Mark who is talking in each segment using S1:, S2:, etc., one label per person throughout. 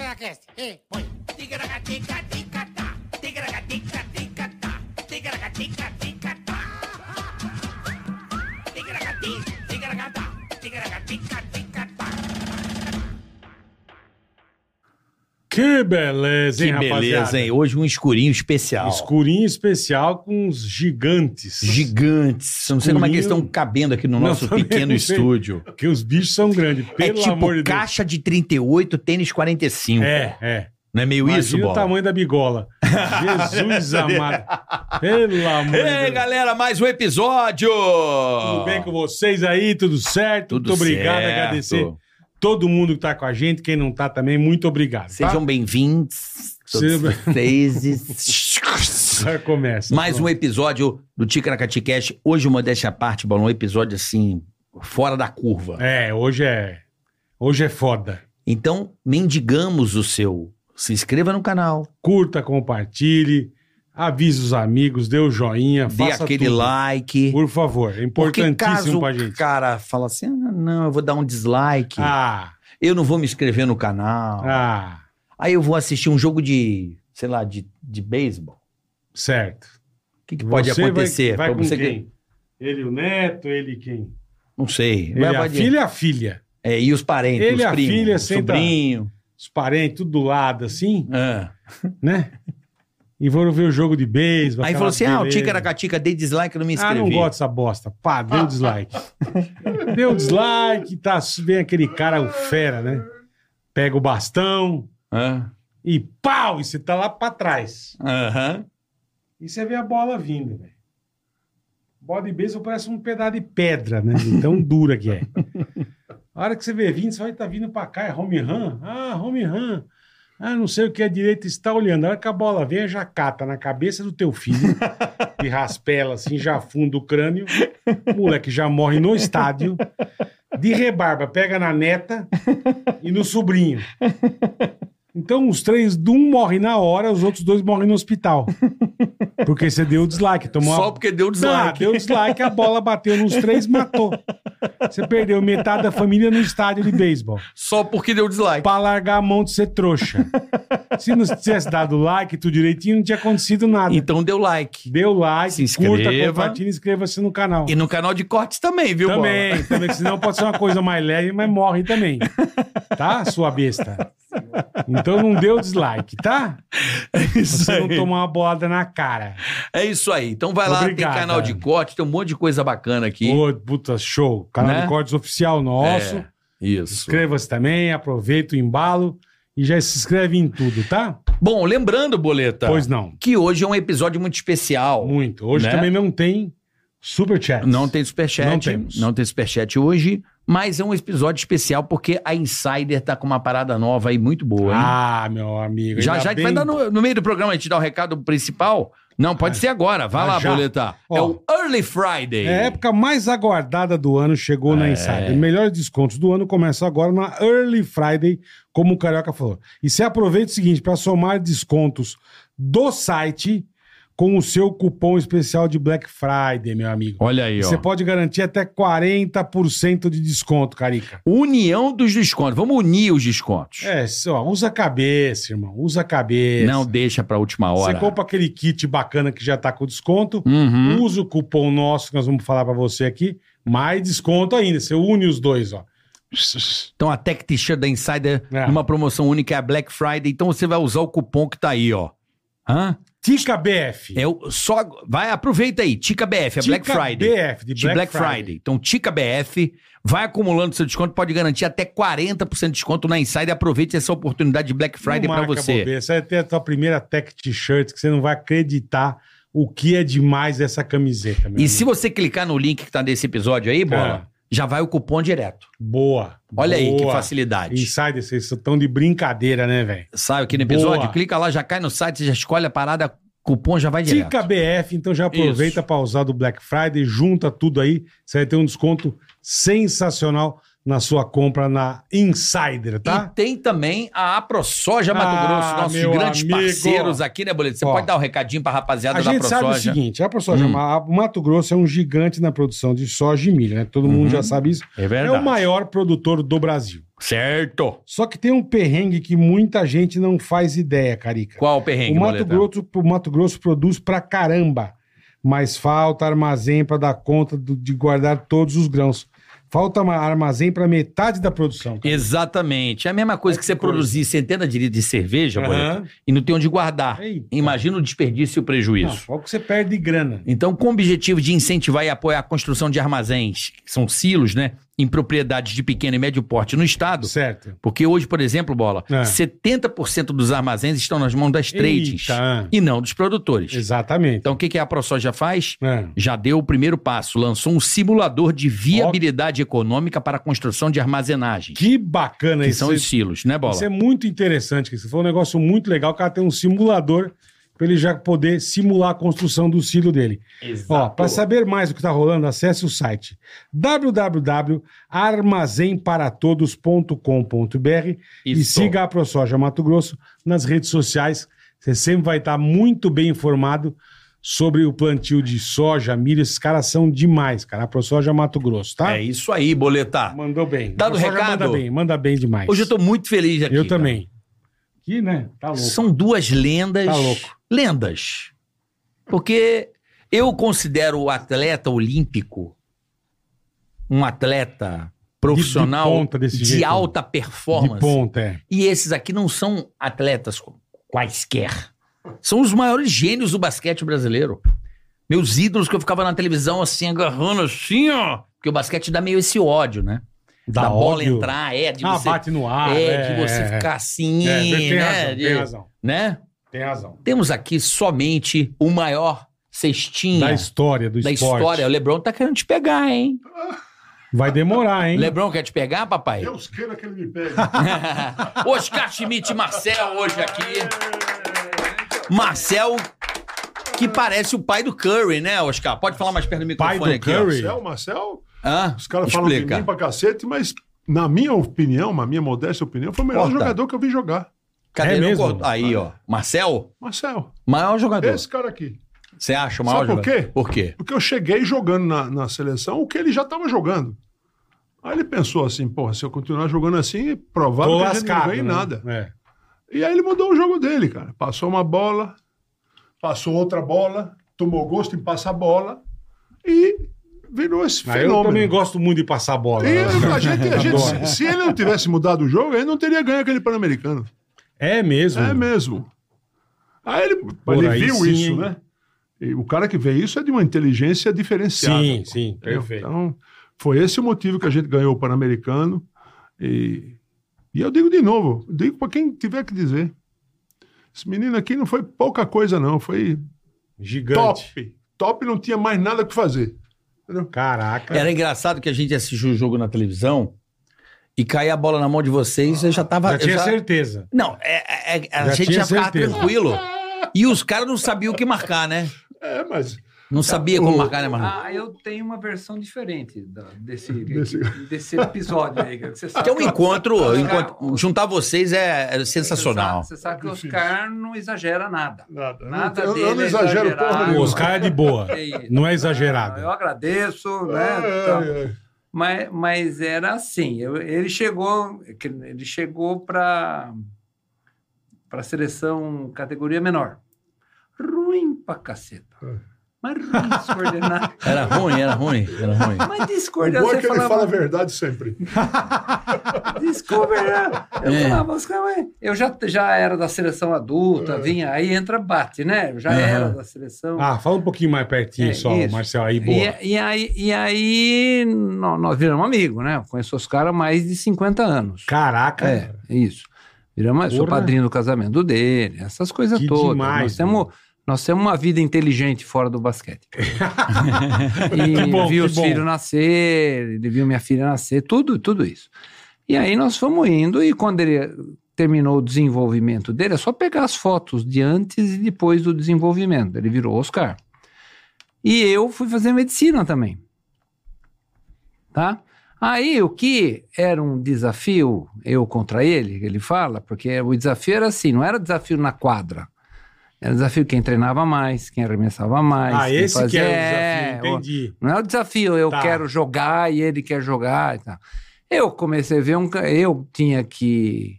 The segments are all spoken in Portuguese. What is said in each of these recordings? S1: Tigracast, e põe. Tigracatica, ticatá. Tigracatica, ticatá. Tigracatica, ticatá. Tigracati, tigracatá. Tigracatica, ticatá.
S2: Que beleza, hein,
S3: que beleza,
S2: rapaziada?
S3: hein? Hoje um escurinho especial.
S2: Escurinho especial com uns gigantes.
S3: Gigantes. Eu Não sei como é que eles
S2: Escurinho.
S3: estão cabendo aqui no
S2: Não,
S3: nosso
S2: também
S3: pequeno
S2: não sei.
S3: estúdio.
S2: Porque os bichos são grandes, pelo
S3: é tipo
S2: amor de Deus.
S3: caixa de 38, tênis 45.
S2: É, é.
S3: Não é meio
S2: Imagina
S3: isso,
S2: o
S3: bola?
S2: tamanho da bigola. Jesus amado. Pelo amor de
S3: Ei,
S2: Deus.
S3: galera, mais um episódio!
S2: Tudo bem com vocês aí? Tudo certo? muito obrigado.
S3: certo.
S2: Agradecer todo mundo que tá com a gente. Quem não tá também, muito obrigado. tá?
S3: Sejam bem-vindos. todos
S2: Sejam-
S3: vocês.
S2: Já começa.
S3: mais um episódio do Ticaracati Cash. Hoje, modéstia à parte, Bola, um episódio assim, fora da curva.
S2: É, hoje é. Hoje é foda.
S3: Então, mendigamos o seu. Se inscreva no canal,
S2: Curta, compartilhe, avise os amigos, dê o joinha,
S3: dê
S2: faça
S3: aquele
S2: tudo.
S3: like.
S2: Por favor, é
S3: Porque
S2: importantíssimo
S3: caso
S2: pra
S3: o
S2: gente.
S3: cara fala assim, ah, não, eu vou dar um dislike,
S2: Ah,
S3: eu não vou me inscrever no canal,
S2: ah,
S3: aí eu vou assistir um jogo de, sei lá, de, de beisebol.
S2: certo.
S3: O que, que pode
S2: Você vai-
S3: acontecer?
S2: Vai,
S3: Pra
S2: com
S3: você que-
S2: quem? Ele, o neto, ele quem?
S3: Não sei.
S2: Ele,
S3: Vai-
S2: a
S3: vai-
S2: filha, a filha.
S3: É, e os parentes,
S2: Ele,
S3: os
S2: a
S3: primos,
S2: filha,
S3: o
S2: senta-
S3: sobrinho.
S2: Os parentes, tudo do lado, assim,
S3: Ah.
S2: né? E foram ver o jogo de beisebol.
S3: Aí falou assim, ah, o
S2: tica
S3: Ticaracatica, dei dislike, eu não me
S2: Ah,
S3: inscrevi.
S2: não gosto dessa bosta. Pá, deu um dislike. deu um dislike, tá, vem aquele cara, o fera, né? Pega o bastão
S3: Ah,
S2: e pau! E você tá lá pra trás.
S3: Aham.
S2: E você vê a bola vindo, velho. Bola de beisebol parece um pedaço de pedra, né? De Tão dura que é. A hora que você vê vindo, você vai estar vindo pra cá, é home run. Ah, home run. Ah, não sei o que a direita está olhando. A hora que a bola vem, já cata na cabeça do teu filho e raspela assim, já afunda o crânio. O moleque já morre no estádio. De rebarba, pega na neta e no sobrinho. Então, os três, um morre na hora, os outros dois morrem no hospital. Porque você deu dislike, tomou
S3: Só
S2: uma
S3: porque deu
S2: ah,
S3: dislike.
S2: deu dislike, a bola bateu nos três, matou. Você perdeu metade da família no estádio de beisebol.
S3: Só porque deu dislike.
S2: Pra largar a mão de ser trouxa. Se não tivesse dado like, tudo direitinho, não tinha acontecido nada.
S3: Então deu like.
S2: Deu like,
S3: Se
S2: curta,
S3: inscreva.
S2: compartilha e inscreva-se no canal.
S3: E no canal de cortes também, viu, Bola?
S2: Também, também, que senão pode ser uma coisa mais leve, mas morre também. Tá, sua besta? Então não deu dislike, tá?
S3: É isso
S2: Você não
S3: aí.
S2: tomar uma bolada na cara.
S3: É isso aí. Então vai lá,
S2: Obrigado,
S3: tem canal de
S2: cara.
S3: corte, tem um monte de coisa bacana aqui.
S2: Ô, puta, show. Canal
S3: Né?
S2: de cortes oficial nosso.
S3: É, isso.
S2: Inscreva-se também, aproveita o embalo e já se inscreve em tudo, tá?
S3: Bom, lembrando, Boleta,
S2: Pois não,
S3: que hoje é um episódio muito especial.
S2: muito. Hoje
S3: Né?
S2: também não tem super chat.
S3: Não tem superchat.
S2: Não temos.
S3: Não tem superchat hoje, mas é um episódio especial porque a Insider tá com uma parada nova aí muito boa, hein?
S2: Ah, meu amigo.
S3: já
S2: ainda
S3: já a gente vai
S2: bem-
S3: dar no, no meio do programa, a gente dá o recado principal. Não, pode
S2: Ah,
S3: ser agora. Vai
S2: ah,
S3: lá,
S2: já.
S3: Boleta. é
S2: Ó.
S3: o Early Friday.
S2: É a época mais aguardada do ano chegou na
S3: É.
S2: Insider. Melhores descontos do ano começam agora na Early Friday, como o Carioca falou. E você aproveita o seguinte, para somar descontos do site com o seu cupom especial de Black Friday, meu amigo.
S3: Olha aí, ó.
S2: Você pode garantir até 40% de desconto, Carica.
S3: União dos descontos. Vamos unir os descontos.
S2: É, só usa a cabeça, irmão. Usa a cabeça.
S3: Não deixa pra última
S2: É. Você
S3: hora.
S2: compra aquele kit bacana que já tá com desconto.
S3: Uhum.
S2: Usa o cupom nosso que nós vamos falar pra você aqui. Mais desconto ainda. Você une os dois, ó.
S3: Então a Tech T-shirt da Insider,
S2: É.
S3: numa promoção única, é a Black Friday. Então você vai usar o cupom que tá aí, ó. Hã?
S2: Tica BF.
S3: É o só. Vai, aproveita aí. Tica BF, é
S2: Tica
S3: Black Friday.
S2: BF, de
S3: De Black, Friday. Então, Tica BF, vai acumulando seu desconto, pode garantir até 40% de desconto na Insider. Aproveite essa oportunidade de Black Friday
S2: Não
S3: pra
S2: marca
S3: você.
S2: bobeira. Essa é até a tua primeira tech t-shirt que você não vai acreditar o que é demais essa camiseta,
S3: E
S2: meu amigo.
S3: se você clicar no link que tá nesse episódio aí, bola, já vai o cupom direto.
S2: Boa.
S3: Olha aí que
S2: boa.
S3: facilidade.
S2: Insider, vocês estão de brincadeira, né, velho?
S3: Sai aqui no episódio,
S2: Boa.
S3: clica lá, já cai no site, você já escolhe a parada, cupom já vai direto.
S2: Tica BF, então já aproveita para usar do Black Friday, junta tudo aí, você vai ter um desconto sensacional na sua compra na Insider, tá?
S3: E tem também a AproSoja Mato
S2: Ah,
S3: Grosso, nossos
S2: meu
S3: grandes
S2: amigo.
S3: parceiros aqui, né, Boleto? Você
S2: Ó.
S3: pode dar um recadinho pra rapaziada
S2: a
S3: da
S2: gente sabe o
S3: AproSoja.
S2: seguinte, a pessoa
S3: Hum.
S2: chama, a Mato Grosso é um
S3: Uhum.
S2: gigante na produção de soja e milho, né? Todo mundo já sabe isso.
S3: É
S2: É o maior produtor do Brasil.
S3: Certo.
S2: Só que tem um perrengue que muita gente não faz ideia, Carica.
S3: Qual o perrengue,
S2: o Mato
S3: Boleta?
S2: Grosso, o Mato Grosso produz pra caramba, mas falta armazém pra dar conta do- de guardar todos os grãos. Falta ma- armazém pra metade da produção. cara.
S3: Exatamente. É a mesma coisa
S2: Olha
S3: que
S2: que
S3: você
S2: coisa.
S3: produzir centenas de litros de cerveja, Boleta,
S2: Aham.
S3: e não tem onde guardar.
S2: Eita.
S3: Imagina o desperdício e o
S2: Não,
S3: prejuízo.
S2: Olha o que você perde de grana.
S3: Então, com o objetivo de incentivar e apoiar a construção de armazéns, que são silos, né? Em propriedades de pequeno e médio porte no estado.
S2: Certo.
S3: Porque hoje, por exemplo, Bola,
S2: É.
S3: 70% dos armazéns estão nas mãos das trades
S2: Eita.
S3: e não dos produtores.
S2: Exatamente.
S3: Então, o que, que a ProSó já faz?
S2: É.
S3: Já deu o primeiro passo, lançou um simulador de viabilidade econômica para a construção de armazenagem, que,
S2: Que bacana isso.
S3: são os silos, né, Bola?
S2: Isso é muito interessante. Isso foi um negócio muito legal. O cara tem um simulador para ele já poder simular a construção do silo dele. Ó,
S3: Ah,
S2: para saber mais do que está rolando, acesse o site www.armazenparatodos.com.br e
S3: Isso.
S2: siga a ProSoja Mato Grosso nas redes sociais. Você sempre vai estar muito bem informado sobre o plantio de soja, milho. Esses caras são demais, cara. A ProSoja Mato Grosso, tá?
S3: É isso aí, Boleta.
S2: Mandou bem.
S3: Dado o
S2: ProSoja
S3: recado?
S2: Manda bem, manda bem demais.
S3: Hoje eu tô muito feliz aqui.
S2: Eu
S3: cara. um
S2: também. Que, né? Tá louco.
S3: São duas lendas.
S2: Tá louco.
S3: Lendas. Porque eu considero o atleta olímpico um atleta profissional
S2: De- de ponta desse
S3: de
S2: jeito.
S3: alta
S2: De
S3: performance.
S2: ponta, é.
S3: E esses aqui não são atletas quaisquer. São os maiores gênios do basquete brasileiro. Meus ídolos que eu ficava na televisão assim, agarrando assim, ó. Porque o basquete dá meio esse ódio, né? da bola
S2: ódio.
S3: entrar, é, de
S2: ah,
S3: você,
S2: bate no ar.
S3: é, de você ficar assim,
S2: É, tem,
S3: né?
S2: razão,
S3: De-
S2: tem razão.
S3: né?
S2: Tem razão.
S3: Temos aqui somente o maior cestinha
S2: Da
S3: da,
S2: história, do esporte.
S3: história. O Lebron tá querendo te pegar, hein?
S2: Vai demorar, hein?
S3: Lebron quer te pegar, papai?
S4: Deus queira que ele me pegue.
S3: Oscar Schmidt e Marcel hoje aqui. Marcel, que parece o pai do Curry, né, Oscar? Pode falar mais perto do
S2: Pai
S3: microfone
S2: do
S3: aqui. ó.
S2: Curry?
S4: Marcel, Marcel,
S3: Hã?
S4: os caras falam de
S3: Explica.
S4: mim pra cacete, mas na minha opinião, na minha modesta opinião, foi o melhor
S3: Corta.
S4: jogador que eu vi jogar.
S3: Cadê
S2: É
S3: Não
S2: mesmo?
S3: cortou. Aí, ó. Marcel,
S4: Marcel,
S3: maior jogador.
S4: esse cara aqui.
S3: Você acha o maior
S4: Sabe por
S3: jogador?
S4: quê?
S3: Por quê?
S4: Porque eu cheguei jogando na, na seleção o que ele já estava jogando. Aí ele pensou assim, porra, se eu continuar jogando assim, é provável
S2: Tô
S4: que a gente não
S2: lascado,
S4: ganhe
S2: né?
S4: nada.
S2: É.
S4: E aí ele mudou o jogo dele, cara. Passou uma bola, passou outra bola, tomou gosto em passar bola e virou esse
S2: Ah, eu também
S4: fenômeno.
S2: gosto muito de passar bola. né?
S4: E a gente, a gente-
S2: Adoro.
S4: se, se ele não tivesse mudado o jogo, ele não teria ganho aquele Pan-Americano.
S2: É mesmo.
S4: É mesmo. Aí ele,
S2: Por
S4: ele
S2: aí
S4: viu
S2: sim,
S4: isso,
S2: hein?
S4: né? E o cara que vê isso é de uma inteligência diferenciada.
S2: Sim, sim,
S4: Entendeu?
S2: perfeito.
S4: Então, foi esse o motivo que a gente ganhou o Pan-Americano. E, e eu digo de novo, digo para quem tiver que dizer. Esse menino aqui não foi pouca coisa, não. Foi
S2: Gigante.
S4: Então, top. Top não tinha mais nada que fazer. Entendeu?
S2: Caraca.
S3: Era engraçado que a gente assistiu o jogo na televisão e caía a bola na mão de vocês e eu já tava.
S2: Já
S3: eu
S2: tinha
S3: já-
S2: certeza.
S3: Não, é- é- é- a
S2: Já
S3: gente
S2: tinha
S3: já ficava
S2: certeza.
S3: tranquilo. E os caras não sabiam o que marcar, né?
S4: É, mas.
S3: Não sabia como
S4: o-
S3: marcar, né, Marlon?
S5: Ah, eu tenho uma versão diferente da- desse,
S4: Desse-
S5: desse episódio aí. cara, que Você sabe
S3: Que é um
S5: que-
S3: encontro,
S5: Oscar-
S3: encontro- juntar vocês é, é sensacional.
S5: Você sabe, você sabe que o Oscar não exagera nada.
S4: Nada. né?
S5: Nada
S4: Eu- eu,
S5: dele
S4: não
S5: é
S4: exagero
S5: exagerado.
S4: porra
S2: O
S4: nenhuma.
S2: Oscar é de boa.
S5: É isso. Ah,
S2: Não é exagerado.
S5: Eu agradeço, né? tal.
S4: É, é, é.
S5: Mas, mas era assim. eu- ele chegou, ele chegou para para seleção categoria menor. Ruim pra caceta. Mas ruim, descoordenado.
S3: Era ruim, era ruim, era ruim.
S5: Mas
S4: O
S5: discordar,
S4: bom é
S5: você
S4: que ele fala a
S5: falava,
S4: verdade sempre.
S5: desculpa, eu
S3: É.
S5: falava, os caras, "Ué, eu já, já era da seleção adulta, vinha, aí entra, bate, né? Eu já
S3: Aham.
S5: era da seleção.
S2: É. Ah, fala um pouquinho mais pertinho
S5: É,
S2: só,
S5: isso.
S2: Marcel. Aí, boa.
S5: E, é- e aí, e aí nó- nós viramos amigos, né? Eu Conheço os caras há mais de 50 anos.
S2: Caraca.
S5: É, isso. Viramos, sou
S2: Porra.
S5: padrinho do casamento dele, essas coisas
S2: Que
S5: todas.
S2: demais,
S5: nós, temos, nós temos uma vida inteligente fora do basquete.
S2: Que
S5: e
S2: bom,
S5: vi
S2: que
S5: os
S2: bom.
S5: filhos nascer, ele viu minha filha nascer, tudo, tudo isso. E aí nós fomos indo, e quando ele terminou o desenvolvimento dele, é só pegar as fotos de antes e depois do desenvolvimento. Ele virou Oscar. E eu fui fazer medicina também. Tá? Aí o que era um desafio, eu contra ele, ele fala, porque o desafio era assim, não era desafio na quadra. Era desafio quem treinava mais, quem arremessava mais.
S2: ah,
S5: quem
S2: esse que
S5: fazia-
S2: é o desafio.
S5: o-
S2: Entendi.
S5: não é o desafio, eu
S2: Tá.
S5: quero jogar e ele quer jogar e tal. Eu comecei a ver um. ca- Eu tinha que.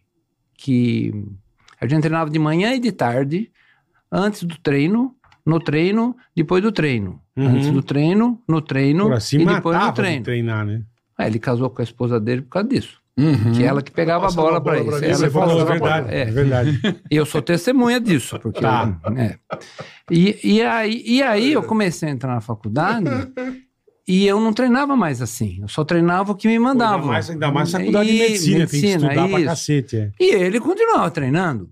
S5: que a gente treinava de manhã e de tarde, antes do treino, no treino, depois do treino.
S2: Uhum.
S5: Antes do treino, no treino
S2: Por assim
S5: e depois
S2: matava
S5: no
S2: de
S5: treino.
S2: treinar, né?
S5: Ah, ele casou com a esposa dele por causa disso.
S3: Uhum.
S5: Que
S3: é
S5: ela que pegava a
S4: Passava
S5: bola para isso.
S4: mim,
S5: Ela
S4: você
S5: que
S4: falou,
S5: passava
S2: é
S5: a bola.
S2: verdade,
S5: É.
S2: é verdade.
S5: E eu sou testemunha disso, porque.
S2: Tá.
S5: é. E, e, aí, e aí eu comecei a entrar na faculdade e eu não treinava mais assim. Eu só treinava o que me mandavam.
S2: Ainda mais, ainda mais faculdade de
S5: E-
S2: medicina, tem que estudar pra
S5: isso.
S2: cacete. É.
S5: E ele continuava treinando.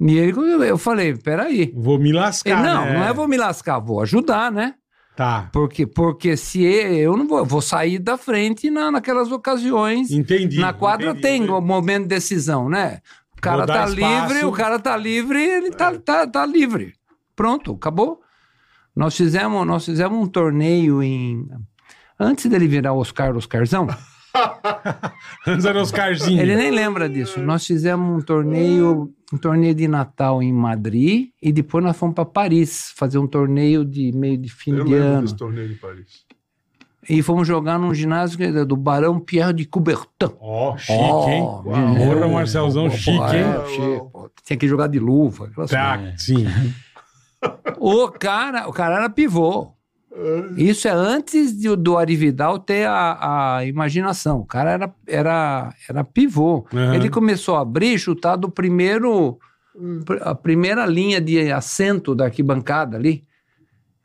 S5: E ele, continuava- eu falei, peraí.
S2: Vou me lascar.
S5: Ele, não,
S2: né?
S5: não é vou me lascar, vou ajudar, né?
S2: Tá,
S5: Porque, porque se e- eu não vou, eu vou sair da frente na, naquelas ocasiões.
S2: entendi.
S5: na quadra
S2: entendi,
S5: tem
S2: entendi.
S5: o momento de decisão, né? O cara
S2: Vou
S5: tá
S2: dar espaço. É.
S5: livre, o cara tá livre, ele tá, tá, tá livre. Pronto, acabou. Nós fizemos, nós fizemos um torneio em. Antes dele virar Oscar Oscarzão,
S2: Antes era Oscarzinho.
S5: ele nem lembra disso. Nós fizemos um torneio, um torneio de Natal em Madrid e depois nós fomos para Paris fazer um torneio de meio de fim
S4: Eu
S5: de
S4: lembro
S5: ano.
S4: desse torneio de Paris.
S5: E fomos jogar num ginásio que era do Barão Pierre de Coubertin.
S2: Ó, chique,
S5: Ó,
S2: hein?
S5: menino.
S2: Porra, Marcelzão,
S5: Pô,
S2: chique,
S5: é,
S2: hein?
S5: chique, pô. Tinha que jogar de luva. aquelas
S2: Tá, sim.
S5: coisas. O cara, o cara era pivô. Isso é antes de- do Arividal ter a, a imaginação. O cara era, era, era pivô.
S2: Aham.
S5: Ele começou a abrir, chutar do primeiro. pr- A primeira linha de assento da arquibancada ali.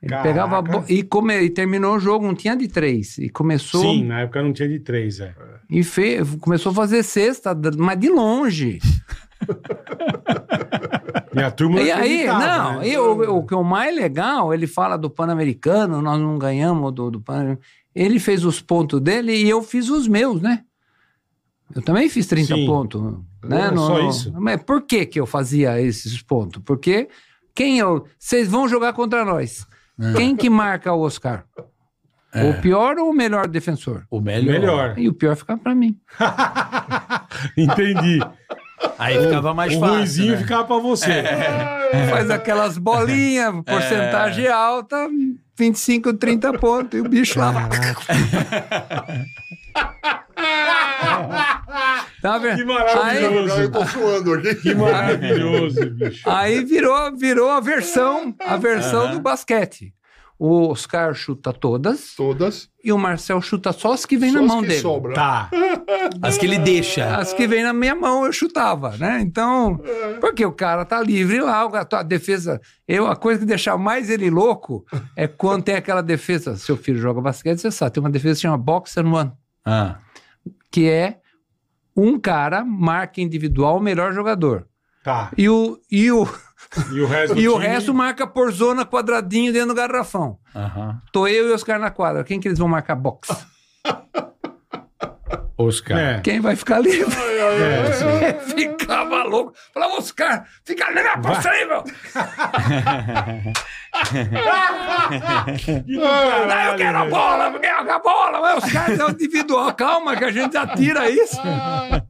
S5: Ele
S2: Caraca.
S5: pegava a bo- e, come, e terminou o jogo, não tinha de três. E começou.
S2: Sim, na época não tinha de três, é.
S5: E fe- começou a fazer cesta, mas de longe.
S2: E a turma
S5: E aí,
S2: acreditava,
S5: não,
S2: né?
S5: e o, o que é o mais legal, ele fala do Pan-Americano, nós não ganhamos do, do pan Ele fez os pontos dele e eu fiz os meus, né? Eu também fiz 30
S2: Sim.
S5: pontos. Né?
S2: É,
S5: No-
S2: só
S5: no-
S2: isso.
S5: Mas por que, que eu fazia esses pontos? Porque quem eu. Vocês vão jogar contra nós. Quem que marca o Oscar? O pior ou o melhor defensor?
S3: O melhor.
S2: Melhor.
S5: E o pior ficava pra mim.
S2: Entendi.
S3: Aí ficava mais
S2: o
S3: fácil.
S2: Luizinho
S3: né?
S2: ficava pra você.
S5: É. Faz aquelas bolinhas, porcentagem alta, 25, 30 pontos. E o bicho lá. vai. tá vendo?
S2: Que maravilhoso.
S5: Aí,
S4: Eu tô suando aqui.
S2: Que maravilhoso, bicho.
S5: aí virou, virou a versão, a versão do basquete. O Oscar chuta todas
S4: Todas.
S5: e o Marcel chuta só as que vem
S4: só
S5: na
S4: as
S5: mão
S4: que
S5: dele.
S4: sobram.
S2: Tá.
S3: As que ele deixa.
S5: As que vem na minha mão eu chutava, né? Então, porque o cara tá livre lá, o cara- a defesa. Eu, a coisa que deixa mais ele louco é quando tem aquela defesa. Seu filho joga basquete, você sabe, tem uma defesa que chama box and one,
S3: Ah.
S5: que é um cara marca individual o melhor jogador.
S2: Tá.
S5: E o, e o,
S2: E o resto do
S5: e o
S2: time?
S5: resto marca por zona quadradinho dentro do garrafão.
S3: Aham.
S5: Tô eu e os caras na quadra. Quem que eles vão marcar box?
S3: Oscar.
S2: É.
S5: Quem vai ficar livre?
S2: É, sim.
S5: Ficava louco. Falava, Oscar, fica livre, é possível.
S4: Ah,
S2: Que do caralho,
S5: Ah, eu quero a
S2: velho.
S5: bola, eu quero a bola. Mas os caras são individual. Calma, que a gente já tira isso.
S4: Ah,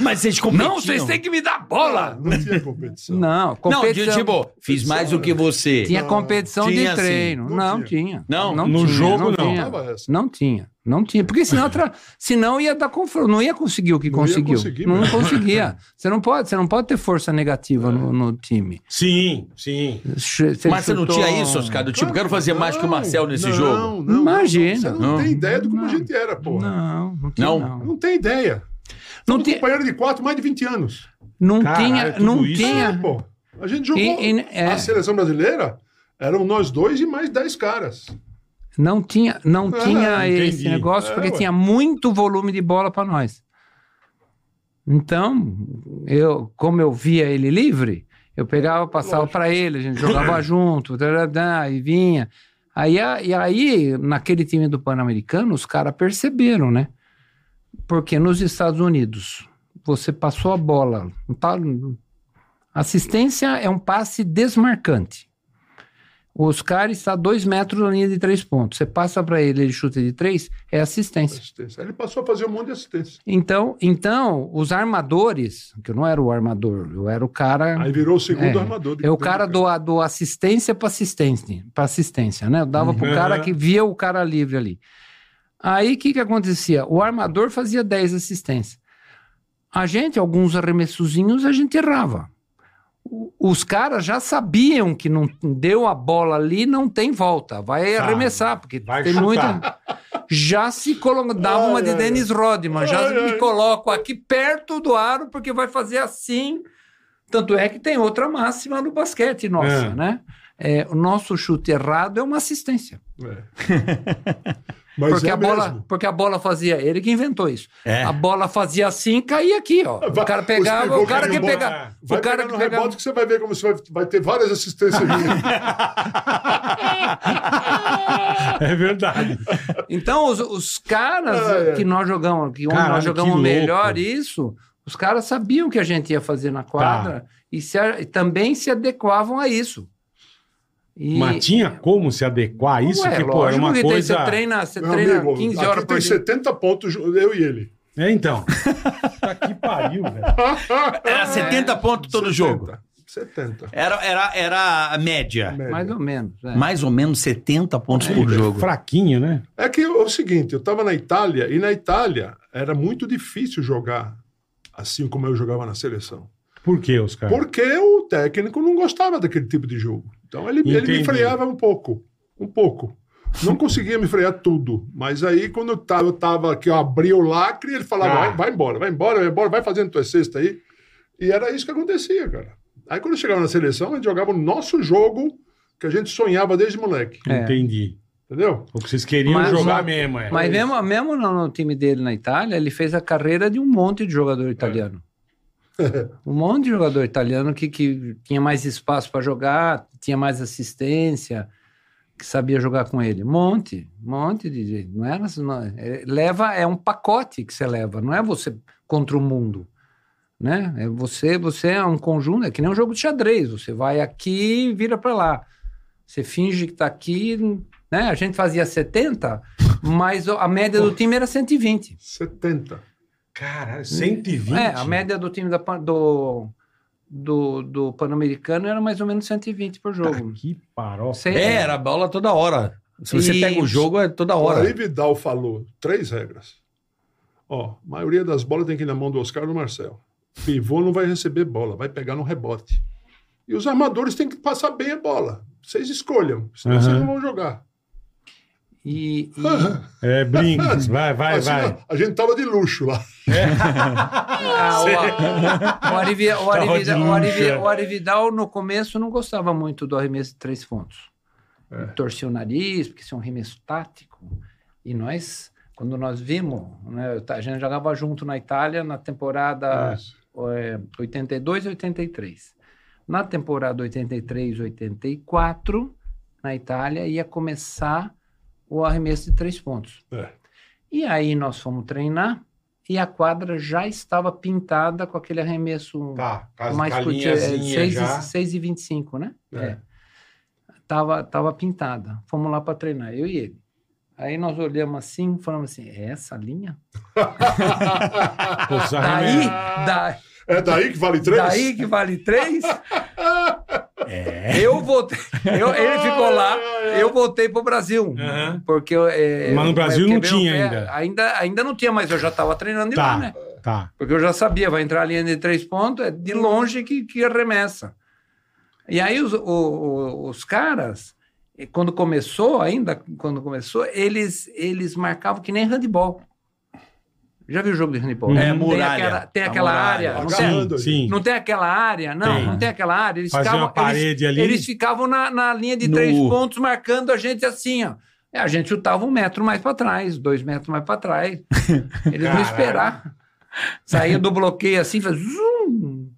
S3: Mas vocês competiam.
S5: Não, vocês têm que me dar bola.
S4: Tá Não tinha competição.
S5: Não,
S3: Não, de-
S5: competição.
S3: tipo, fiz mais do que você.
S5: tinha competição
S3: Tinha,
S5: de
S3: sim.
S5: treino.
S4: Não
S5: não,
S4: tinha.
S5: tinha.
S3: Não,
S2: no
S5: tinha,
S2: jogo, não.
S5: Tinha.
S4: Tava essa.
S5: Não tinha. Não tinha. Porque senão, tra... senão ia dar confronto. Não ia conseguir o que
S4: Não ia
S5: conseguiu.
S4: conseguir
S5: não
S4: mesmo.
S5: conseguia. Você não, pode, você não pode ter força negativa no, no time.
S2: Sim, sim.
S5: Ch-
S3: Mas você não
S5: chutou- um-
S3: tinha isso, Oscar? Do tipo, quero fazer mais que o Marcel nesse
S4: não,
S3: jogo.
S4: Não, não,
S5: Imagina.
S4: Você não,
S3: Não.
S4: tem ideia do como a
S5: Não.
S4: gente era, porra.
S5: Não, não tinha.
S3: Não?
S5: Não,
S4: Não tem ideia.
S5: não,
S4: Um
S5: tinha,
S4: companheiro de quatro, mais de 20 anos.
S5: não
S2: Caralho,
S5: tinha.
S2: tudo
S5: Não
S2: isso?
S5: tinha.
S4: É, pô. A gente jogou.
S5: E- e- é.
S4: A seleção brasileira eram nós dois e mais 10 caras.
S5: Não tinha, não
S4: Ah,
S5: tinha
S2: entendi.
S5: esse negócio,
S4: É,
S5: porque
S4: ué.
S5: tinha muito volume de bola para nós. Então, eu, como eu via ele livre, eu pegava, passava para ele, a gente jogava junto, tarará, e vinha. Aí, a- e aí, naquele time do Pan-Americano, os caras perceberam, né? Porque nos Estados Unidos, você passou a bola. não tá- assistência é um passe desmarcante. O Oscar está a dois metros da linha de três pontos. Você passa para ele, ele chuta de três, é assistência.
S4: Assistência. Aí ele passou a fazer um monte de assistência.
S5: Então, então os armadores, que eu não era o armador, eu era o cara.
S4: Aí virou o segundo
S5: É.
S4: armador. de-
S5: É o cara do, do assistência para assistência, para assistência, né? Eu dava pro
S2: Uhum.
S5: cara que via o cara livre ali. Aí o que, que acontecia? O armador fazia 10 assistências. A gente, alguns arremessozinhos, a gente errava. O- Os caras já sabiam que não deu a bola ali, não tem volta. Vai
S2: Tá,
S5: arremessar, porque
S2: vai
S5: tem
S2: chutar.
S5: muita. Já se colo... dava uma de
S4: Ai, ai,
S5: Dennis Rodman, já
S4: Ai,
S5: me
S4: ai.
S5: coloco aqui perto do aro, porque vai fazer assim. Tanto é que tem outra máxima no basquete, nossa,
S2: É.
S5: né? É, o nosso chute errado é uma assistência.
S4: É. Mas
S5: Porque,
S4: é
S5: a bola,
S4: mesmo.
S5: porque a bola fazia, ele que inventou isso.
S3: É.
S5: A bola fazia assim, caía aqui, ó. O
S4: Vai-
S5: cara pegava,
S4: pegou
S5: o cara que
S4: caiu embora.
S2: Tá.
S5: pegava,
S4: Vai
S5: o
S4: pegar
S5: cara que
S4: no
S5: pegava.
S4: rebote que você vai ver como você vai, vai ter várias assistências. minhas.
S2: É verdade.
S5: Então os, os caras
S4: É, é.
S5: que nós jogamos, que onde
S2: Caralho,
S5: nós jogamos
S2: que
S5: melhor
S2: louco.
S5: isso, os caras sabiam o que a gente ia fazer na quadra e, se a- e também se adequavam a isso. E
S2: Mas tinha como se adequar a isso?
S5: Ué,
S2: que, pô, é
S5: lógico
S2: uma
S5: que tem,
S2: coisa...
S5: você treina, você
S4: Meu
S5: treina
S4: amigo,
S5: 15
S4: aqui
S5: horas por
S4: tem
S5: dia.
S4: 70 pontos, eu e ele.
S2: É, então. Tá que pariu, velho.
S3: Era 70 pontos todo jogo.
S4: 70.
S3: Era, era, era a média.
S4: média.
S5: Mais ou menos. é.
S3: Mais ou menos 70 pontos por jogo.
S2: Fraquinho, né?
S4: É que é o seguinte, eu estava na Itália e na Itália era muito difícil jogar assim como eu jogava na seleção.
S2: Por que, os caras?
S4: Porque o técnico não gostava daquele tipo de jogo. Então ele, ele
S2: Entendi.
S4: me freava um pouco, um pouco. Não conseguia me frear tudo, mas aí quando eu tava, eu tava aqui, eu abri o lacre, ele falava,
S2: Ah.
S4: vai, vai embora, vai embora, vai embora, vai fazendo tua cesta aí. E era isso que acontecia, cara. Aí quando eu chegava na seleção, a gente jogava o nosso jogo que a gente sonhava desde moleque,
S5: É.
S2: Entendi.
S4: entendeu?
S2: O que vocês queriam
S5: Mas-
S2: jogar
S5: mas-
S2: mesmo, é.
S5: Mas mesmo, mesmo no, no time dele na Itália, ele fez a carreira de um monte de jogador italiano. um monte de jogador italiano que, que tinha mais espaço para jogar, tinha mais assistência, que sabia jogar com ele. Um monte, um monte de gente. Não era, assim, não, é, leva, é um pacote que você leva, não é você contra o mundo. Né? É você, você é um conjunto, é que nem um jogo de xadrez. Você vai aqui e vira para lá. Você finge que tá aqui, né? A gente fazia 70, mas a média do time era 120.
S4: 70.
S2: Caralho, 120.
S5: É, a média do time da Pan- do, do, do Pan-Americano era mais ou menos 120 por jogo.
S2: Que parola.
S5: Cem-
S3: É, era a bola toda hora. Se você
S5: E-
S3: pega o jogo, é toda
S4: O Aí
S3: hora.
S4: Vidal falou três regras. Ó, a maioria das bolas tem que ir na mão do Oscar ou do Marcel. Pivô não vai receber bola, vai pegar no rebote. E os armadores têm que passar bem a bola. Vocês escolham, senão
S2: Aham.
S4: vocês não vão jogar.
S5: E, e-
S2: É, brinca. Vai, vai,
S4: Assim,
S2: vai.
S4: a- A gente tava de luxo lá.
S5: ah, o, o, Arivi- o,
S2: Tava
S5: Arivi-
S2: de
S5: o Arivi-
S2: luxo, é.
S5: o Arividal, no começo, não gostava muito do arremesso de três pontos. Ele Torcia o nariz, porque isso é um arremesso tático. E nós, quando nós vimos, né, a gente jogava junto na Itália na temporada é, 82 e 83. Na temporada 83 84, na Itália, ia começar o arremesso de três pontos.
S4: É.
S5: E aí nós fomos treinar e a quadra já estava pintada com aquele arremesso
S2: Tá, com as
S5: mais curtinho, é,
S2: galinhazinhas
S5: 6,
S2: já.
S5: e- 6 e 25, né?
S4: É.
S5: É. Tava, tava pintada. Fomos lá para treinar, eu e ele. Aí nós olhamos assim, falamos assim, é essa a linha?
S2: Pô, os
S5: Daí,
S2: arremesso-
S5: daí,
S4: É daí que vale três?
S5: Daí que vale três?
S2: É.
S5: Eu voltei. eu- ele ficou lá, eu voltei pro Brasil.
S2: Aham.
S5: Porque eu, é,
S2: Mas no
S5: eu
S2: Brasil não
S5: quebrei o
S2: tinha
S5: pé.
S2: ainda.
S5: ainda. Ainda não tinha, mas eu já estava treinando de
S2: Tá.
S5: lá, né?
S2: Tá.
S5: Porque eu já sabia, vai entrar a linha de três pontos, é de longe que, que arremessa. E aí os, o- o- os caras, eh, quando começou, ainda quando começou, eles, eles marcavam que nem handball. Já viu o jogo de handball?
S2: É,
S5: Tem
S3: muralha.
S5: aquela- Tem
S3: A
S5: aquela,
S3: muralha.
S5: área. Não tem,
S4: Agarrando
S2: Sim,
S4: ali.
S2: sim.
S5: não tem aquela área, não,
S2: Tem.
S5: não tem aquela área. Eles
S2: Fazer
S5: ficavam,
S2: uma parede
S5: eles,
S2: ali.
S5: eles ficavam na, na linha de
S3: No-
S5: três pontos, marcando a gente assim, ó. É, A gente chutava um metro mais para trás, dois metros mais para trás. Eles não
S2: Caralho.
S5: esperavam. Saía do bloqueio assim, fazia zoom.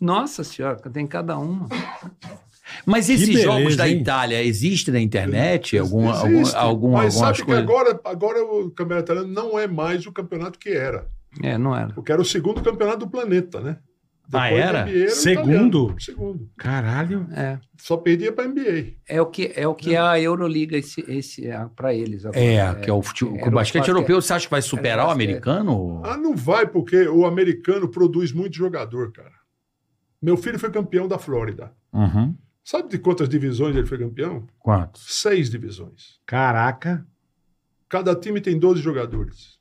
S5: Nossa senhora, tem cada um. uma.
S3: Mas esses
S2: beleza,
S3: jogos da
S2: hein?
S3: Itália existem na internet? Algum,
S4: Existe.
S3: algum, algum, algumas
S4: Mas sabe que
S3: coisas?
S4: agora, agora o campeonato italiano não é mais o campeonato que era.
S5: É, não era.
S4: Porque era o segundo campeonato do planeta, né?
S3: Ah,
S4: Depois
S3: era?
S4: da NBA, o
S2: Segundo?
S4: italiano. Segundo.
S2: Caralho.
S5: É,
S4: Só perdia pra NBA.
S5: é o que é o que é a Euroliga esse esse para eles agora.
S3: É, que é o, fute-
S5: era
S3: o basquete europeu, você acha que vai superar o
S5: basquete.
S3: americano?
S4: Ah, não vai, porque o americano produz muito jogador, cara. Meu filho foi campeão da Flórida.
S3: Uhum.
S4: Sabe de quantas divisões ele foi campeão?
S3: Quantos?
S4: Seis divisões.
S2: Caraca.
S4: Cada time tem 12 jogadores.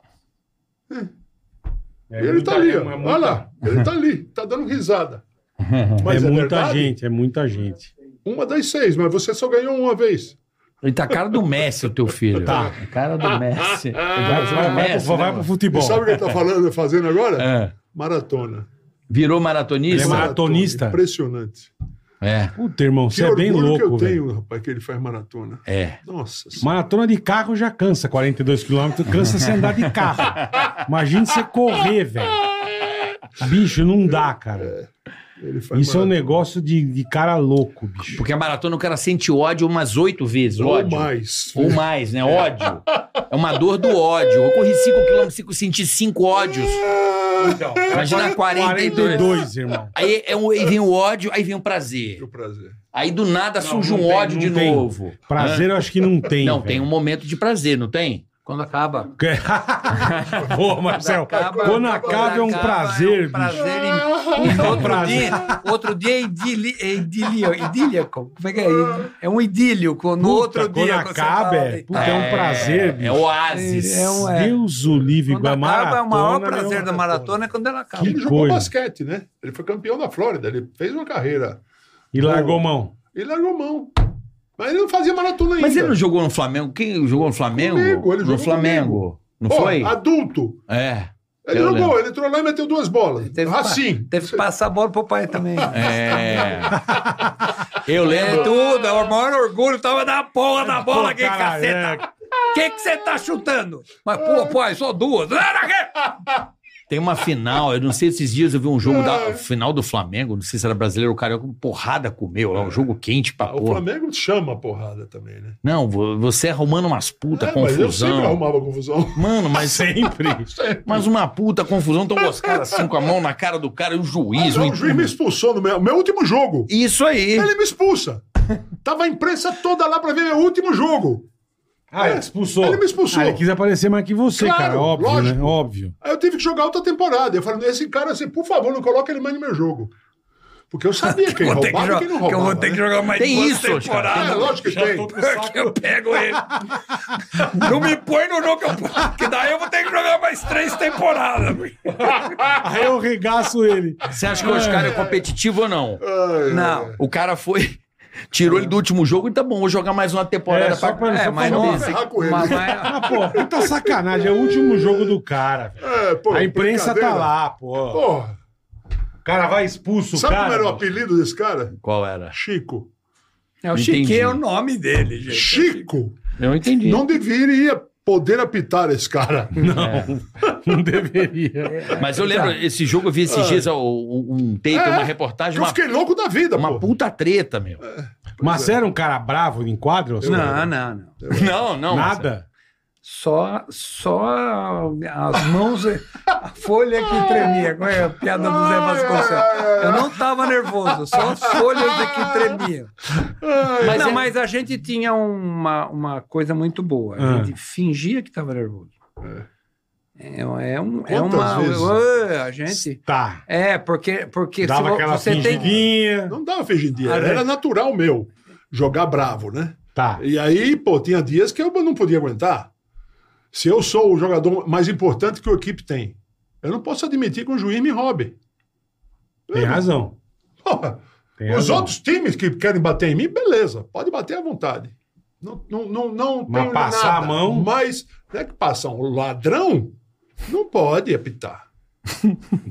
S2: É
S4: e ele
S2: muita-
S4: tá ali,
S2: é
S4: ó.
S2: mu- é
S4: olha
S2: muita-
S4: lá. Ele tá ali, tá dando risada. Mas
S2: é,
S4: é,
S2: muita
S4: verdade?
S2: gente, é muita gente.
S4: Uma das seis, mas você só ganhou uma vez.
S3: Ele tá a cara do Messi, o teu filho.
S2: Tá.
S3: A cara do Messi. Ele
S2: Vai,
S3: vai,
S2: vai, vai, pro- vai pro
S4: E
S2: futebol.
S4: Ah, sabe o que ele tá falando, fazendo agora?
S3: É.
S4: Maratonha.
S3: Virou maratonista?
S2: É maratonista?
S4: Impressionante.
S3: É,
S2: Puta, irmão,
S4: Que
S2: você é bem
S4: orgulho que eu
S2: louco, velho.
S4: tenho, rapaz, que ele faz maratona.
S3: é.
S4: Nossa senhora.
S2: Maratona de carro já cansa, 42 quilômetros cansa você andar de carro. Imagina você correr, velho. Bicho, não dá, cara.
S4: Ele faz
S2: Isso é um
S4: maratona.
S2: negócio de, de cara louco, bicho.
S3: Porque a maratona o cara sente ódio umas oito vezes.
S4: Ou
S3: ódio.
S4: mais.
S3: Ou mais, né? Ódio. É uma dor do ódio. Eu corri 5 km, senti 5 ódios.
S2: Então,
S3: Imagina 42.
S2: 42, irmão.
S3: Aí, é um, aí vem o ódio, aí vem o prazer.
S4: O prazer.
S3: Aí do nada
S2: Não,
S3: surge
S2: não
S3: um
S2: tem,
S3: ódio de
S2: não tem.
S3: novo.
S2: Prazer eu acho que não tem.
S3: não,
S2: velho.
S3: tem um momento de prazer, não tem?
S5: Quando acaba.
S2: Boa, Marcelo. Quando acaba é um prazer, bicho.
S5: prazer em- em outro
S2: Prazer.
S5: dia- Outro dia é idili- é idilio- idíliaco. Como é que é? É um idílio. Quando no outro
S2: Puta,
S5: dia.
S2: Quando
S5: quando você
S2: acaba,
S5: fala,
S2: é, puta, é um prazer,
S3: É
S2: bicho.
S3: oásis.
S5: É um- é.
S2: Deus o livre,
S5: Quando
S2: igual a
S5: acaba,
S2: maratona.
S5: é o maior
S2: né,
S5: prazer da maratona é quando ela acaba.
S4: E
S2: Que
S4: ele jogou
S2: coisa.
S4: basquete, né? Ele foi campeão da Flórida. Ele fez uma carreira.
S2: E largou mão.
S4: Ele largou mão. Mas ele não fazia maratona ainda.
S3: Mas ele não jogou no Flamengo? Quem jogou no Flamengo?
S4: Comigo, ele
S3: no
S4: jogou
S3: Flamengo. Não
S4: Pô,
S3: foi?
S4: Adulto.
S3: É.
S4: Ele
S3: Eu
S4: jogou.
S3: lembro.
S4: Ele entrou lá e meteu duas bolas.
S5: Teve que pa-
S4: Assim.
S5: Teve que passar a bola pro pai também.
S3: É. Eu
S5: É
S3: lembro.
S5: tudo, é o maior orgulho, tava na porra da bola
S2: Pô,
S5: aqui,
S2: caralho, é.
S5: caceta. O que você tá chutando? Mas, pô, pai, só duas.
S3: Tem uma final, eu não sei esses dias eu vi um jogo da final do Flamengo, não sei se era brasileiro ou carioca, porrada comeu, lá um jogo quente pra
S4: Ah, O
S3: porra.
S4: Flamengo chama a porrada também, né?
S3: Não, vo- você arrumando umas puta
S4: É, mas eu sempre
S3: confusão.
S4: arrumava confusão. É.
S3: Mano,
S2: é.
S3: mas
S2: Sempre.
S3: Mas uma puta confusão, então os caras assim com a mão na cara do cara e o juiz.
S4: Não,
S3: o-
S4: o juiz me expulsou no meu, meu último jogo.
S3: Isso aí.
S4: é um Ele me expulsa. Tava a imprensa toda lá pra ver meu último jogo.
S2: Ah, ele expulsou.
S4: Ele me expulsou.
S2: Ah, ele quis aparecer mais que você,
S4: Claro,
S2: cara. Óbvio,
S4: lógico.
S2: né? Óbvio.
S4: Aí eu tive que jogar outra temporada. Eu falei, esse cara, assim, por favor, não coloca ele mais no meu jogo. Porque eu sabia quem
S5: Vou ter que
S4: roubava e
S5: jo-
S4: quem não
S5: que
S4: roubava.
S5: eu vou ter que
S4: né?
S5: jogar mais
S3: Tem
S5: duas
S3: isso, Oscar,
S5: temporadas.
S4: É, lógico que tem.
S5: que eu pego ele. Não me põe no jogo, que eu- que daí eu vou ter que jogar mais três temporadas.
S2: Aí eu regaço ele.
S3: Você acha que o Oscar é competitivo ou não?
S4: Ai,
S5: Não.
S3: O cara foi. Tirou ele do último jogo e tá bom, vou jogar mais uma temporada
S2: É, só pra-
S5: É,
S2: só
S5: mas
S2: pra
S5: não.
S2: desse.
S4: ferrar com ele.
S5: Mas- mas-
S2: Ah, pô, puta sacanagem. É o último jogo do cara, velho.
S4: É, pô,
S2: a imprensa tá
S4: brincadeira.
S2: lá, pô.
S4: Porra,
S2: O cara vai expulso, o
S4: sabe
S2: cara.
S4: como era o
S2: mano.
S4: apelido desse cara?
S3: Qual era?
S4: Chico.
S5: É, o
S3: Entendi.
S5: Chiquinho é o nome dele, gente.
S4: Chico
S3: Eu entendi.
S4: não deveria poder apitar esse cara.
S2: É. Não deveria.
S3: Mas eu
S5: Tá.
S3: lembro, esse jogo eu vi esses dias, ó, um um tape,
S4: É,
S3: uma
S4: Que
S3: reportagem,
S4: eu
S3: uma,
S4: fiquei louco da vida,
S3: uma
S4: pô.
S3: puta treta, meu.
S2: Mas você era um cara bravo em quadro? Oscar?
S5: Não, não, não.
S3: Não, não.
S2: Nada?
S5: Só, só as mãos, a folha que tremia. Qual é a piada do Zé Vasconcelos? Eu não estava nervoso, só as folhas é que tremiam. Mas, não, mas a gente tinha uma, uma coisa muito boa. A
S2: Ah.
S5: gente fingia que estava nervoso. É, é, um, é
S4: Quantas
S5: uma.
S4: vezes?
S5: Ué, a gente.
S2: Tá.
S5: É, porque, porque
S2: Dava
S5: vo-
S2: aquela
S5: você tem.
S2: fingidinha.
S4: Não dava fingidinha.
S5: Ah, é.
S4: Era natural meu jogar bravo, né?
S2: Tá.
S4: E aí, pô, tinha dias que eu não podia aguentar. Se eu sou o jogador mais importante que a equipe tem, eu não posso admitir que o juiz me roube.
S2: Tem razão.
S4: Porra,
S2: Tem
S4: os
S2: razão.
S4: outros times que querem bater em mim, beleza, pode bater à vontade. Não, não, não, não
S2: Mas
S4: tenho
S2: passar
S4: nada.
S2: a mão?
S4: Mas não é que passar um ladrão, não pode apitar.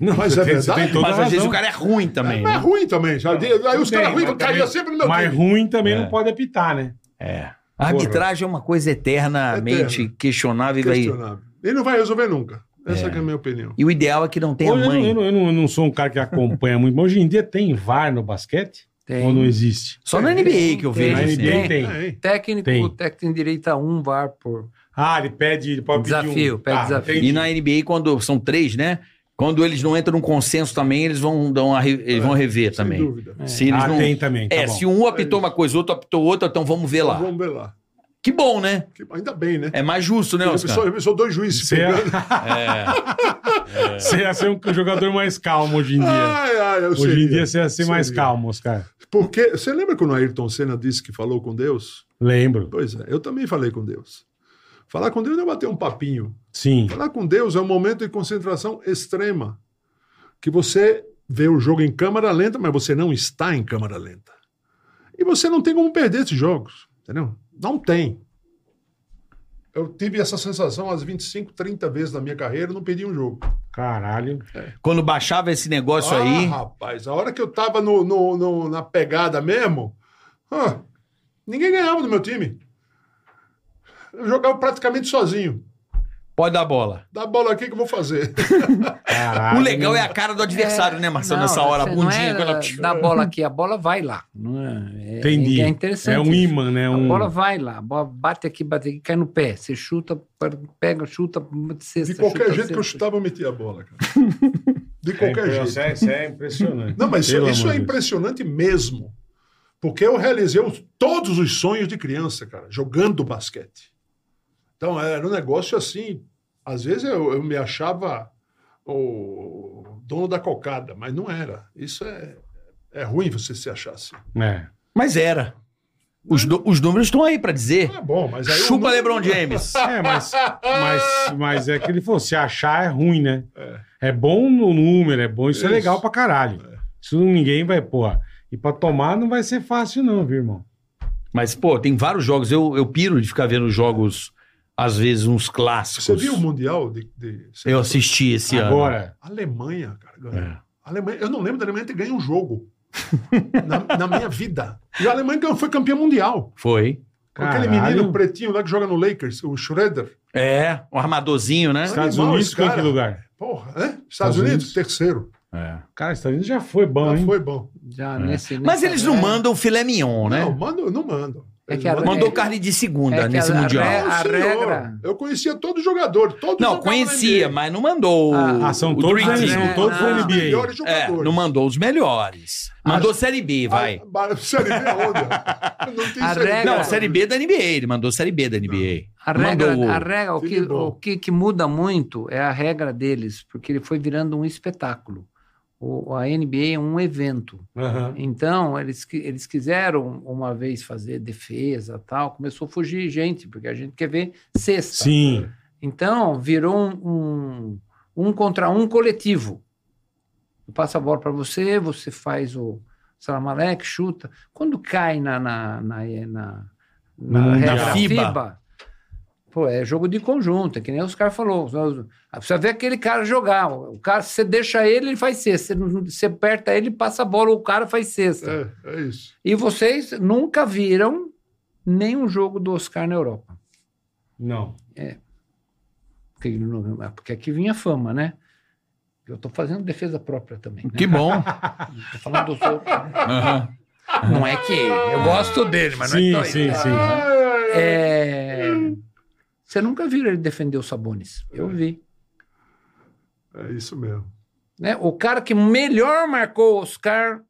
S2: Não,
S4: Mas
S2: você
S4: é
S2: tem- você
S4: verdade.
S2: tem toda
S3: Mas às vezes
S2: razão.
S3: o cara é ruim também.
S4: Mas é
S3: né?
S4: ruim também, sabe? aí
S2: Tudo
S4: os caras
S2: bem,
S4: ruins
S2: mas
S4: caíam
S2: também-
S4: sempre no meu
S2: Mas
S4: time.
S2: ruim também
S3: É.
S2: não pode apitar, né?
S3: É. A arbitragem é uma coisa eternamente
S4: Eterna.
S3: questionável. e vai-
S4: Questionável. Ele não vai resolver nunca. Essa que é a minha opinião.
S3: E o ideal é que não tenha
S2: Hoje eu não-
S3: mãe.
S2: Eu, não, eu não- eu não sou um cara que acompanha muito, mas hoje em dia tem VAR no basquete?
S5: Tem.
S2: Ou não existe?
S3: Só na NBA que eu
S5: Tem.
S3: vejo.
S2: Na
S3: assim.
S2: NBA tem.
S4: É, hein?
S5: Técnico,
S2: Tem.
S5: o técnico tem direito a um VAR por.
S2: Ah, ele pede, ele pode pedir
S5: Desafio,
S2: um...
S5: pede
S2: Tá,
S5: desafio.
S2: entendi.
S3: E é- na NBA, quando são três, né? Quando eles não entram num consenso também, eles vão, dar uma re- eles vão rever
S4: Sem
S3: também. É.
S4: dúvida.
S3: Se eles
S2: Ah,
S3: não...
S2: tem também, tá
S3: é,
S2: bom.
S3: se um apitou uma coisa, outro apitou outra, então vamos ver lá.
S4: Vamos ver lá.
S3: Que bom, né?
S4: Que- Ainda bem, né?
S3: É mais justo, né,
S4: Eu
S3: Oscar?
S4: sou, eu sou dois juízes
S2: Você é ia,
S4: pegando.
S3: É.
S2: você ia ser um jogador mais calmo hoje em dia.
S4: Ai, ai, Ah, eu
S2: hoje
S4: seria.
S2: em dia você ia ser mais
S4: Seria.
S2: calmo, Oscar.
S4: Porque você lembra quando o Ayrton Senna disse que falou com Deus?
S2: Lembro.
S4: Pois é, eu também falei com Deus. Falar com Deus não é bater um papinho.
S2: Sim.
S4: Falar com Deus é um momento de concentração extrema. Que você vê o jogo em câmera lenta, mas você não está em câmera lenta. E você não tem como perder esses jogos, entendeu? Não tem. Eu tive essa sensação às 25, 30 vezes na minha carreira, eu não perdi um jogo.
S2: Caralho.
S3: Quando baixava esse negócio
S4: ah,
S3: aí.
S4: rapaz, a hora que eu tava no, no- no- na pegada mesmo, ah, ninguém ganhava do meu time. Eu jogava praticamente sozinho.
S3: Pode dar bola.
S4: Dá a bola aqui que eu vou fazer.
S2: Caralho.
S3: o legal é a cara do adversário, né, Marcelo? nessa hora, a
S5: você não
S3: bundinha.
S5: é
S3: quando ela-
S5: Da bola aqui, a bola vai lá. Não é, é-
S2: Entendi.
S5: É interessante.
S2: É um imã, né?
S5: A
S2: Um...
S5: bola vai lá, a bola bate aqui, bate aqui, cai no pé. Você chuta, pe- pega, chuta, cesta,
S4: De qualquer
S5: chuta,
S4: jeito que eu
S5: cesta.
S4: chutava, eu metia a bola, cara. De qualquer
S2: é,
S4: jeito.
S2: isso, é, isso é impressionante.
S4: Não, mas isso,
S2: Pelo
S4: isso
S2: amor
S4: é
S2: de Deus.
S4: impressionante mesmo. Porque eu realizei os- todos os sonhos de criança, cara, jogando basquete. Então era um negócio assim. Às vezes eu, eu me achava o dono da cocada, mas não era. Isso é, é ruim você se achar assim.
S2: É.
S3: Mas era. Os, nu- os números estão aí pra dizer.
S4: Não é bom, mas aí. eu
S3: Chupa
S4: não-
S3: LeBron James.
S2: É, mas, mas, mas é que ele falou: se achar é ruim, né?
S4: É.
S2: É, bom no número, é bom, isso, é
S4: Isso. É.
S2: legal pra caralho. Isso ninguém vai, porra. E pra tomar não vai ser fácil, não, viu, irmão?
S3: Mas, pô, tem vários jogos. Eu, eu piro de ficar vendo jogos, às vezes, uns clássicos.
S4: Você viu o Mundial de. de-
S3: Eu assisti esse ano.
S2: Agora.
S4: Alemanha, cara, ganhou.
S3: É.
S4: A Alemanha, eu não lembro da Alemanha ter ganho um jogo na, na minha vida. E a Alemanha ganhou- foi campeã mundial.
S3: Foi.
S4: Com aquele
S2: Caralho.
S4: menino pretinho lá que joga no Lakers, o Schroeder.
S3: É, um armadorzinho, né?
S2: Estados
S4: animal
S2: Unidos
S4: esse
S2: ficou em que
S4: cara.
S2: lugar?
S4: Porra, né? Estados,
S2: Estados
S4: Unidos,
S2: Unidos.
S4: terceiro.
S3: É.
S2: Cara, Estados Unidos já foi bom,
S4: Já
S2: hein?
S4: foi bom.
S5: Já nesse-
S3: Mas
S5: nessa-
S3: eles não
S5: é.
S3: mandam filé mignon, né?
S4: Não, mando, não mando.
S5: É
S4: Eles
S5: que a-
S4: mandam-
S3: Mandou
S5: é-
S3: carne de segunda
S5: é que
S3: nesse
S5: a- a
S3: mundial.
S5: ré-
S4: Não,
S5: a
S4: senhor.
S5: regra-
S4: Eu conhecia todo jogador. Todos
S3: Não,
S4: jogavam na
S3: conhecia,
S4: NBA.
S3: mas não mandou. o-
S2: Ah, são
S3: o
S2: todos,
S3: Dream
S2: né?
S3: Team.
S2: são todos
S5: Ah,
S2: da NBA.
S4: Melhores
S3: É,
S4: jogadores.
S3: não mandou os melhores. Mandou Série B, vai.
S4: Ah, ba- Série B aonde? Não tem
S5: A
S4: Série B.
S5: regra-
S3: Não, Série B é da NBA. Ele mandou Série B da NBA.
S5: A regra,
S3: Mandou o-
S5: a regra o, que,
S4: Seria bom.
S5: o que, que muda muito é a regra deles, porque ele foi virando um espetáculo. O, a NBA é um evento.
S2: Aham.
S5: Então, eles, qui- eles quiseram uma vez fazer defesa tal, começou a fugir gente, porque a gente quer ver sexta.
S2: Sim.
S5: Então, virou um, um, um contra um coletivo. Eu passo a bola para você, você faz o salamalec, chuta. Quando cai na, na, na, é, na, na
S2: Na
S5: regra
S3: FIBA.
S5: FIBA, pô, é jogo de conjunto, é que nem os caras falaram. Ah, Precisa ver aquele cara jogar. O cara, você deixa ele, ele faz cesta. Você não- Você aperta ele, passa a bola, o cara faz cesta.
S4: É, é isso.
S5: E vocês nunca viram nenhum jogo do Oscar na Europa.
S2: Não.
S5: Porque, ele não- é porque aqui vinha fama, né? Eu estou fazendo defesa própria também. Né?
S3: Que bom.
S5: Tô falando dos outros.
S3: Aham.
S5: Não é que eu gosto dele, mas
S2: sim,
S5: não é que
S2: sim, sim.
S5: É... Você nunca viu ele defender os Sabonis? Eu vi.
S4: É isso mesmo.
S5: Né? O cara que melhor marcou o Oscar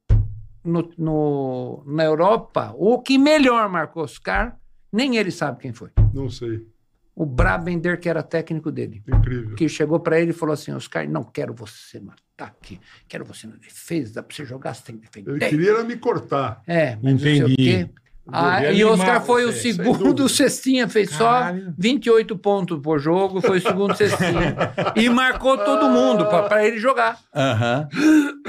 S5: no, no- na Europa, o que melhor marcou o Oscar, nem ele sabe quem foi.
S4: Não sei.
S5: O Brabender, que era técnico dele.
S4: Incrível.
S5: que chegou para ele e falou assim: Oscar, não quero você no ataque, quero você na defesa, dá para você jogar, você tem que
S4: Ele
S5: defender.
S4: queria era me cortar.
S5: É, mas não sei o
S2: Entendi.
S5: quê. Ah,
S2: Ele
S5: e
S2: animava
S5: Oscar foi o
S2: você,
S4: sem
S5: segundo,
S4: dúvida.
S5: o Cestinha fez
S2: é, Caralho.
S5: só 28 pontos por jogo, foi o segundo Cestinha. e marcou todo mundo para ele jogar,
S3: Aham.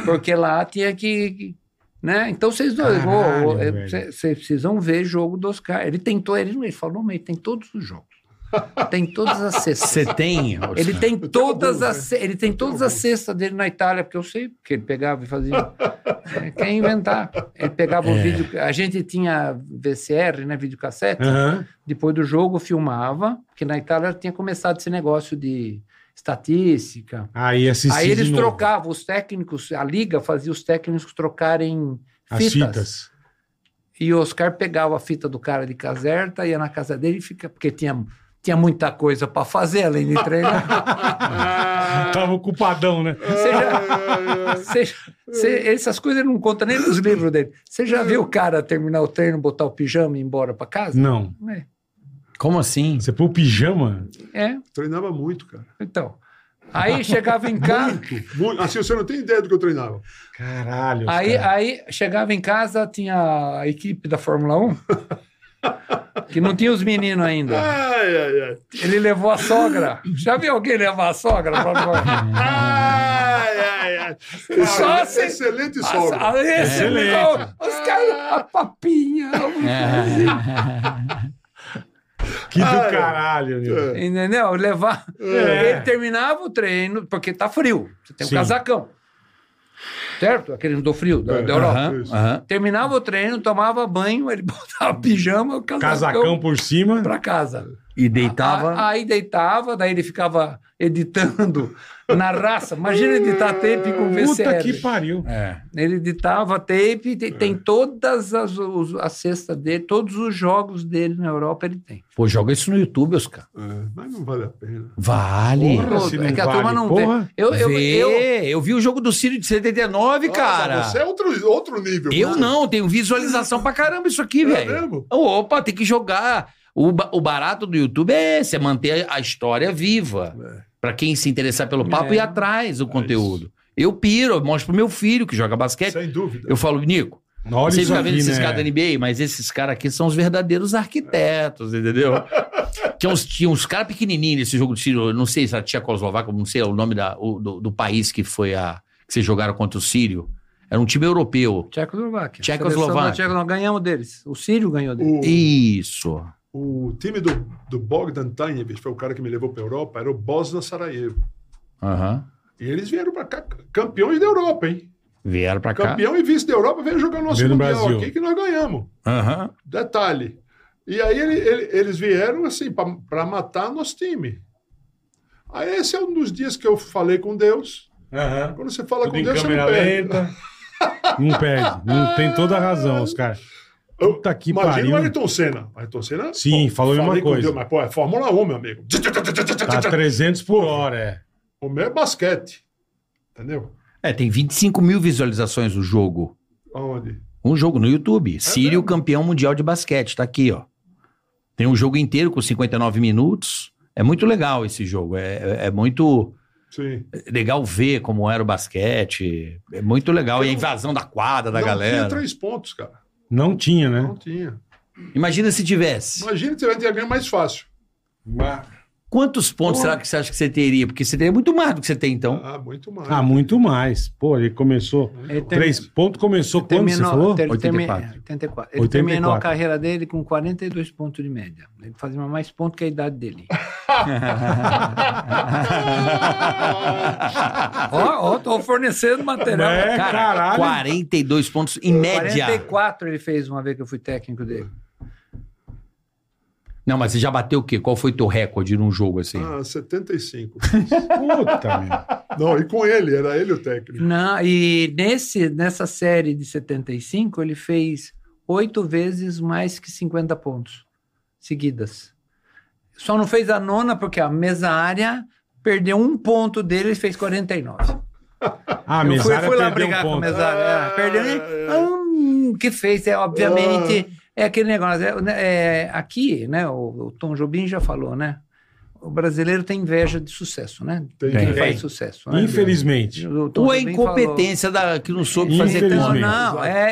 S5: porque lá tinha que. Né? Então vocês dois,
S2: Caralho,
S5: ô, ô, é,
S2: velho.
S5: cê- cês precisam ver jogo do Oscar. Ele tentou, ele, ele falou, mas ele tem todos os jogos. Tem todas as cestas.
S3: Você tem. Oscar?
S5: Ele tem
S4: tenho
S5: todas
S4: orgulho,
S2: né?
S5: as ce- ele tem todas as cestas dele na Itália, porque eu sei porque ele pegava e fazia. É, Quer inventar. Ele pegava o
S3: É.
S5: vídeo, a gente tinha VCR, né, videocassete,
S2: Aham.
S5: depois do jogo filmava, porque na Itália tinha começado esse negócio de estatística.
S2: Aí assisti.
S5: Aí eles
S2: de novo.
S5: trocavam os técnicos, a liga fazia os técnicos trocarem
S2: as
S5: fitas.
S2: fitas.
S5: E o Oscar pegava a fita do cara de caserta, ia na casa dele e fica, porque tinha tinha muita coisa para fazer além de treinar.
S2: Tava ocupadão, né?
S5: Você já- Cê- cê- essas coisas ele não conta nem nos livros dele. Você já viu o cara terminar o treino, botar o pijama e ir embora pra casa?
S2: Não.
S5: É.
S3: Como assim?
S2: Você pôr o pijama?
S5: É,
S4: Treinava muito, cara.
S5: então. Aí chegava em casa,
S4: Muito. Assim, você não tem ideia do que eu treinava.
S2: Caralho.
S5: aí,
S2: cara.
S5: aí chegava em casa, tinha a equipe da Fórmula 1. que não tinha os meninos
S3: É.
S5: ainda.
S4: Ai, ai, ai.
S5: Ele levou a sogra. Já viu alguém levar a sogra? pra- um?
S4: Ai, ai, ai.
S5: Só
S3: é
S4: Excelente,
S3: um
S5: se-
S4: excelente
S5: Nossa,
S4: sogra.
S5: Ah, esse,
S2: É. Excelente. É.
S5: Os caras, a papinha.
S2: Que do
S4: Ah, é.
S2: caralho, meu.
S4: É.
S5: Entendeu? Levar.
S2: É.
S5: Ele terminava o treino, porque tá frio. Você tem um
S2: Sim.
S5: casacão. Certo? Aquele do frio, da,
S4: É.
S5: da Europa.
S3: Aham, aham.
S5: Terminava o treino, tomava banho, ele botava pijama, o casacão,
S2: Casacão por cima.
S5: Ah, pra casa.
S3: E deitava.
S5: A- aí deitava, daí ele ficava editando na raça. Imagina editar tape com
S2: Puta
S5: VCR.
S2: que pariu.
S5: ah.
S3: É.
S5: Ele editava tape, te-
S2: É.
S5: tem todas as os, a cesta dele, todos os jogos dele na Europa ele tem.
S3: Pô, joga isso no YouTube, Oscar.
S4: É, Mas não vale a pena.
S3: Vale.
S2: Porra,
S5: Todo.
S2: se não
S5: é que a turma
S2: vale,
S5: não
S2: porra.
S5: vê. Eu, eu,
S3: Vê.
S5: eu,
S3: Eu vi o jogo do Ciro de 79, cara.
S4: Nossa, você é outro, outro nível.
S3: Eu
S4: né?
S3: não, tenho visualização pra caramba isso aqui,
S4: É
S3: velho.
S4: mesmo?
S3: Opa, tem que jogar. O, ba- o barato do YouTube é esse, é manter a história viva.
S4: É.
S3: Pra quem se interessar pelo papo
S5: É.
S3: ir atrás do conteúdo. Eu piro, eu mostro pro meu filho que joga basquete.
S4: É, Sem dúvida.
S3: Eu falo, Nico,
S2: Olha
S3: você
S2: isso
S3: fica vendo
S2: aqui,
S3: esses
S2: né?
S3: caras da NBA, mas esses caras aqui são os verdadeiros arquitetos, entendeu? Tinha uns, tinha uns caras pequenininhos nesse jogo do Sírio, eu não sei se era Tchecoslováquia, não sei o nome da, o- do, do país que foi a. que vocês jogaram contra o Sírio. Era um time europeu.
S5: Tchecoslováquia.
S3: Tchecoslováquia.
S5: Seleção da Tchecoslo- ganhamos deles. O Sírio ganhou deles.
S4: O,
S3: Isso.
S4: o time do, do Bogdan Tanjevic, foi o cara que me levou para Europa, era o Bosna Sarajevo.
S3: Aham.
S4: E eles vieram para cá campeões da Europa, hein?
S3: Vieram pra cá.
S4: Campeão e vice da Europa veio jogar nosso
S2: Veio no
S4: mundial
S2: Brasil.
S4: aqui que nós ganhamos.
S3: Aham.
S4: Detalhe. E aí ele- ele- eles vieram assim para matar nosso time. Aí esse é um dos dias que eu falei com Deus.
S2: Aham.
S4: Quando você fala
S2: Tudo
S4: com
S2: em
S4: um Deus, você
S2: câmera
S4: não perde.
S2: lenta. Não perde. Não tem toda a razão, os caras. Puta que
S4: Imagina
S2: pariu.
S4: o Ayrton Senna. Ayrton Senna.
S2: Sim, falou a mesma
S4: falei com
S2: coisa.
S4: Deus, mas, pô, é Fórmula 1, meu amigo.
S2: Tá 300 por hora, é.
S4: O meu é basquete. Entendeu?
S3: É, tem 25 mil visualizações o jogo.
S4: Aonde?
S3: Um jogo no YouTube. Sírio,
S4: mesmo?
S3: campeão mundial de basquete. Tá aqui, ó. Tem um jogo inteiro com 59 minutos. É muito legal esse jogo. É, é- é muito
S4: Sim.
S3: É legal ver como era o basquete. É muito legal. E a invasão da quadra, da
S4: não tinha
S3: galera.
S4: três pontos, cara.
S2: Não tinha, né?
S4: Não tinha.
S3: Imagina se tivesse.
S4: Imagina se tivesse ganho mais fácil.
S3: Quantos pontos
S4: Porra.
S3: será que você acha que você teria? Porque você teria muito mais do que você tem, então.
S4: Ah, muito mais.
S2: Ah, muito mais. Pô, ele começou.
S5: Ele tem-
S2: Três pontos começou quando você
S5: terminou,
S2: falou?
S5: ter- termi-
S3: 84.
S5: 84. Ele
S2: 84.
S5: terminou a carreira dele com 42 pontos de média. Ele fazia mais pontos que a idade dele. Ó, ó, tô fornecendo material.
S2: É,
S3: Cara,
S2: caralho.
S3: 42 pontos em média.
S5: 44 ele fez uma vez que eu fui técnico dele.
S3: Não, mas você já bateu o quê? Qual foi teu recorde num jogo assim?
S4: Ah, 75.
S2: Puta, meu.
S4: Não, e com ele, era ele o técnico.
S5: Não, e nesse, nessa série de 75, ele fez oito vezes mais que 50 pontos seguidas. Só não fez a nona porque a mesa área perdeu um ponto dele e fez 49.
S2: Ah,
S5: eu fui,
S2: mesária
S5: fui lá
S2: perdeu um
S5: brigar com a
S2: ponto.
S5: mesária.
S4: Ah,
S5: perdeu, né?
S4: é.
S5: Hum, que fez, é, obviamente.
S2: Ah.
S5: É aquele negócio. é, né, é, aqui, né? O, o Tom Jobim já falou, né? O brasileiro tem inveja de sucesso, né?
S4: Tem.
S5: Quem
S2: Tem.
S5: faz sucesso. né?
S2: Infelizmente.
S5: O Tom
S3: Ou a
S5: Jobim falou.
S3: incompetência da, que não soube fazer
S5: Não,
S2: Infelizmente.
S3: conta.
S5: não, é,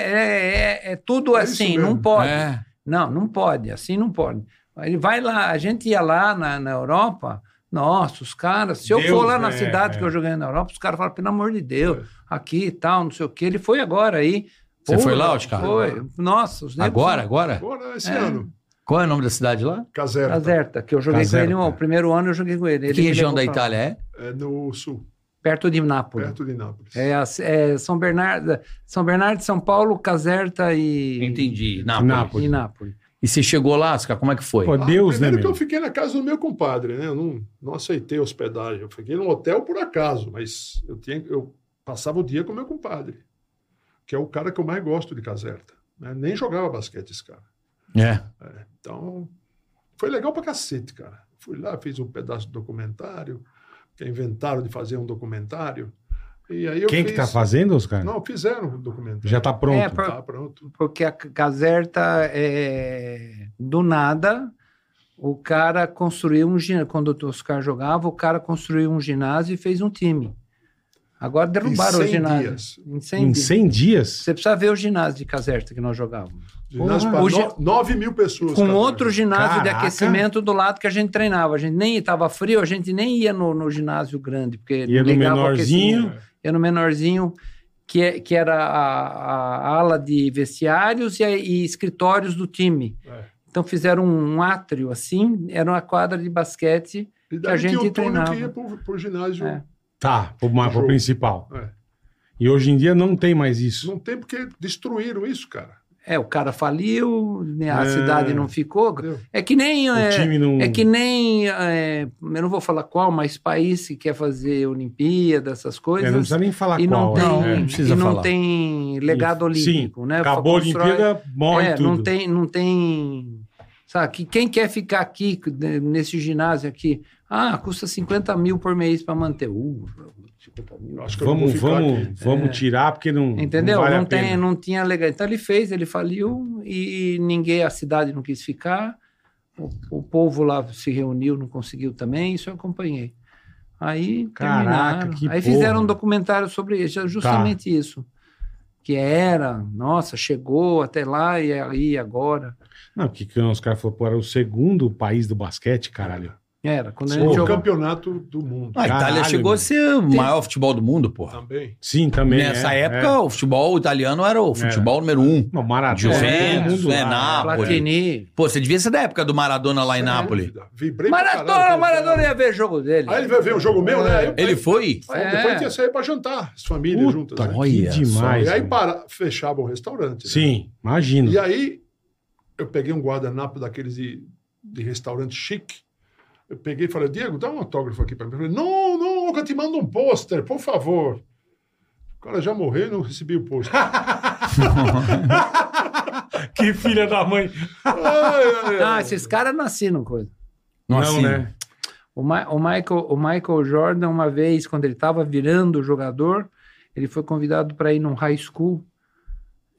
S5: é, é- é tudo
S4: É isso
S5: assim,
S4: mesmo.
S5: não pode.
S3: É.
S5: Não, não pode, assim não pode. Ele vai lá, a gente ia lá na, na Europa, nossa, os caras, se eu
S2: Deus,
S5: for lá na
S2: né,
S5: cidade que
S2: é.
S5: eu joguei na Europa, os caras falam, pelo amor de Deus,
S4: É.
S5: aqui e tal, não sei o quê. Ele foi agora aí.
S3: Você
S5: Pô,
S3: foi lá, Oscar?
S5: Foi. Nossa, os negros
S3: Agora,
S2: É.
S3: agora?
S4: Agora, esse ano.
S3: Qual é o nome da cidade lá?
S5: são
S4: Caserta.
S5: Caserta, que eu joguei
S2: Caserta.
S5: com ele, o primeiro ano eu joguei com ele. Ele
S3: que
S5: me
S3: região da
S5: levou pra lá,
S3: Itália é?
S4: É no sul,
S5: Perto de Nápoles.
S4: perto de Nápoles.
S5: É, a- é São Bernardo, São Bernardo, São Paulo, Caserta e
S3: Entendi. Nápoles.
S2: Nápoles.
S5: e Nápoles.
S3: E você chegou lá, Oscar, como é que foi?
S2: Pô,
S4: Ah,
S2: Deus, né,
S4: primeiro que
S2: meu?
S4: eu fiquei na casa do meu compadre, né? Eu não, não aceitei hospedagem. Eu fiquei num hotel por acaso, mas eu, tinha, eu passava o dia com meu compadre, que é o cara que eu mais gosto de Caserta. né? Nem jogava basquete esse cara.
S3: É.
S4: Então, foi legal pra cacete, cara. Fui lá, fiz um pedaço de documentário, que inventaram de fazer um documentário. E aí eu
S2: Quem
S4: fiz...
S2: que tá fazendo, os caras?
S4: Não, fizeram um documentário.
S2: Já tá pronto.
S5: É, pra-
S4: Tá pronto.
S5: porque a caserta é do nada o cara construiu um ginásio quando o Oscar jogava o cara construiu um ginásio e fez um time Agora derrubaram
S4: Em
S5: o
S4: 100
S5: ginásio.
S4: dias.
S5: Em 100
S2: Em
S5: dias.
S2: 100 dias?
S5: Você precisa ver o ginásio de caserta que nós jogávamos.
S4: Ginásio para
S5: Hoje-
S4: 9 mil pessoas.
S5: Com
S4: cara.
S5: outro ginásio de
S2: Caraca.
S5: aquecimento do lado que a gente treinava. A gente nem estava frio, a gente nem ia no, no ginásio grande, porque
S2: Ia no
S5: ligava o aquecimento.
S2: menorzinho.
S5: Ia no menorzinho, que, é- que era a, a ala de vestiários e, a- e escritórios do time.
S4: É.
S5: Então fizeram um átrio assim, era uma quadra de basquete
S4: E
S5: a
S4: daí
S5: gente
S4: tinha o túnel
S5: treinava.
S4: que ia pro, pro ginásio.
S5: É.
S2: Tá, pro, ma- pro
S4: Jogo.
S2: principal.
S4: É.
S2: E hoje em dia não tem mais isso.
S4: Não tem porque destruíram isso, cara.
S5: É, o cara faliu, né, a
S2: É.
S5: cidade não ficou.
S4: Entendeu?
S5: É que nem.
S2: o
S5: é,
S2: time não.
S5: é que nem. é, eu não vou falar qual, mas país que quer fazer Olimpíada, essas
S2: É, não
S5: coisas.
S2: precisa nem falar
S5: e não
S2: qual.
S5: tem,
S3: Não,
S2: é.
S3: não precisa
S5: e não
S3: falar.
S5: tem legado
S2: Sim,
S5: olímpico, né?
S2: Acabou a
S5: Constrói-
S2: Olimpíada, morre
S5: é,
S2: tudo.
S5: não tem, não tem. Sabe, que quem quer ficar aqui, né, nesse ginásio aqui, ah, custa 50 mil por mês para manter. Uh, 50 mil.
S4: Eu Acho que
S2: Vamos,
S4: eu não vou ficar
S2: vamos,
S4: aqui.
S2: vamos tirar, porque não.
S5: É. Entendeu?
S2: Não,
S5: Não,
S2: vale a
S5: tem,
S2: pena.
S5: não tinha legal. Então ele fez, ele faliu e ninguém, a cidade não quis ficar. O, o povo lá se reuniu, não conseguiu também, isso eu acompanhei. Aí
S2: Caraca,
S5: terminaram.
S2: que
S5: Aí fizeram
S2: porra.
S5: um documentário sobre isso, é justamente
S4: Tá.
S5: isso. Que era, nossa, chegou até lá e aí agora.
S2: Não, porque que os caras falaram, pô, era o segundo país do basquete, caralho.
S5: Era, quando a
S4: Pô,
S5: gente
S4: o
S5: jogou.
S4: campeonato do mundo
S3: Ah,
S5: Ah.
S3: A Itália
S2: Caralho,
S3: chegou
S2: meu.
S3: a ser o maior futebol do mundo, porra.
S4: também.
S2: Sim, também.
S3: Nessa
S2: é,
S3: época,
S2: é.
S3: o futebol italiano era o futebol número um.
S2: Não, Maradona.
S3: Juventus,
S2: todo mundo
S3: é,
S2: lá.
S3: Nápoles.
S5: Platini.
S3: Pô, você devia ser da época do Maradona lá em Nápoles.
S4: Vibrei pra
S5: Maradona,
S4: caralho.
S5: Maradona ia ver jogo dele.
S4: Aí ele vai ver um jogo meu, né? Aí eu-
S3: Ele foi?
S4: Pô, Depois
S5: É.
S4: ia sair pra jantar, as famílias juntas.
S2: Puta,
S4: né?
S2: que
S3: Olha só.
S2: demais.
S4: E aí
S2: mano.
S4: para, fechava o restaurante. né?
S2: Sim, imagino.
S4: E aí eu peguei um guardanapo daqueles de, de restaurante chique. Eu peguei e falei, Diego, dá um autógrafo aqui pra mim. Ele falou, não, não, eu te mando um pôster, por favor. O cara já morreu e não recebi o pôster.
S2: Que filha da mãe.
S4: Ai, ai,
S5: Ah,
S4: ai.
S5: esses caras não assinam coisa.
S2: Não,
S3: Nossa,
S2: né?
S5: O, Ma- o Michael, o Michael Jordan, uma vez, quando ele estava virando jogador, ele foi convidado para ir num high school.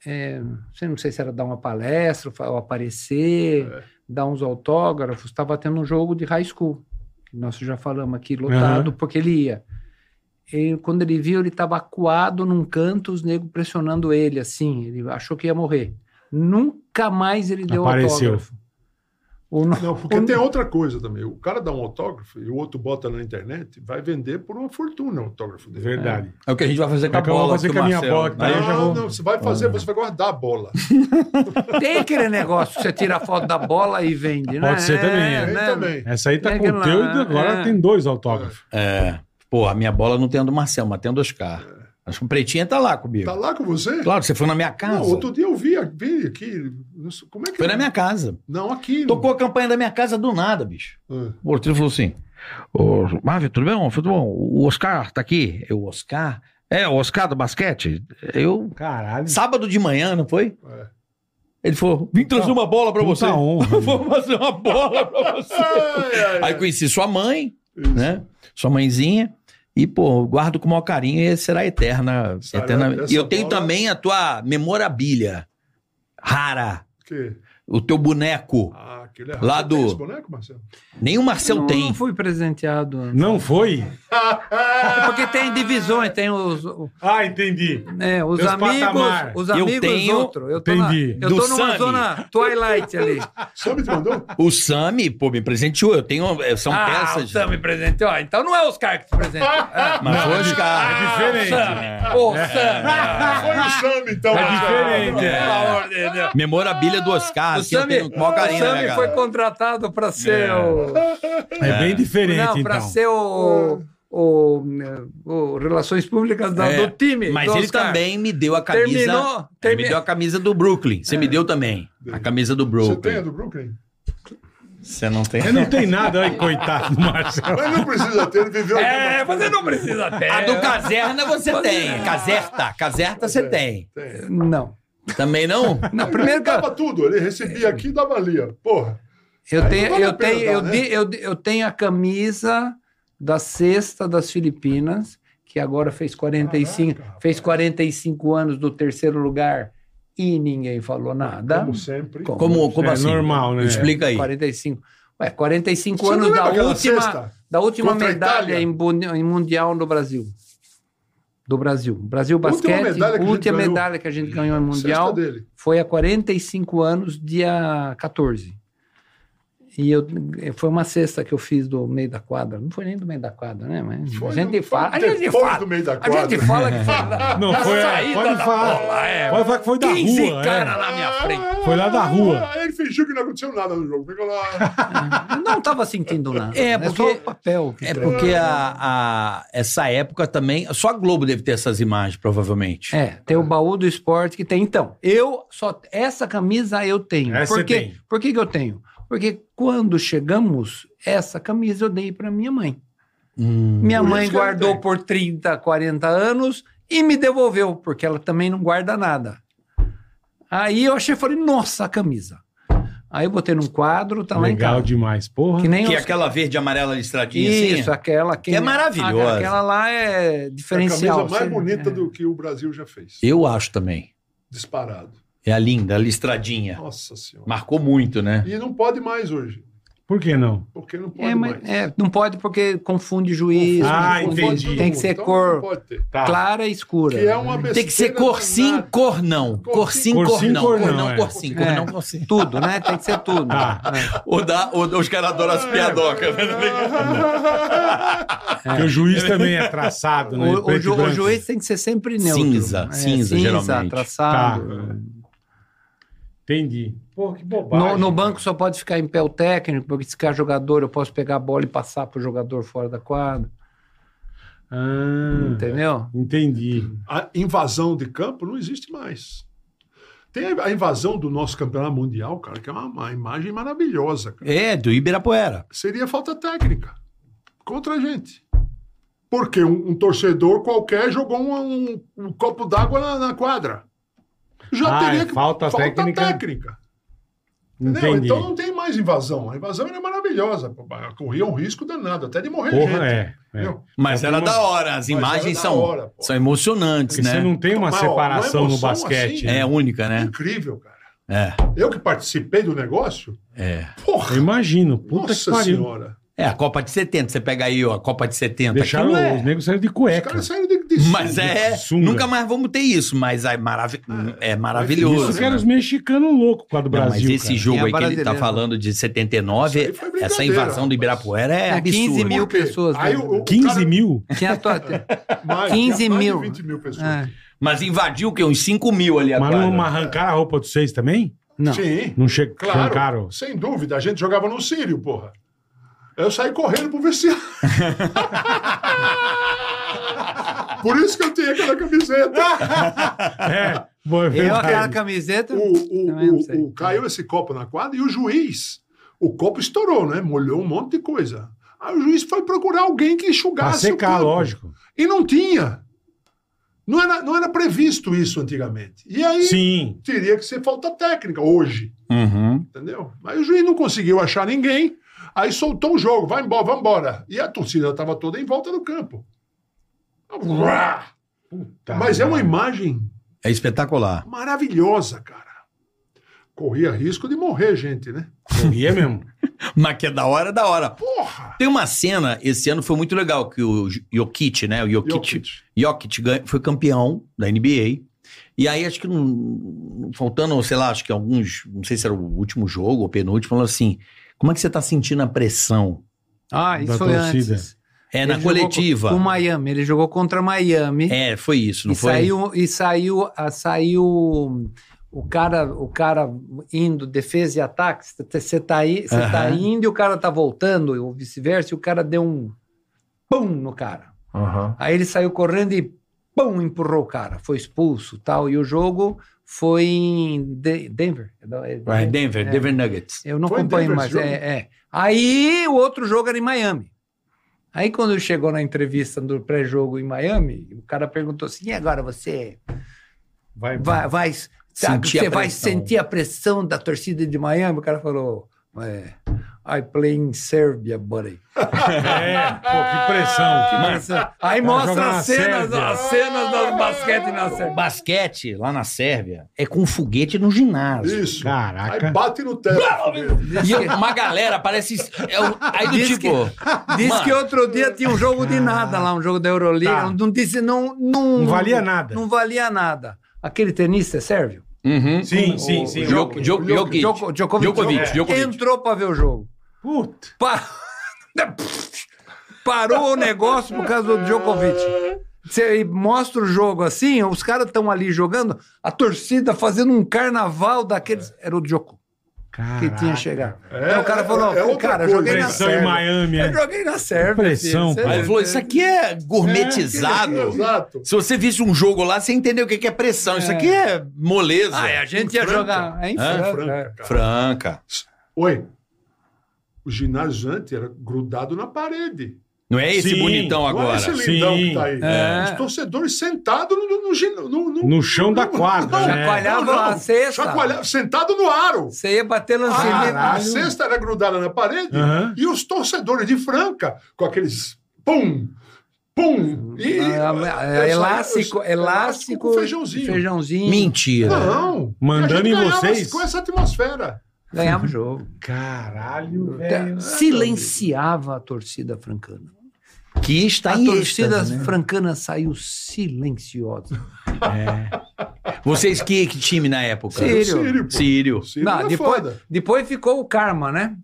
S5: É, não sei- não sei se era dar uma palestra, fa- ou aparecer,
S4: É.
S5: dar uns autógrafos. Estava tendo um jogo de high school, que nós já falamos aqui, lotado, porque ele ia. E quando ele viu, ele estava acuado num canto, os negros pressionando ele, assim. Ele achou que ia morrer. Nunca mais ele deu
S2: Apareceu.
S5: autógrafo. O no-
S4: Não, porque
S5: o-
S4: tem outra coisa também. O cara dá um autógrafo e o outro bota na internet, vai vender por uma fortuna o autógrafo dele.
S2: Verdade.
S3: É o que a gente vai fazer com a
S2: É que eu vou
S3: bola.
S2: fazer
S3: que o
S2: com a minha
S3: Marcelo-
S2: bola que tá aí. eu já
S4: Não,
S2: vou-
S4: não, você vai fazer, você vai guardar a bola.
S5: Tem aquele negócio que você tira a foto da bola e vende, né?
S2: Pode ser também, é.
S4: Ele também.
S2: Essa aí tá
S5: É
S2: com
S5: que lá,
S2: conteúdo, agora
S5: é.
S2: tem dois autógrafos.
S3: É. Pô, a minha bola não tem a do Marcel, mas tem a do Oscar. Acho que o Pretinha tá lá comigo.
S4: Tá lá com você?
S3: Claro, você foi na minha casa.
S4: Não, outro dia eu vi, vi aqui. não sei- Como é que
S3: Foi na minha casa.
S4: Não, aqui.
S3: Tocou a campanha da minha casa do nada, bicho.
S4: Ah.
S3: O Ortino falou assim: Ô, Marvin, tudo bem? Tudo bom? O Oscar tá aqui? Eu, Oscar? É, o Oscar do basquete? Eu.
S2: Caralho.
S3: Sábado de manhã, não foi?
S4: É.
S3: Ele falou: "Então, vim trazer uma bola pra
S2: Puta
S3: você.
S2: honra,
S3: Vou fazer uma bola pra você.
S4: Ai, ai, ai.
S3: Aí conheci sua mãe,
S4: Isso.
S3: né? Sua mãezinha. E, pô, guardo com o maior carinho e será eterna.
S4: Será
S3: eterna.
S4: essa
S3: E eu tenho
S4: bola-
S3: também a tua memorabilha rara.
S4: Que?
S3: O teu boneco.
S4: Ah, aquele é
S3: Lá
S4: raro.
S3: do-
S4: Tem esse boneco, Marcelo?
S3: Nem o Marcel
S5: não,
S3: tem.
S5: não fui presenteado.
S2: Não foi?
S5: É porque tem divisões, tem os, o-
S2: Ah, entendi.
S5: é, os
S2: Tem os
S5: amigos,
S2: patamar.
S5: os
S3: Eu
S5: amigos
S3: tenho-
S5: outros. Eu tô, na,
S2: Entendi.
S5: eu
S3: Do Então
S5: tô numa
S3: Sunny.
S5: zona Twilight ali.
S4: Sabe, te mandou?
S3: O Sami, pô, me presenteou. Eu tenho. eh, São
S5: ah,
S3: peças.
S5: o Sam me presenteou. Ah, Então não é o Oscar que te presenteou. Ah,
S3: Mas
S2: Não,
S3: foi
S2: é
S3: os caras.
S2: di- é diferente.
S3: É.
S5: Ô, Sam.
S4: Foi o Sam, então.
S2: É
S4: Marcelo.
S2: diferente, é.
S5: Pelo amor de Deus.
S3: Memorabilha do Oscar.
S5: o
S3: assim, eu
S5: Sammy,
S3: tenho com o maior carinho,
S5: o Sammy
S3: né, cara?
S5: foi contratado para ser o...
S2: É, bem diferente,
S5: Não, para
S2: então.
S5: ser o, o, o Relações Públicas da-
S3: É,
S5: do time.
S3: Mas
S5: do
S3: ele
S5: Oscar.
S3: também me deu a camisa. é
S5: Terminou,
S3: Ele
S5: termi-
S3: me deu a camisa do Brooklyn. Você me deu também. A camisa do
S4: Você tem a
S3: Brooklyn.
S4: do Brooklyn?
S3: Você não tem.
S2: Eu não tem nada, ai, coitado do Marcelo.
S4: Mas não precisa ter, ele viveu aqui.
S5: É, você não precisa ter.
S2: É.
S3: A do Caserna você tem. Caserta. Caserta
S2: É.
S3: você tem.
S4: Tem.
S5: Não.
S3: Também não?
S5: não primeiro que eu,
S4: Dava tudo, ele recebia aqui e dava ali, ó. Porra.
S5: eu tenho,
S4: vale a
S5: eu,
S4: pena
S5: tenho, eu,
S4: dar,
S5: di- eu, di- eu tenho a camisa da cesta das Filipinas, que agora fez 45,
S4: Caraca, rapaz.
S5: fez 45 anos do terceiro lugar e ninguém falou nada.
S4: Como assim? sempre.
S5: Como-
S3: Como, como
S2: É
S3: assim?
S2: normal, né?
S3: Explica aí.
S5: 45. Ué, 45
S4: Você não
S5: anos
S4: lembra
S5: da
S4: aquela
S5: última,
S4: cesta?
S5: da última
S4: Contra a
S5: medalha
S4: Itália?
S5: em, bun- em Mundial no Brasil. do Brasil. Brasil
S4: Última
S5: Basquete,
S4: medalha que a gente
S5: última
S4: ganhou.
S5: medalha que a gente ganhou em Mundial
S4: Sexta dele.
S5: foi há 45 anos, dia 14. E eu, eh, foi uma cesta que eu fiz do meio da quadra. Não foi nem do meio da quadra, né? Mas
S4: Foi
S5: a gente
S4: no-
S5: fala. A
S4: foi depois
S5: gente fala.
S4: do meio da
S5: A gente
S4: quadra.
S5: fala que foi da,
S2: Não,
S5: da
S2: foi a-
S5: saída
S2: pode
S5: da
S2: falar.
S5: bola. É.
S2: Pode falar que foi Ah, da
S3: 15
S2: rua,
S3: cara
S2: é.
S3: lá na minha frente.
S2: Foi lá da rua.
S4: Ah, Ele fingiu que não aconteceu nada no jogo. Ficou lá.
S5: Eu não estava sentindo nada.
S3: É,
S5: né?
S3: porque-
S5: só o papel. que
S3: É
S5: treina.
S3: porque a, a- essa época também. Só a Globo deve ter essas imagens, provavelmente.
S5: É, tem o baú do esporte que tem. Então, eu só. Essa camisa eu tenho.
S2: Essa você
S5: por quê?
S2: tem.
S5: Por que, que eu tenho? Porque quando chegamos, essa camisa eu dei para minha mãe.
S3: Hum.
S5: Minha
S4: Por
S5: mãe
S4: isso que eu
S5: guardou
S4: tenho.
S5: por 30, 40 anos e me devolveu, porque ela também não guarda nada. Aí eu achei, falei, nossa, a camisa. Aí eu botei num quadro, tá lá em
S2: Legal
S5: casa.
S2: demais, porra.
S5: Que nem
S3: Que é
S5: eu-
S3: aquela verde e amarela listradinha assim.
S5: Hum. Isso, aquela que
S3: Que é maravilhosa.
S5: Aquela lá é
S4: É a
S5: diferencial.
S4: camisa mais
S5: Você-
S4: bonita
S5: é.
S4: do que o Brasil já fez.
S3: Eu acho também.
S4: Disparado.
S3: É a linda, a listradinha.
S4: Nossa Senhora.
S3: Marcou muito, né?
S4: E não pode mais hoje.
S2: Por que não?
S4: Porque não pode
S5: É, mas
S4: mais.
S5: é, não pode porque confunde juiz.
S2: Ah,
S5: confunde-
S2: entendi.
S5: Tem que ser
S4: Então,
S5: cor
S4: Não pode ter.
S2: Tá.
S5: clara e escura.
S4: Que é uma besteira.
S3: Tem que ser cor sim,
S4: danada.
S3: cor não. Cor sim,
S2: Cor
S3: cor
S2: sim,
S3: não.
S2: cor
S3: Cor
S2: não,
S3: não,
S2: é.
S3: cor sim. Cor
S5: É.
S3: não, cor sim.
S5: Tudo, né? Tem que ser tudo.
S2: Tá.
S5: É.
S3: Ou dá, ou, os caras adoram as piadocas. né?
S2: Porque o juiz também é traçado, né?
S5: O, o
S2: Preto e
S5: ju- o
S2: branco.
S5: juiz tem que ser sempre neutro. É,
S3: Cinza, cinza, geralmente.
S5: traçado.
S2: Tá. Entendi. Porra, que bobagem.
S5: No, no banco só pode ficar em pé o técnico, porque se ficar jogador, eu posso pegar a bola e passar pro jogador fora da quadra.
S2: Ah,
S5: Entendeu?
S2: entendi.
S4: A invasão de campo não existe mais. Tem a invasão do nosso campeonato mundial, cara, que é uma, uma imagem maravilhosa. Cara.
S3: É, do Ibirapuera.
S4: Seria falta técnica contra a gente. Porque um, um torcedor qualquer jogou um, um- um copo d'água na, na quadra. Já
S2: Ah,
S4: teria
S2: é
S4: que.
S2: falta técnica.
S4: técnica. Entendeu?
S2: Entendi.
S4: Então não tem mais invasão. A invasão era maravilhosa. Corria um risco danado, até de morrer gente.
S2: Porra, é. é.
S4: entendeu?
S3: Mas
S2: Só
S3: era
S2: tem uma-
S3: da hora. As
S4: Mas
S3: imagens
S4: era da
S3: são,
S4: hora, pô.
S3: são emocionantes,
S2: Porque você
S3: né?
S2: não tem uma
S4: Mas, ó,
S2: separação
S4: uma
S2: no
S4: emoção
S2: basquete.
S4: assim,
S2: né?
S3: É única, né?
S4: Incrível, cara.
S3: É,
S4: Eu que participei do negócio,
S3: é.
S4: porra,
S2: Eu imagino. Puta que
S4: nossa
S2: pariu.
S4: senhora. tá
S3: É, a Copa de 70. Você pega aí, ó, a Copa de 70.
S2: Deixaram
S3: Aquilo é-
S2: os negros saíram de
S4: Os
S2: cueca.
S4: caras saíram de, de
S3: Mas
S4: sunga.
S3: é.
S2: sunga.
S3: Nunca mais vamos ter isso, mas é, maravi- é maravilhoso.
S2: Isso que era
S3: né?
S2: os mexicanos loucos com a do
S3: Não,
S2: Brasil.
S3: mas esse
S2: cara.
S3: jogo
S5: Tem a
S3: aí que ele tá
S5: brasileira. né?
S3: falando de
S4: Isso
S3: 79,
S4: aí foi brincadeira,
S3: essa invasão do Ibirapuera é,
S5: É, 15
S3: absurda.
S5: mil.
S4: Por quê?
S5: pessoas, né?
S4: Aí, o, o
S2: 15
S4: cara-
S2: mil?
S5: Tinha a tua-
S4: mais,
S5: 15
S4: mais
S5: mil.
S4: De 20 mil pessoas.
S5: É.
S3: Mas invadiu o quê? Uns 5 mil ali
S2: Mas
S3: agora.
S2: não arrancaram a roupa de vocês também?
S5: Não.
S4: Sim,
S2: Não che-
S4: claro.
S2: arrancaram?
S4: Sem dúvida, a gente jogava no Sírio, porra. Eu saí correndo pro vestiário. Por isso que eu tinha aquela camiseta.
S2: É. Boa, é
S5: Eu
S2: verdade.
S5: aquela camiseta.
S4: O, o,
S5: Também não sei.
S4: o, o- caiu esse copo na quadra e o juiz, o copo estourou, né? Molhou um monte de coisa. Aí o juiz foi procurar alguém que
S2: Pra
S4: enxugasse. o
S2: secar,
S4: campo.
S2: lógico.
S4: E não tinha. Não era, não era previsto isso antigamente. E aí
S2: Sim.
S4: teria que ser falta técnica hoje,
S3: Uhum.
S4: entendeu? Mas o juiz não conseguiu achar ninguém, aí soltou o jogo, vai embora, vai embora. E a torcida estava toda em volta do campo. Uá!
S2: Puta
S4: Mas é uma
S2: merda.
S4: imagem
S3: É espetacular.
S4: maravilhosa, cara. Corria risco de morrer, gente, né?
S2: E é mesmo.
S3: Mas que é da hora, é da hora.
S4: Porra!
S3: Tem uma cena, esse ano foi muito legal, que o Jokic, né? O
S2: tipo
S3: Jokic,
S4: Jokic.
S3: Jokic ganha- foi campeão da NBA. E aí, acho que não- faltando, sei lá, acho que alguns, não sei se era o último jogo ou penúltimo, falou assim, como é que você tá sentindo a pressão?
S5: Ah,
S2: Da
S5: isso foi
S2: torcida.
S5: antes.
S3: É,
S5: Ele
S3: na
S5: jogou
S3: coletiva.
S5: com- Com Miami. Ele jogou contra Miami.
S3: É, foi isso, não
S5: e,
S3: foi?
S5: saiu, e saiu. ah, Saiu. O cara, o cara indo, defesa e ataque, você tá, aí, você tá
S3: Aham.
S5: indo e o cara tá voltando, ou vice-versa, e o cara deu um pum no cara.
S3: Aham.
S5: Aí ele saiu correndo e pum, empurrou o cara. Foi expulso tal. E o jogo foi em De- Denver. É da- é
S3: Vai,
S5: Denver.
S3: Denver,
S5: É.
S3: Denver Nuggets.
S5: Eu não
S4: Foi em
S5: acompanho
S4: Denver
S5: mais.
S4: esse jogo?
S5: É, é. Aí o outro jogo era em Miami. Aí quando chegou na entrevista do pré-jogo em Miami, o cara perguntou assim: e agora você
S2: Vai,
S5: vai, vai, sabe,
S3: Sentir a
S5: você vai
S3: pressão.
S5: sentir a pressão da torcida de Miami? O cara falou: é, I play in Serbia, buddy.
S2: É, pô, que pressão. Que
S5: Mas, ah,
S2: Vai
S5: aí
S2: jogar
S5: mostra
S2: na
S5: as cenas,
S2: Sérvia.
S5: as cenas do basquete na
S3: O
S5: Sérvia.
S3: basquete lá na Sérvia é com foguete no ginásio.
S4: Isso.
S2: Caraca.
S4: Aí bate no teto.
S3: E eu- uma galera parece. é o- aí do
S5: Diz
S3: tipo.
S5: Disse
S3: Mano.
S5: que outro dia tinha um jogo de nada lá, um jogo da Euroliga.
S2: Ah. Tá.
S5: Não disse, não, não.
S2: Não valia nada.
S5: Não valia nada. Aquele tenista é sérvio?
S3: Uhum.
S2: Sim, sim, sim.
S3: Djok- Djok- Djokovic.
S5: Djoko- Djokovic. É.
S3: Djokovic, Djokovic.
S5: Entrou pra ver o jogo.
S2: Puta.
S5: Pa- Parou o negócio por causa do Djokovic. Você mostra o jogo assim, os caras estão ali jogando, a torcida fazendo um carnaval daqueles. Era o Djoko que
S2: Caraca.
S5: tinha chegado.
S4: É,
S5: então o cara falou:
S4: é, é outra
S5: cara, eu
S4: coisa.
S5: joguei na
S2: Pressão em
S5: Sérvia.
S2: Miami, é.
S5: Eu joguei na Sérvia.
S2: Pressão,
S5: filho.
S2: pô.
S3: Aí ele falou: Isso aqui é gourmetizado.
S4: Exato.
S3: Se você visse um jogo lá, você entendeu o que que é pressão. Isso aqui é moleza.
S5: Ah, é, a gente ia
S4: Franca.
S5: jogar. É em
S3: Hã?
S5: Franca.
S4: Franca, cara.
S3: Franca.
S4: Oi. O ginásio antes era grudado na parede.
S3: Não é esse
S2: Sim.
S3: bonitão
S4: Não é
S3: agora.
S4: esse lindão
S2: Sim.
S4: que tá aí.
S5: É.
S4: Os torcedores sentados no, no, no,
S2: No chão da quadra, né?
S5: Chacoalhava a cesta.
S4: Chacoalhava, sentado no aro.
S5: Você ia bater
S4: A-
S5: lancinha.
S4: a, Ah, cesta era grudada na parede
S2: Aham.
S4: e os torcedores de Franca com aqueles pum, pum. E,
S5: Ah,
S4: eu só- eu-
S5: elástico, elástico.
S4: com um feijãozinho.
S5: Feijãozinho.
S3: Mentira.
S4: Não.
S2: Mandando
S4: E a gente
S2: em
S4: ganhava
S2: vocês?
S4: Com essa atmosfera.
S5: Ganhava o jogo. Tá. É,
S2: Caralho,
S4: É,
S2: velho.
S5: Silenciava a torcida francana.
S3: Que está
S5: A
S3: em
S5: torcida
S3: êxtase, né?
S5: francana saiu silenciosa.
S3: Vocês que, que time na época?
S5: Sim. Sírio.
S4: Sírio, pô.
S3: Sírio.
S4: O Sírio
S5: Não,
S4: era
S5: depois,
S4: foda.
S5: depois ficou o karma, né?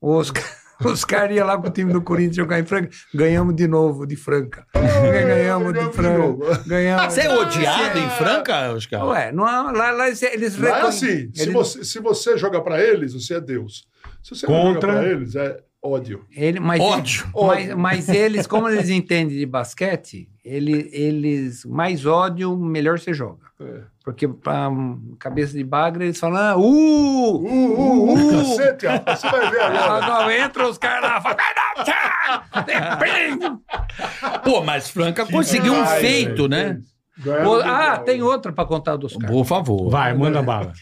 S5: Os, ca- os caras iam lá com o time do Corinthians jogar em Franca. Ganhamos de novo de Franca. Ganhamos de
S4: É, ganhamos de
S5: Franca.
S4: novo.
S5: Ganhamos.
S3: Você é odiado em Franca, Oscar?
S5: Ah, Ué, não, há- lá, lá eles- eles
S4: Lá é
S5: recon-
S4: assim, se,
S5: eles-
S4: você, se você joga pra eles, você é Deus. Se você não
S2: Contra-
S4: joga pra eles, é ódio.
S5: Ele, mas,
S3: Ódio.
S5: Mas, mas eles, como eles entendem de basquete, ele, eles mais ódio, melhor você joga.
S4: É.
S5: Porque pra hum, cabeça de bagra, eles falam, ah, uh!
S4: Uh, uh, uh,
S5: Uh!
S4: cacete, rapaz, você vai ver agora.
S5: Agora entra os caras lá, fala, "Vai dar certo!"
S3: Pô, mas Franca conseguiu um
S4: demais,
S3: feito,
S4: velho.
S3: né?
S4: Ganharam
S5: Pô,
S4: de
S5: ah,
S4: novo.
S5: tem outra pra contar dos caras.
S3: Por favor.
S2: Vai, manda bala.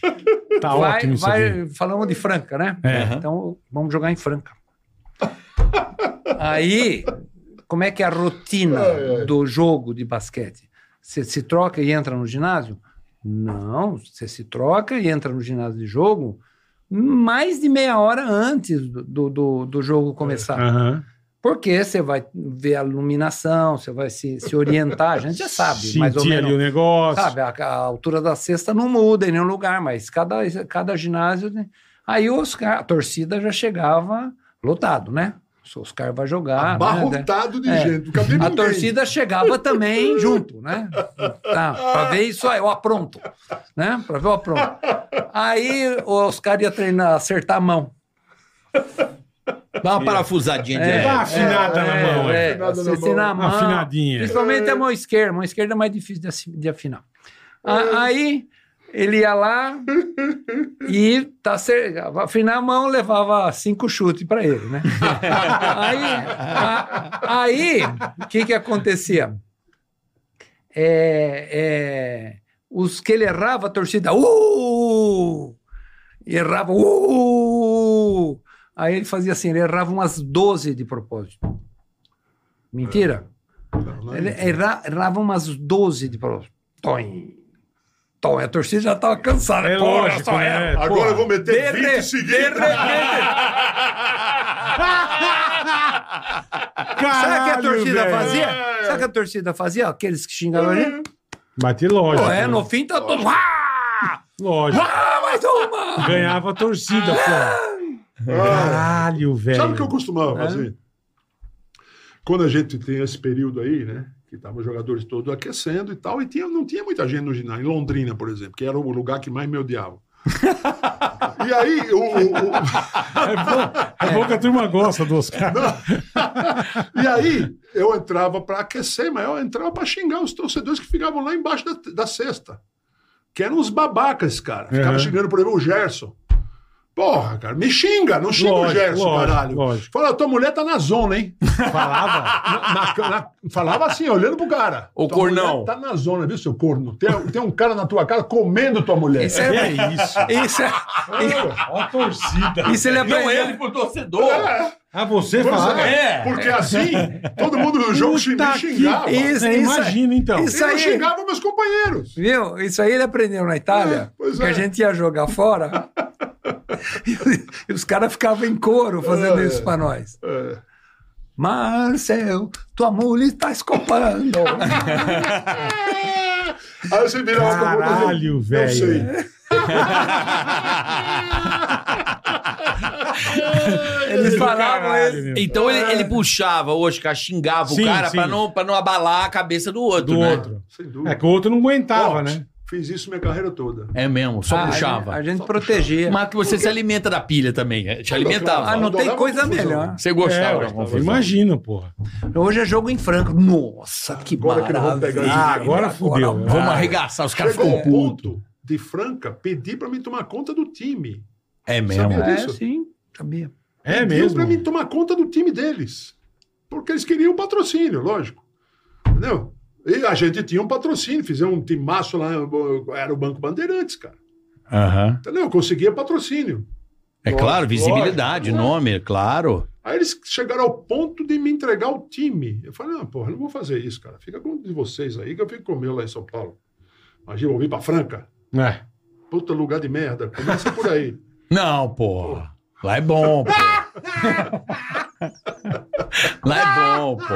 S2: Tá
S5: vai,
S2: ótimo isso aqui.
S5: vai, falamos de Franca, né?
S2: É.
S5: Então vamos jogar em Franca. Aí, como é que é a rotina
S4: Ai, ai.
S5: do jogo de basquete? Você se troca e entra no ginásio? Não, você se troca e entra no ginásio de jogo mais de meia hora antes do, do- do, do jogo começar.
S2: Aham.
S5: Porque você vai ver a iluminação, você vai se, se orientar, a gente já sabe, mais ou
S2: Sentir ali
S5: menos.
S2: o negócio.
S5: Sabe, a, a altura da cesta não muda em nenhum lugar, mas cada, cada ginásio. né? Aí os, ca- a torcida já chegava lotado, né? O Oscar vai jogar. né?
S4: Barrotado de
S5: É.
S4: gente. Não cabia
S5: A
S4: ninguém.
S5: torcida chegava também junto, né? Tá, pra ver isso aí, o apronto. Né? Pra ver o apronto. Aí os caras iam treinar, acertar a mão.
S3: Dá uma parafusadinha de
S2: Dá uma afinada na mão, é.
S5: é,
S4: Afinada na
S5: acertar
S4: mão.
S5: na mão.
S2: Afinadinha.
S5: Principalmente a mão esquerda. A mão esquerda é mais difícil de assi- de afinar. A- Aí ele ia lá e tá cer- afinar a mão levava cinco chutes para ele, né? aí a- aí, o que que acontecia? É, é, os que ele errava, a torcida uh! E errava uh! Aí ele fazia assim, ele errava umas 12 de propósito. Mentira.
S4: Não, não é
S5: Ele
S4: isso.
S5: erra- errava umas 12 de propósito. Tom. Tom, a torcida já estava cansada.
S2: É
S5: Porra,
S2: lógico,
S5: só
S2: né?
S5: erra.
S4: Agora eu vou meter
S5: De
S4: 20
S5: re-
S4: seguidos.
S5: Sabe o que é a
S2: Caralho,
S5: torcida
S2: velho.
S5: fazia? Sabe o que a torcida fazia? Aqueles que xingavam ali.
S2: Bati lógico.
S5: Pô, é,
S2: né?
S5: no fim tá todo. Ah,
S2: Lógico.
S5: ah, mais uma!
S2: Ganhava a torcida, pô.
S4: Ah,
S2: Caralho, velho.
S4: Sabe o que eu costumava fazer? Quando a gente tem esse período aí, né? Que estavam os jogadores todos aquecendo e tal, e tinha, não tinha muita gente no ginásio, em Londrina, por exemplo, que era o lugar que mais me odiava. e aí, o- o- o,
S2: É bom que a turma gosta do Oscar.
S4: E aí, eu entrava para aquecer, mas eu entrava para xingar os torcedores que ficavam lá embaixo da, da cesta. Que eram uns babacas, cara. Ficavam
S2: Uhum.
S4: xingando, por exemplo, o Gerson. Pô, Porra, cara, me xinga, não xinga o
S2: Lógico,
S4: Gerson,
S2: lógico,
S4: caralho.
S2: lógico.
S4: Fala, tua mulher tá na zona, hein?
S2: Falava?
S4: Na- na- na- falava assim, olhando pro cara.
S3: Ô,
S4: Tua
S3: cornão.
S4: mulher Tá na zona, viu, seu corno? Tem, tem um cara na tua cara comendo tua mulher.
S5: Isso
S2: Que
S5: é,
S2: é isso?
S5: isso é,
S2: Ó a torcida.
S5: isso ele
S3: Não
S5: aprendeu.
S3: ele pro torcedor.
S4: É,
S2: Ah, você
S4: pois
S2: fala.
S4: é.
S3: é.
S4: Porque assim, todo mundo no jogo
S2: Puta
S4: me
S2: que-
S4: xingava.
S5: Isso,
S2: Você
S5: isso
S2: É, imagina, então.
S5: isso
S4: E eu
S5: aí.
S4: xingava meus companheiros.
S5: Viu? Isso aí ele aprendeu na Itália,
S4: É, pois
S5: que
S4: é.
S5: a gente ia jogar fora e os caras ficavam em coro fazendo
S4: É.
S5: isso pra nós.
S4: É.
S5: Marcel, tua mulher está escopando.
S4: Aí você virava pra outra e
S2: Caralho,
S4: eu
S2: velho. É,
S4: sei.
S5: Eles falavam
S2: Caralho,
S5: isso.
S2: meu.
S3: Então ele, ele puxava o Oscar, xingava
S2: Sim,
S3: o cara
S2: sim.
S3: pra não, pra não abalar a cabeça do outro,
S2: Do
S3: né?
S2: outro.
S4: Sem dúvida.
S2: É que o outro não aguentava,
S4: Ó,
S2: né?
S4: Fiz isso minha carreira toda.
S3: É mesmo, só
S5: Ah, a gente-
S3: puxava.
S5: A gente, protegia.
S3: Mas que você se alimenta da pilha também, é, te alimentava.
S5: Ah, não tem
S4: Adorava
S5: coisa
S4: confusão.
S5: melhor.
S3: Você
S2: É,
S3: gostava
S2: ué,
S3: da confusão.
S2: imagina, porra.
S5: Hoje é jogo em franco. Nossa, que
S4: Agora que eu vou
S5: maravilha.
S4: pegar isso. Ah,
S2: agora fudeu.
S3: Vamos
S5: Ah,
S3: arregaçar, os caras
S4: Chegou
S3: ficam
S4: um
S3: putos.
S4: ponto de Franca pedir pra me tomar conta do time.
S3: É
S4: Sabia?
S3: mesmo.
S5: É,
S4: isso.
S5: sim, sabia.
S2: É
S4: Pediu
S2: mesmo.
S4: pra mim tomar conta do time deles. Porque eles queriam um patrocínio, lógico. Entendeu? E a gente tinha um patrocínio, fizemos um timaço lá, era o Banco Bandeirantes, cara.
S3: Aham.
S4: Entendeu? Eu conseguia patrocínio.
S3: É
S4: Lógico,
S3: claro, visibilidade,
S4: lógico.
S3: nome, é claro.
S4: Aí eles chegaram ao ponto de me entregar o time. Eu falei, não, porra, não vou fazer isso, cara. Fica com um de vocês aí, que eu fico com o meu lá em São Paulo. Imagina, eu vim pra Franca.
S2: É.
S4: Puta lugar de merda. Começa por aí.
S3: Não, pô. Lá é bom, pô. Lá é bom, pô.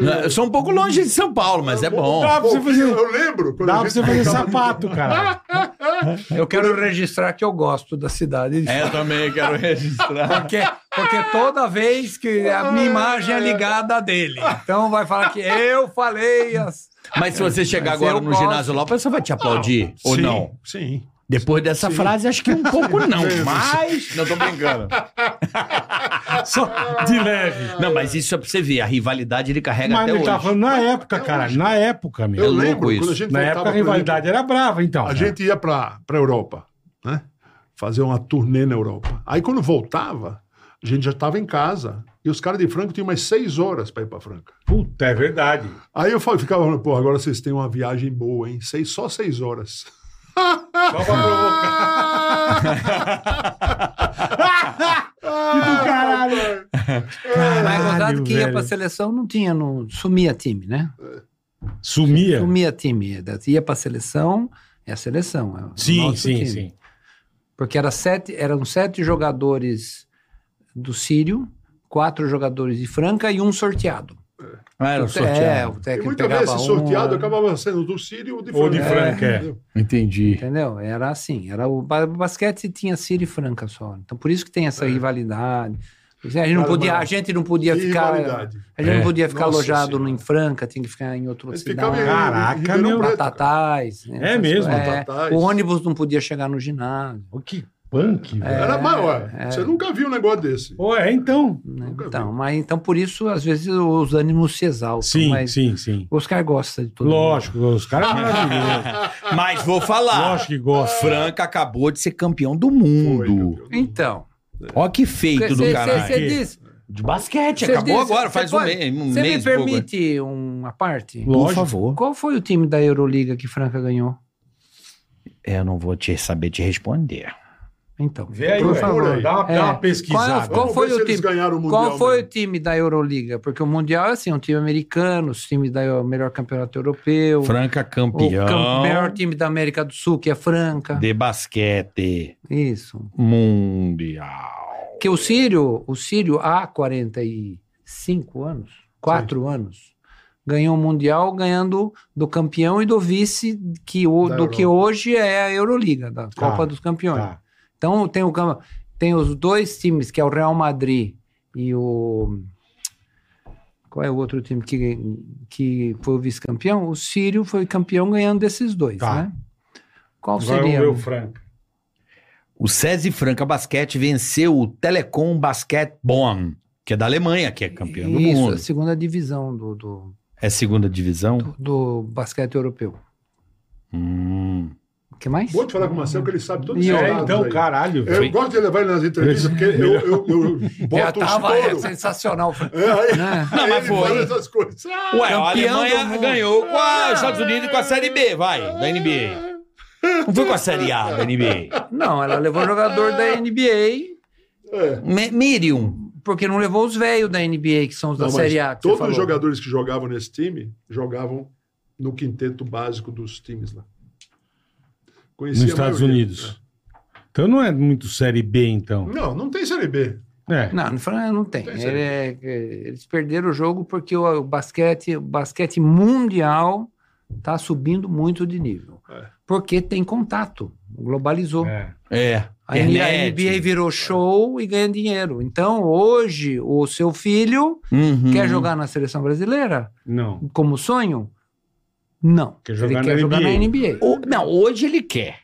S3: Lá- Eu sou um pouco longe de São Paulo, mas é bom.
S2: Dá pra você fazer,
S4: Eu lembro. quando
S2: dá
S4: a
S2: pra
S4: gente
S2: você fazer
S4: brincava-
S2: sapato, cara.
S5: Eu quero registrar que eu gosto da cidade. de
S3: É, eu também quero registrar.
S5: Porque, porque toda vez que a minha imagem é ligada à dele. Então vai falar que eu falei as.
S3: Mas se você chegar
S5: Mas
S3: agora
S5: eu
S3: no
S5: gosto.
S3: ginásio lá, o pessoal vai te aplaudir ou
S4: Sim,
S3: não?
S4: Sim.
S3: Depois dessa frase, acho que um pouco não,
S4: Sim.
S3: mas. Não, tô brincando.
S2: Só de leve.
S3: Não, mas isso é pra você ver, a rivalidade ele carrega
S2: Mas
S3: até
S2: ele
S3: hoje.
S2: tava falando na época, cara. Na época,
S4: Eu
S2: meu.
S3: É louco
S4: lembro
S3: isso.
S4: quando a gente
S2: Na
S4: voltava,
S2: época a
S4: por exemplo,
S2: rivalidade era brava, então.
S4: A
S2: cara.
S4: gente ia pra, pra Europa, né? Fazer uma turnê na Europa. Aí quando voltava, a gente já estava em casa. E os caras de Franca tinham mais seis horas pra ir pra Franca.
S2: Puta, é verdade.
S4: Aí eu fa- ficava falando, pô, agora vocês têm uma viagem boa, hein? Seis, só seis horas.
S2: Só pra provocar. Que do caralho.
S5: Mas gozado
S2: Caralho,
S5: que ia
S2: velho.
S5: pra seleção, não tinha. Não, sumia time, né?
S2: Sumia?
S5: Sumia é time. Ia pra seleção, é a seleção. é o
S2: Sim,
S5: nosso
S2: sim,
S5: time.
S2: sim.
S5: Porque era sete, eram sete jogadores do Sírio, quatro jogadores de Franca e um sorteado.
S3: Ah, era um
S5: É,
S3: sorteado.
S5: o
S4: E
S5: técnico
S4: muitas
S5: pegava
S4: vezes esse sorteado
S5: um,
S4: acabava sendo do Sírio ou de Franca.
S2: Ou de Franca, é.
S4: entendeu?
S3: Entendi.
S5: Entendeu? Era assim. Era o, ba- o basquete tinha Sírio e Franca só. Então por isso que tem essa rivalidade. assim, A gente não
S4: Cara,
S5: podia,
S4: mas-
S5: a gente não podia
S4: É. Que
S5: ficar, né?
S4: rivalidade.
S5: a gente
S3: É.
S5: não podia ficar
S4: Nossa
S5: alojado
S4: Senhora.
S5: em Franca, tinha que ficar em outra
S4: Mas
S5: cidade.
S4: ficava em- né? em
S2: Caraca,
S4: Ribeirão
S2: meu.
S4: Preto, cara.
S5: Batatais. né?
S2: É
S5: Essas
S2: mesmo,
S5: coisas.
S4: Batatais.
S5: O ônibus não podia chegar no ginásio.
S2: Ô, que
S5: É.
S2: punk, velho.
S4: Era maior. Você nunca viu um negócio desse.
S2: Ô, é, então.
S5: né?
S4: Nunca
S5: Então, mas então por isso às vezes os ânimos se exaltam.
S2: Sim,
S5: mas
S2: sim, sim.
S5: O Oscar gosta de tudo.
S2: Lógico, os caras maravilhosos.
S3: Mas vou falar.
S2: Lógico que gosta.
S3: Franca acabou de ser campeão do
S4: Foi,
S3: mundo.
S4: campeão.
S5: Então.
S3: Olha que feito do caralho.
S5: Você disse.
S3: De basquete,
S5: cê
S3: acabou
S5: disse-
S3: agora,
S5: cê
S3: faz um
S5: pode-
S3: mês. Um
S5: Você
S3: mês
S5: me
S3: e pouco.
S5: permite uma parte?
S3: Por
S2: Lógico.
S3: favor.
S5: Qual foi o time da Euroliga que Franca ganhou?
S3: É, Eu não vou te saber te responder.
S5: Então.
S2: Vê aí,
S5: por
S2: velho.
S5: favor.
S2: Dá, uma- dá uma
S5: É.
S2: pesquisada.
S5: Qual
S4: Vamos
S5: foi
S4: ver
S5: o
S4: se eles
S5: time?
S4: ganharam o Mundial né?
S5: Qual foi o
S4: mesmo.
S5: time da Euroliga? Porque o Mundial é assim, um time americano, os times da o melhor campeonato europeu,
S3: Franca
S5: o
S3: campeão
S5: campe- melhor time da América do Sul, que é Franca.
S3: de basquete
S5: Isso.
S3: mundial.
S5: Porque o Sírio, o Sírio há 45 anos, 4 anos, ganhou o Mundial ganhando do campeão e do vice que o,
S4: Da
S5: do
S4: Europa.
S5: que hoje é a Euroliga, da Copa dos Campeões.
S2: Tá.
S5: Então tem, o, cam- tem os dois times, que é o Real Madrid e o. Qual é o outro time que, que foi o vice-campeão? O Sírio foi campeão ganhando desses dois,
S2: Tá.
S5: né? Qual
S2: Agora
S5: seria?
S2: o meu Franca.
S3: O SESI Franca Basquete venceu o Telekom Basket Bonn, que é da Alemanha, que é campeão do
S5: Isso,
S3: mundo.
S5: a segunda divisão do- do,
S3: É segunda divisão?
S5: do basquete europeu.
S3: Hum.
S5: O que mais?
S4: Vou te falar com o Marcelo que ele sabe tudo
S5: E
S4: isso.
S2: É, então, caralho,
S4: Eu
S2: velho.
S4: gosto de levar ele nas entrevistas, porque eu, eu, eu boto um os
S5: é,
S4: touro.
S5: sensacional. Né?
S4: É, aí-
S5: Não,
S4: aí
S6: mas
S4: ele
S6: foi.
S4: fala essas coisas. Ah,
S6: Ué, a
S3: Campeão do
S6: Alemanha
S3: mundo.
S6: ganhou com
S5: Ah.
S6: a Estados Unidos e com a Série B, vai, da NBA. Não foi com a Série A da NBA.
S5: Não, ela levou jogador da NBA,
S4: é.
S3: Me- Miriam.
S5: porque não levou os velhos da NBA, que são os
S4: Não,
S5: da
S4: mas
S5: Série A. que você
S4: todos
S5: falou.
S4: os
S5: né?
S4: jogadores que jogavam nesse time jogavam no quinteto básico dos times lá.
S2: Nos
S4: Conhecia a
S2: Estados
S4: maioria,
S2: Unidos. Então não é muito série B, então.
S4: né? Não, não tem Série B.
S2: É.
S5: Não, não, fala- não tem.
S4: Tem
S5: Ele é- é, eles perderam o jogo porque o, o basquete, o basquete mundial está subindo muito de nível.
S4: É.
S5: Porque tem contato, globalizou.
S2: É.
S6: É.
S5: A NBA NBA virou show e ganha dinheiro. Então, hoje, o seu filho
S6: Uhum.
S5: quer jogar na seleção brasileira
S2: Não.
S5: como sonho? Não.
S2: Quer jogar
S5: Ele
S2: na
S5: quer jogar na NBA.
S3: O- não, hoje ele quer.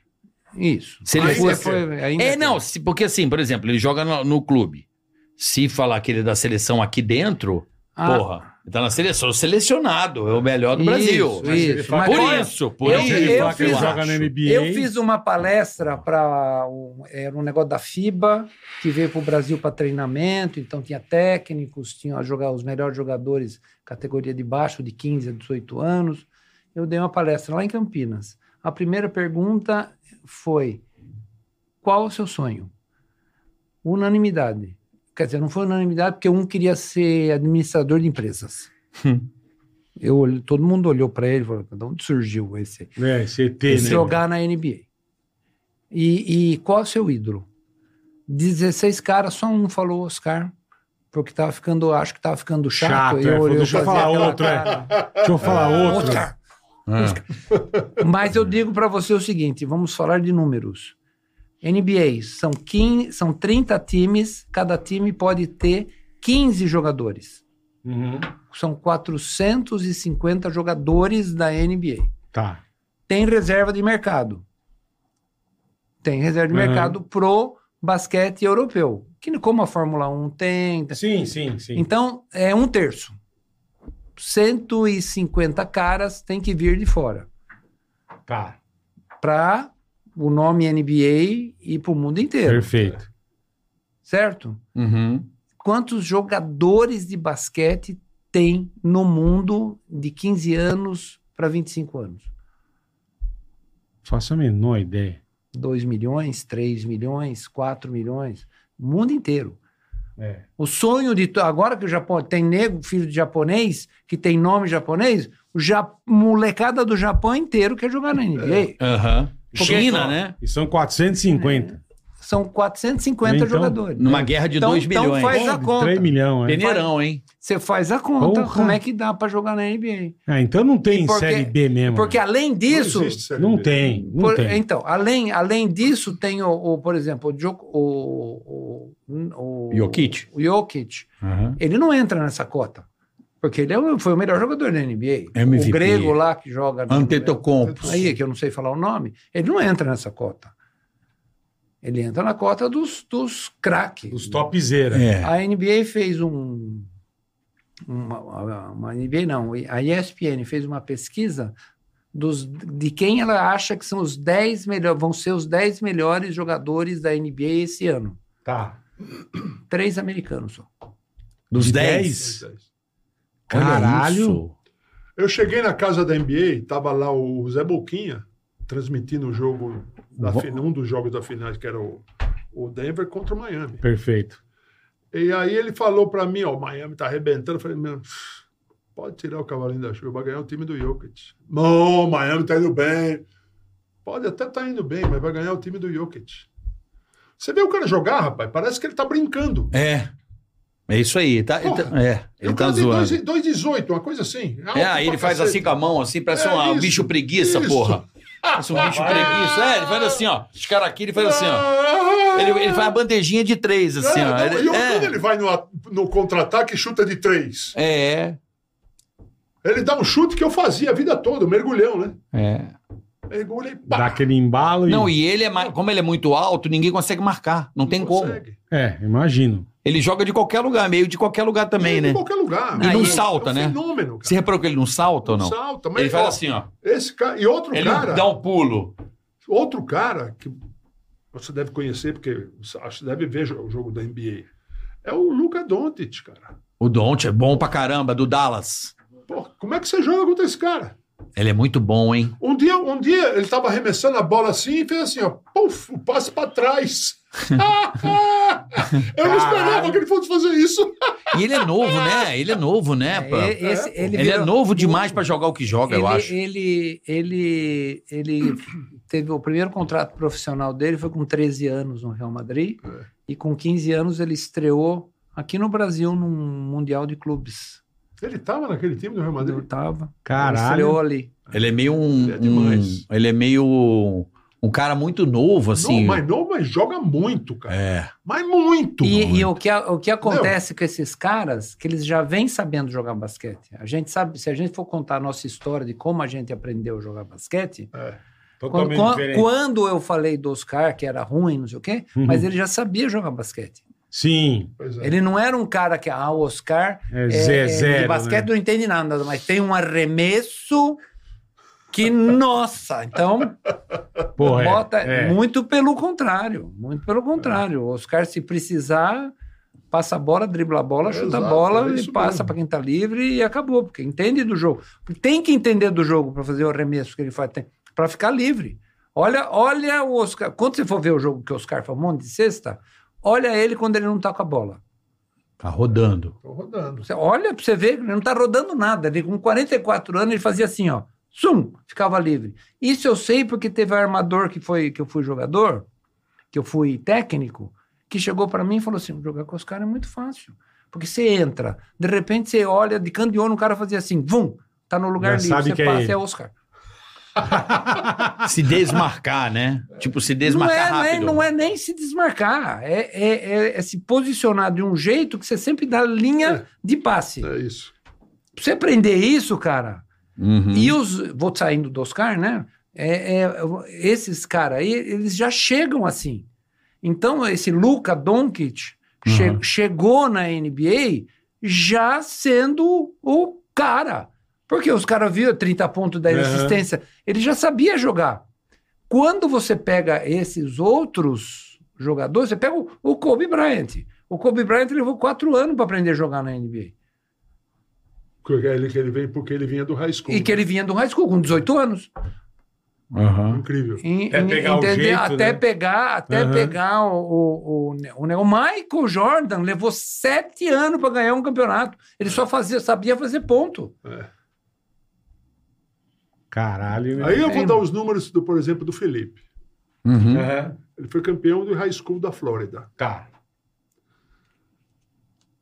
S5: Isso.
S3: Se ele
S5: Ainda
S3: fosse-
S5: ainda
S3: É,
S5: quer.
S3: não, se- porque assim, por exemplo, ele joga no, no clube. Se falar que ele é da seleção aqui dentro,
S5: Ah,
S3: porra, ele tá na seleção, selecionado, é o melhor do
S5: isso,
S3: Brasil.
S5: Isso.
S2: Mas
S3: Por
S5: olha,
S3: isso, por
S5: eu-
S2: Se
S3: isso.
S2: ele
S5: eu
S2: falar que ele
S5: fiz-
S2: joga na NBA.
S5: Eu fiz uma palestra para era um negócio da FIBA que veio para o Brasil para treinamento, então tinha técnicos, tinha a jogar os melhores jogadores categoria de baixo de 15 a 18 anos. Eu dei uma palestra lá em Campinas. A primeira pergunta foi: qual o seu sonho? Unanimidade. Quer dizer, não foi unanimidade porque um queria ser administrador de empresas. Eu, olhei- todo mundo olhou para ele e falou: de onde surgiu esse?
S2: É, CT,
S5: E
S2: né?
S5: jogar na NBA. E, e qual é o seu ídolo? 16 caras, só um falou Oscar, porque tava ficando, acho que tava ficando chato.
S2: Chato, é, falou, "Deixa eu
S5: fazia
S2: falar
S5: aquela
S2: outro, é."
S5: cara,
S2: Deixa eu falar outro.
S5: Oscar.
S3: Ah.
S5: Mas eu digo para você o seguinte, vamos falar de números. NBA, são, 15, são 30 times, cada time pode ter 15 jogadores.
S2: Uhum.
S5: São 450 jogadores da NBA.
S2: Tá.
S5: tem reserva de mercado. Tem reserva de
S2: Uhum.
S5: mercado pro basquete europeu, que como a Fórmula 1 tem. tá-
S2: Sim, sim, sim.
S5: Então, é um terço. 150 caras tem que vir de fora Então,
S2: Tá.
S5: para o nome NBA e para o mundo inteiro,
S2: Perfeito.
S5: certo?
S3: Uhum.
S5: Quantos jogadores de basquete tem no mundo de 15 anos para 25 anos?
S2: Faço a menor ideia.
S5: 2 milhões, 3 milhões, 4 milhões, o mundo inteiro.
S2: É.
S5: O sonho de. to- Agora que o Japão tem nego, filho de japonês, que tem nome japonês, o ja- molecada do Japão inteiro quer jogar na NBA.
S3: Aham.
S5: Porque- então
S3: China, né?
S2: E são 450.
S5: É. São 450
S2: Então,
S5: jogadores.
S3: Numa guerra de
S5: Então-
S3: 2
S5: então
S3: bilhões.
S5: faz- a conta.
S2: 3 milhões, é.
S3: Peneirão, hein?
S5: Você faz a conta
S2: Porra.
S5: como é que dá pra jogar na NBA.
S2: Ah, então não tem
S5: E porque-
S2: série B mesmo.
S5: Porque além disso.
S4: Não existe Série
S2: Não
S4: B.
S2: tem, não
S5: por-
S2: tem.
S5: Então, além, além disso, tem o, o, por exemplo, o, Djok- o, o, o,
S3: Jokic.
S5: o Jokic.
S3: Aham.
S5: Ele não entra nessa cota. Porque ele é o- foi o melhor jogador da NBA.
S3: MVP.
S5: O grego lá que joga. no-
S3: Antetokounmpo.
S5: Aí, é que eu não sei falar o nome, ele não entra nessa cota. Ele entra na cota dos, dos craques.
S2: Os topzera.
S3: É.
S5: A NBA fez um. Uma, uma NBA não, a ESPN fez uma pesquisa dos, de quem ela acha que são os 10 melhores, vão ser os 10 melhores jogadores da NBA esse ano.
S2: Tá.
S5: Três americanos só.
S3: Dos
S2: De
S3: 10.
S2: Caralho.
S4: Eu cheguei na casa da NBA, tava lá o Zé Boquinha transmitindo o jogo, da
S2: Vo-
S4: fina- um dos jogos da final, que era o, o Denver contra o Miami.
S2: Perfeito.
S4: E aí ele falou pra mim, ó, o Miami tá arrebentando. Eu falei, meu, pode tirar o cavalinho da chuva, vai ganhar o time do Jokic. Não, o Miami tá indo bem. Pode até tá indo bem, mas vai ganhar o time do Jokic. Você vê o cara jogar, rapaz, parece que ele tá brincando.
S3: É. É isso aí. Tá, ele tá-
S4: Porra.
S3: é. Ele
S4: o
S3: tá
S4: cara tem dois-
S3: zoando.
S4: 2,18, uma coisa assim. Alto
S3: É, aí ele
S4: pra
S3: faz
S4: cacete.
S3: assim com a mão, assim, parece
S4: É,
S3: uma- um
S4: isso,
S3: bicho preguiça,
S4: isso.
S3: porra. Parece um bicho preguiça. É, ele faz assim, ó. Os caras aqui, ele faz assim, ó. Ele, ele faz a bandejinha de três, assim,
S4: Ah, É,
S3: ó.
S4: não, e
S3: Ele,
S4: o- quando
S3: é.
S4: ele vai no, a- no contra-ataque, chuta de três.
S3: É,
S4: Ele dá um chute que eu fazia a vida toda, um mergulhão, né?
S3: é.
S4: Mergulha e
S2: Dá
S4: pá.
S2: aquele embalo e.
S3: Não, e ele é. ma- Como ele é muito alto, ninguém consegue marcar. Não tem como.
S4: consegue.
S2: É, imagino.
S3: Ele joga de qualquer lugar, meio de qualquer lugar também,
S4: Em
S3: né?
S4: é qualquer lugar.
S3: E não
S4: É,
S3: salta,
S4: é um
S3: né?
S4: fenômeno, cara.
S3: Você reparou que ele não salta ou não?
S4: Salta, mas
S3: Ele faz
S4: ó,
S3: assim, ó.
S4: Esse cara, e outro
S3: Ele
S4: cara,
S3: dá um pulo.
S4: Outro cara que você deve conhecer, porque você acho que deve ver o jogo da NBA, é o Luka Doncic, cara.
S6: O Don't é bom pra caramba, do Dallas.
S4: Pô, como é que você joga contra esse cara?
S6: Ele é muito bom, hein?
S4: Um dia, um dia ele estava arremessando a bola assim e fez assim, ó, puf, o passe para trás. Eu não esperava que ele fosse fazer isso.
S6: E ele é novo, né? Ele é novo, né? pá?
S5: É, esse- ele
S6: ele é
S5: virou-
S6: novo demais pra jogar o que joga, eu
S5: ele- é
S6: acho.
S5: Ele, ele, ele teve o primeiro contrato profissional dele foi com 13 anos no Real Madrid
S4: É.
S5: e com 15 anos ele estreou aqui no Brasil num mundial de clubes.
S4: Ele estava naquele time do Real
S5: Quando eu
S4: Madrid.
S5: tava, ele
S2: Caralho.
S5: estreou ali.
S6: Ele é meio um.
S4: É demais.
S6: um- ele é meio. Um cara muito novo, assim.
S4: Não,
S3: né?
S4: mas não, mas joga muito, cara.
S6: É.
S4: Mas muito.
S5: E, e o, que, a- o que acontece com esses caras, que eles já vêm sabendo jogar basquete. A gente sabe, se a gente for contar a nossa história de como a gente aprendeu a jogar basquete, quando,
S2: Totalmente
S5: quan-
S2: diferente.
S5: quando eu falei do Oscar, que era ruim, não sei o quê,
S2: Uhum.
S5: mas ele já sabia jogar basquete.
S2: Sim.
S4: Pois é.
S5: Ele não era um cara que, ah, o Oscar
S2: É,
S5: É,
S2: Zé,
S5: é,
S2: Zé.
S5: de basquete não entende nada, mas tem um arremesso que, nossa, então
S2: Porra, é,
S5: bota.
S2: é.
S5: Muito pelo contrário. Muito pelo contrário. O Oscar, se precisar, passa a bola, dribla a bola,
S4: É,
S5: chuta a
S4: exato,
S5: bola
S4: é
S5: e
S4: isso
S5: passa
S4: mesmo.
S5: para quem tá livre e acabou, porque entende do jogo. Porque Tem que entender do jogo para fazer o arremesso que ele faz, para ficar livre. Olha, olha o Oscar. Quando você for ver o jogo que o Oscar faz um monte de cesta, olha ele quando ele não tá com a bola.
S6: Tá rodando.
S4: Tô rodando.
S5: Você olha pra você ver, ele não tá rodando nada. Ele, com 44 anos, ele fazia assim, ó. Zum! Ficava livre. Isso eu sei porque teve armador que, foi, que eu fui jogador, que eu fui técnico, que chegou pra mim e falou assim: jogar com os caras é muito fácil. Porque você entra, de repente você olha, de canto de olho, o cara fazia assim, vum! Tá no lugar
S2: Já
S5: livre,
S2: sabe
S5: você
S2: que é
S5: passa, é,
S2: ele.
S5: Oscar.
S4: Ah.
S6: Se desmarcar, né? Tipo, se
S5: Não é,
S6: desmarcar
S5: não, é,
S6: rápido.
S5: não é nem se desmarcar, é, é- é- é se posicionar de um jeito que você sempre dá linha de passe. Pra
S4: É isso.
S5: você aprender isso, cara,
S6: Uhum.
S5: E os, vou saindo do Oscar, né? É, é, esses caras aí, eles já chegam assim. Então, esse Luca Doncic che-
S2: Uhum.
S5: chegou na NBA já sendo o cara. Porque os caras viram 30 pontos da
S2: Uhum.
S5: assistência, ele já sabia jogar. Quando você pega esses outros jogadores, você pega o, o Kobe Bryant. O Kobe Bryant levou quatro anos para aprender a jogar na NBA.
S4: Porque Ele, que ele veio porque ele vinha do high school.
S5: E que ele vinha do high school com 18 anos.
S6: Aham.
S4: Incrível.
S5: Em-
S2: Até
S5: em-
S2: pegar o jeito,
S5: até
S2: né?
S5: pegar, até
S2: Aham.
S5: pegar o, o, o, ne- o ne- o Michael Jordan levou sete anos para ganhar um campeonato. Ele só fazia, sabia fazer ponto.
S4: É.
S2: Caralho. né?
S4: Aí eu vou
S5: Entendo.
S4: dar os números, do, por exemplo, do Felipe.
S6: Uhum.
S2: Aham.
S4: Ele foi campeão do high school da Flórida.
S2: Tá.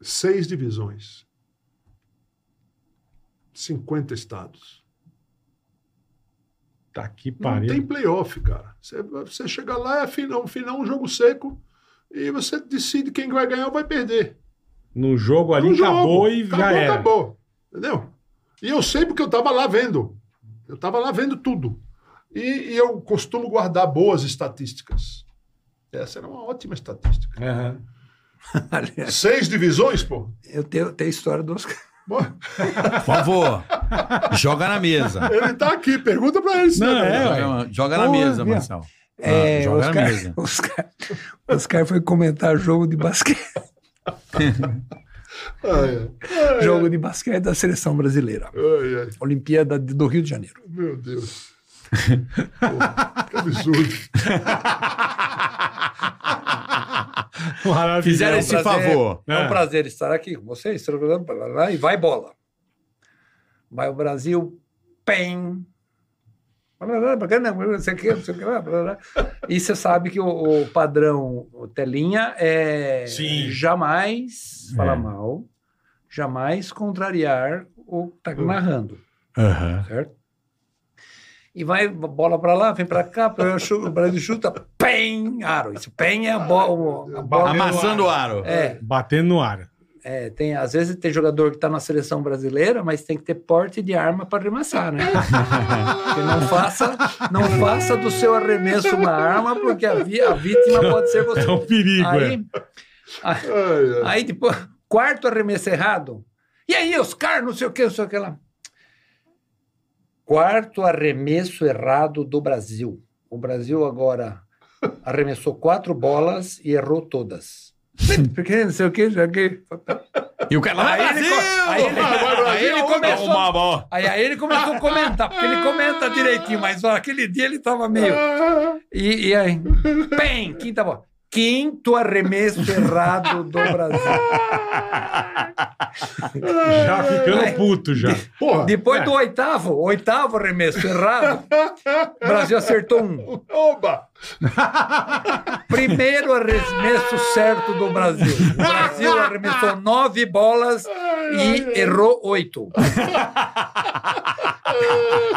S4: Seis divisões. 50 estados.
S2: Tá que
S4: Não
S2: pariu.
S4: tem playoff, cara. Você, você chega lá, é final, final, um jogo seco. E você decide quem vai ganhar ou vai perder.
S2: No jogo ali
S4: Um jogo.
S2: acabou e já
S4: acabou,
S2: era.
S4: acabou. Entendeu? E eu sei porque eu estava lá vendo. Eu estava lá vendo tudo. E, e eu costumo guardar boas estatísticas. Essa era uma ótima estatística.
S2: Aham.
S4: Seis divisões, pô.
S5: Eu tenho, tenho a história do Oscar.
S4: Bom,
S6: Por favor, joga na mesa.
S4: Ele tá aqui, pergunta pra ele. se
S2: Não,
S4: tá
S2: é,
S4: bem.
S2: ué.
S6: Joga na
S5: Porra,
S6: mesa,
S5: minha-
S6: Marcelo. Ah,
S5: É,
S6: joga na
S5: Oscar,
S6: mesa.
S5: Oscar, Oscar foi comentar jogo de basquete,
S2: é.
S4: Ai,
S5: jogo de basquete da seleção brasileira.
S4: ai, ai, ai,
S5: Olimpíada de- do Rio de Janeiro.
S4: meu Deus. Pô, que absurdo.
S2: Maravilhoso.
S6: Fizeram
S5: É um
S6: esse
S5: prazer-
S6: favor.
S5: É um
S2: É.
S5: prazer estar aqui com vocês. trocando blá, blá, blá, E vai bola. Vai o Brasil, PEM. Blá, blá, blá, bacana, não sei o quê, não sei o quê, blá, blá, blá. E você sabe que o, o padrão o telinha é
S2: Sim.
S5: jamais falar mal, jamais contrariar o que está narrando
S6: Aham.
S5: certo? E vai bola pra lá, vem pra cá, pra- chu- o Brasil chuta, PEM, aro. Isso, PEM é a, bo a bola.
S6: Amassando o aro.
S5: É,
S2: Batendo no ar.
S5: é, tem, às vezes tem jogador que tá na seleção brasileira, mas tem que ter porte de arma pra arremessar, né? Que não faça, não faça do seu arremesso uma arma, porque a, vi- a vítima pode ser você.
S2: É um perigo, é.
S5: Aí,
S4: Ai, ai.
S5: aí depois, quarto arremesso errado. E aí, Oscar, não sei o que, não sei o que lá. Quarto arremesso errado do Brasil.
S7: O Brasil agora arremessou quatro bolas e errou todas.
S5: Porque não sei o que, já que.
S3: E o cara lá,
S5: Aí ele
S3: Brasil!
S5: co- aí ele- aí ele começou-
S6: Arrumar a bola.
S5: Aí, aí ele começou a comentar, porque ele comenta direitinho, mas ó, aquele dia ele tava meio. E, e aí? Bem, quinta bola. Quinto arremesso errado do Brasil.
S2: é. Já ficando puto já.
S4: Porra!
S5: Depois do oitavo, oitavo arremesso errado, o Brasil acertou um.
S4: Oba!
S5: Primeiro arremesso certo do Brasil. O Brasil arremessou nove bolas e errou oito.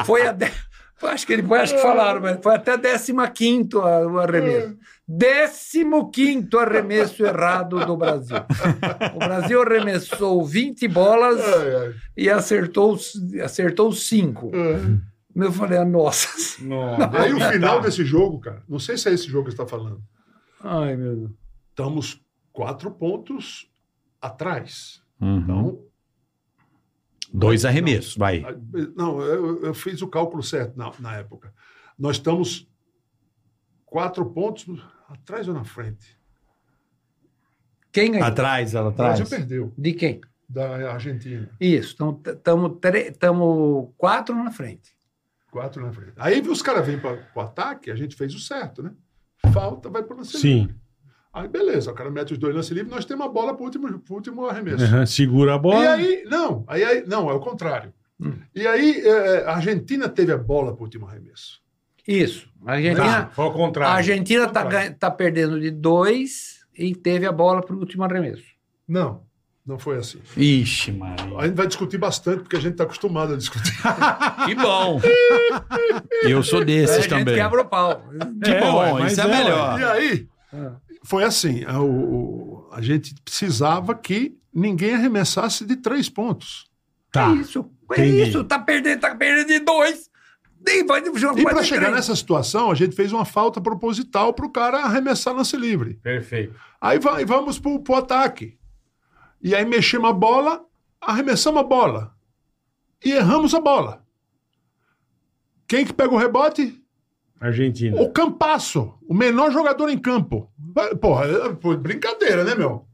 S5: Foi a. De... foi- Acho que ele foi- acho que falaram, mas foi até 15 o arremesso. 15 arremesso errado do Brasil. O Brasil arremessou 20 bolas
S4: Ai, ai.
S5: e acertou, acertou 5. Eu falei, ah, nossa.
S4: Aí o final desse jogo, cara, não sei se é esse jogo que você está falando.
S5: Ai, meu Deus.
S4: Estamos quatro pontos atrás.
S5: Uhum.
S4: Então,
S6: Dois arremessos, vai.
S4: a- não, eu, eu fiz o cálculo certo na, na época. Nós estamos quatro pontos atrás ou na frente?
S5: Quem ganhou?
S6: Atrás, ela
S4: O Brasil
S6: atrás.
S4: perdeu
S5: De quem?
S4: da Argentina.
S5: Isso, estamos quatro na frente.
S4: Quatro na frente. Aí os caras vêm para o ataque, a gente fez o certo, né? Falta, vai para o lance livre.
S2: Sim.
S4: Aí beleza, o cara mete os dois lance livre, nós temos a bola para o último, pro último arremesso.
S2: Aham, Segura a Uhum. bola. Hum.
S4: E aí, não, aí, aí- não, é o contrário. E aí, eh, a Argentina teve a bola para o último arremesso.
S5: Isso. A
S2: Tá,
S5: Argentina,
S2: foi ao
S5: a
S2: contrário.
S5: Argentina tá,
S4: Vai.
S5: ganha- tá perdendo de dois e teve a bola para o último arremesso.
S4: Não, não foi assim.
S3: Ixi, mano.
S4: A gente vai discutir bastante, porque a gente está acostumado a discutir.
S3: Que bom. Eu sou desses
S5: É, Então, a
S3: também.
S5: gente quebra o pau.
S3: Que
S2: É,
S3: bom,
S2: ué, mas
S3: isso é,
S2: é, ué.
S3: melhor.
S4: E aí,
S5: Ah.
S4: foi assim: a, o- o- a gente precisava que ninguém arremessasse de três pontos.
S2: Tá.
S5: É isso, é
S2: entendi.
S5: isso. Tá perdendo, tá perdendo de dois. Nem vai de jogo.
S4: E
S5: vai
S4: para
S5: de
S4: chegar
S5: três.
S4: nessa situação, a gente fez uma falta proposital para o cara arremessar lance livre.
S2: Perfeito.
S4: Aí vai, vamos pro, pro ataque. E aí mexemos a bola, arremessamos a bola. E erramos a bola. Quem que pega o rebote?
S2: Argentina.
S4: O Campasso, o menor jogador em campo. Vai- Porra, é- pô, brincadeira, né, meu?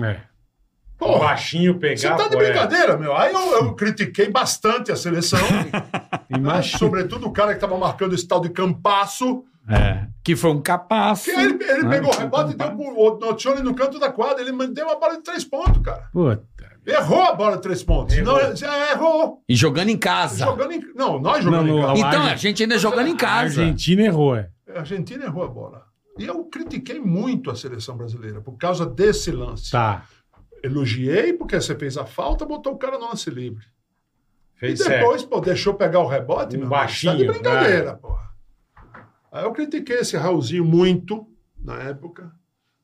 S2: É.
S4: Porra,
S2: Baixinho pegar.
S4: você tá de
S2: pô, é.
S4: brincadeira, meu? Aí eu, eu critiquei bastante a seleção, né?
S2: Imagina.
S4: sobretudo o cara que tava marcando esse tal de Campasso.
S6: É. Que foi um capaço.
S4: Que aí ele,
S2: Ah,
S4: ele pegou o rebote e deu pro outro Nocione no canto da quadra. Ele mandou uma bola de três pontos, cara.
S2: Puta.
S4: Errou a bola de três pontos.
S2: Errou.
S4: Não, já errou.
S3: E jogando em casa.
S4: Jogando em... Não, nós jogando
S2: Não,
S4: em
S2: não,
S4: casa.
S3: Então,
S2: Argen-
S3: a gente ainda jogando em
S2: A
S3: casa.
S2: Argentina errou, é.
S4: A Argentina errou a bola. E eu critiquei muito a seleção brasileira por causa desse lance.
S2: Tá.
S4: Elogiei porque você fez a falta, botou o cara no lance livre.
S2: Fez
S4: e
S2: certo.
S4: depois, pô, deixou pegar o rebote,
S2: Um
S4: meu
S2: baixinho, né?
S4: Tá de brincadeira, porra. Aí eu critiquei esse Raulzinho muito na época.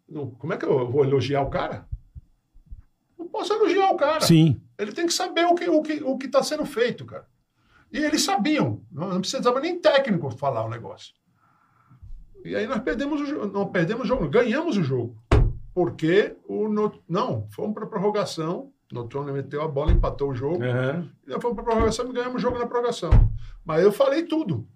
S4: Não, como é que eu vou elogiar o cara? Não posso elogiar o cara.
S2: Sim.
S4: Ele tem que saber o que o que o que está sendo feito, cara. E eles sabiam, não, não precisava nem técnico falar o negócio. E aí nós perdemos o jogo, não perdemos o jogo, ganhamos o jogo. Porque o no- não, fomos para prorrogação, Notrone meteu a bola, empatou o
S2: É.
S4: jogo,
S2: Aham.
S4: e nós fomos para prorrogação e ganhamos o jogo na prorrogação. Mas eu falei tudo.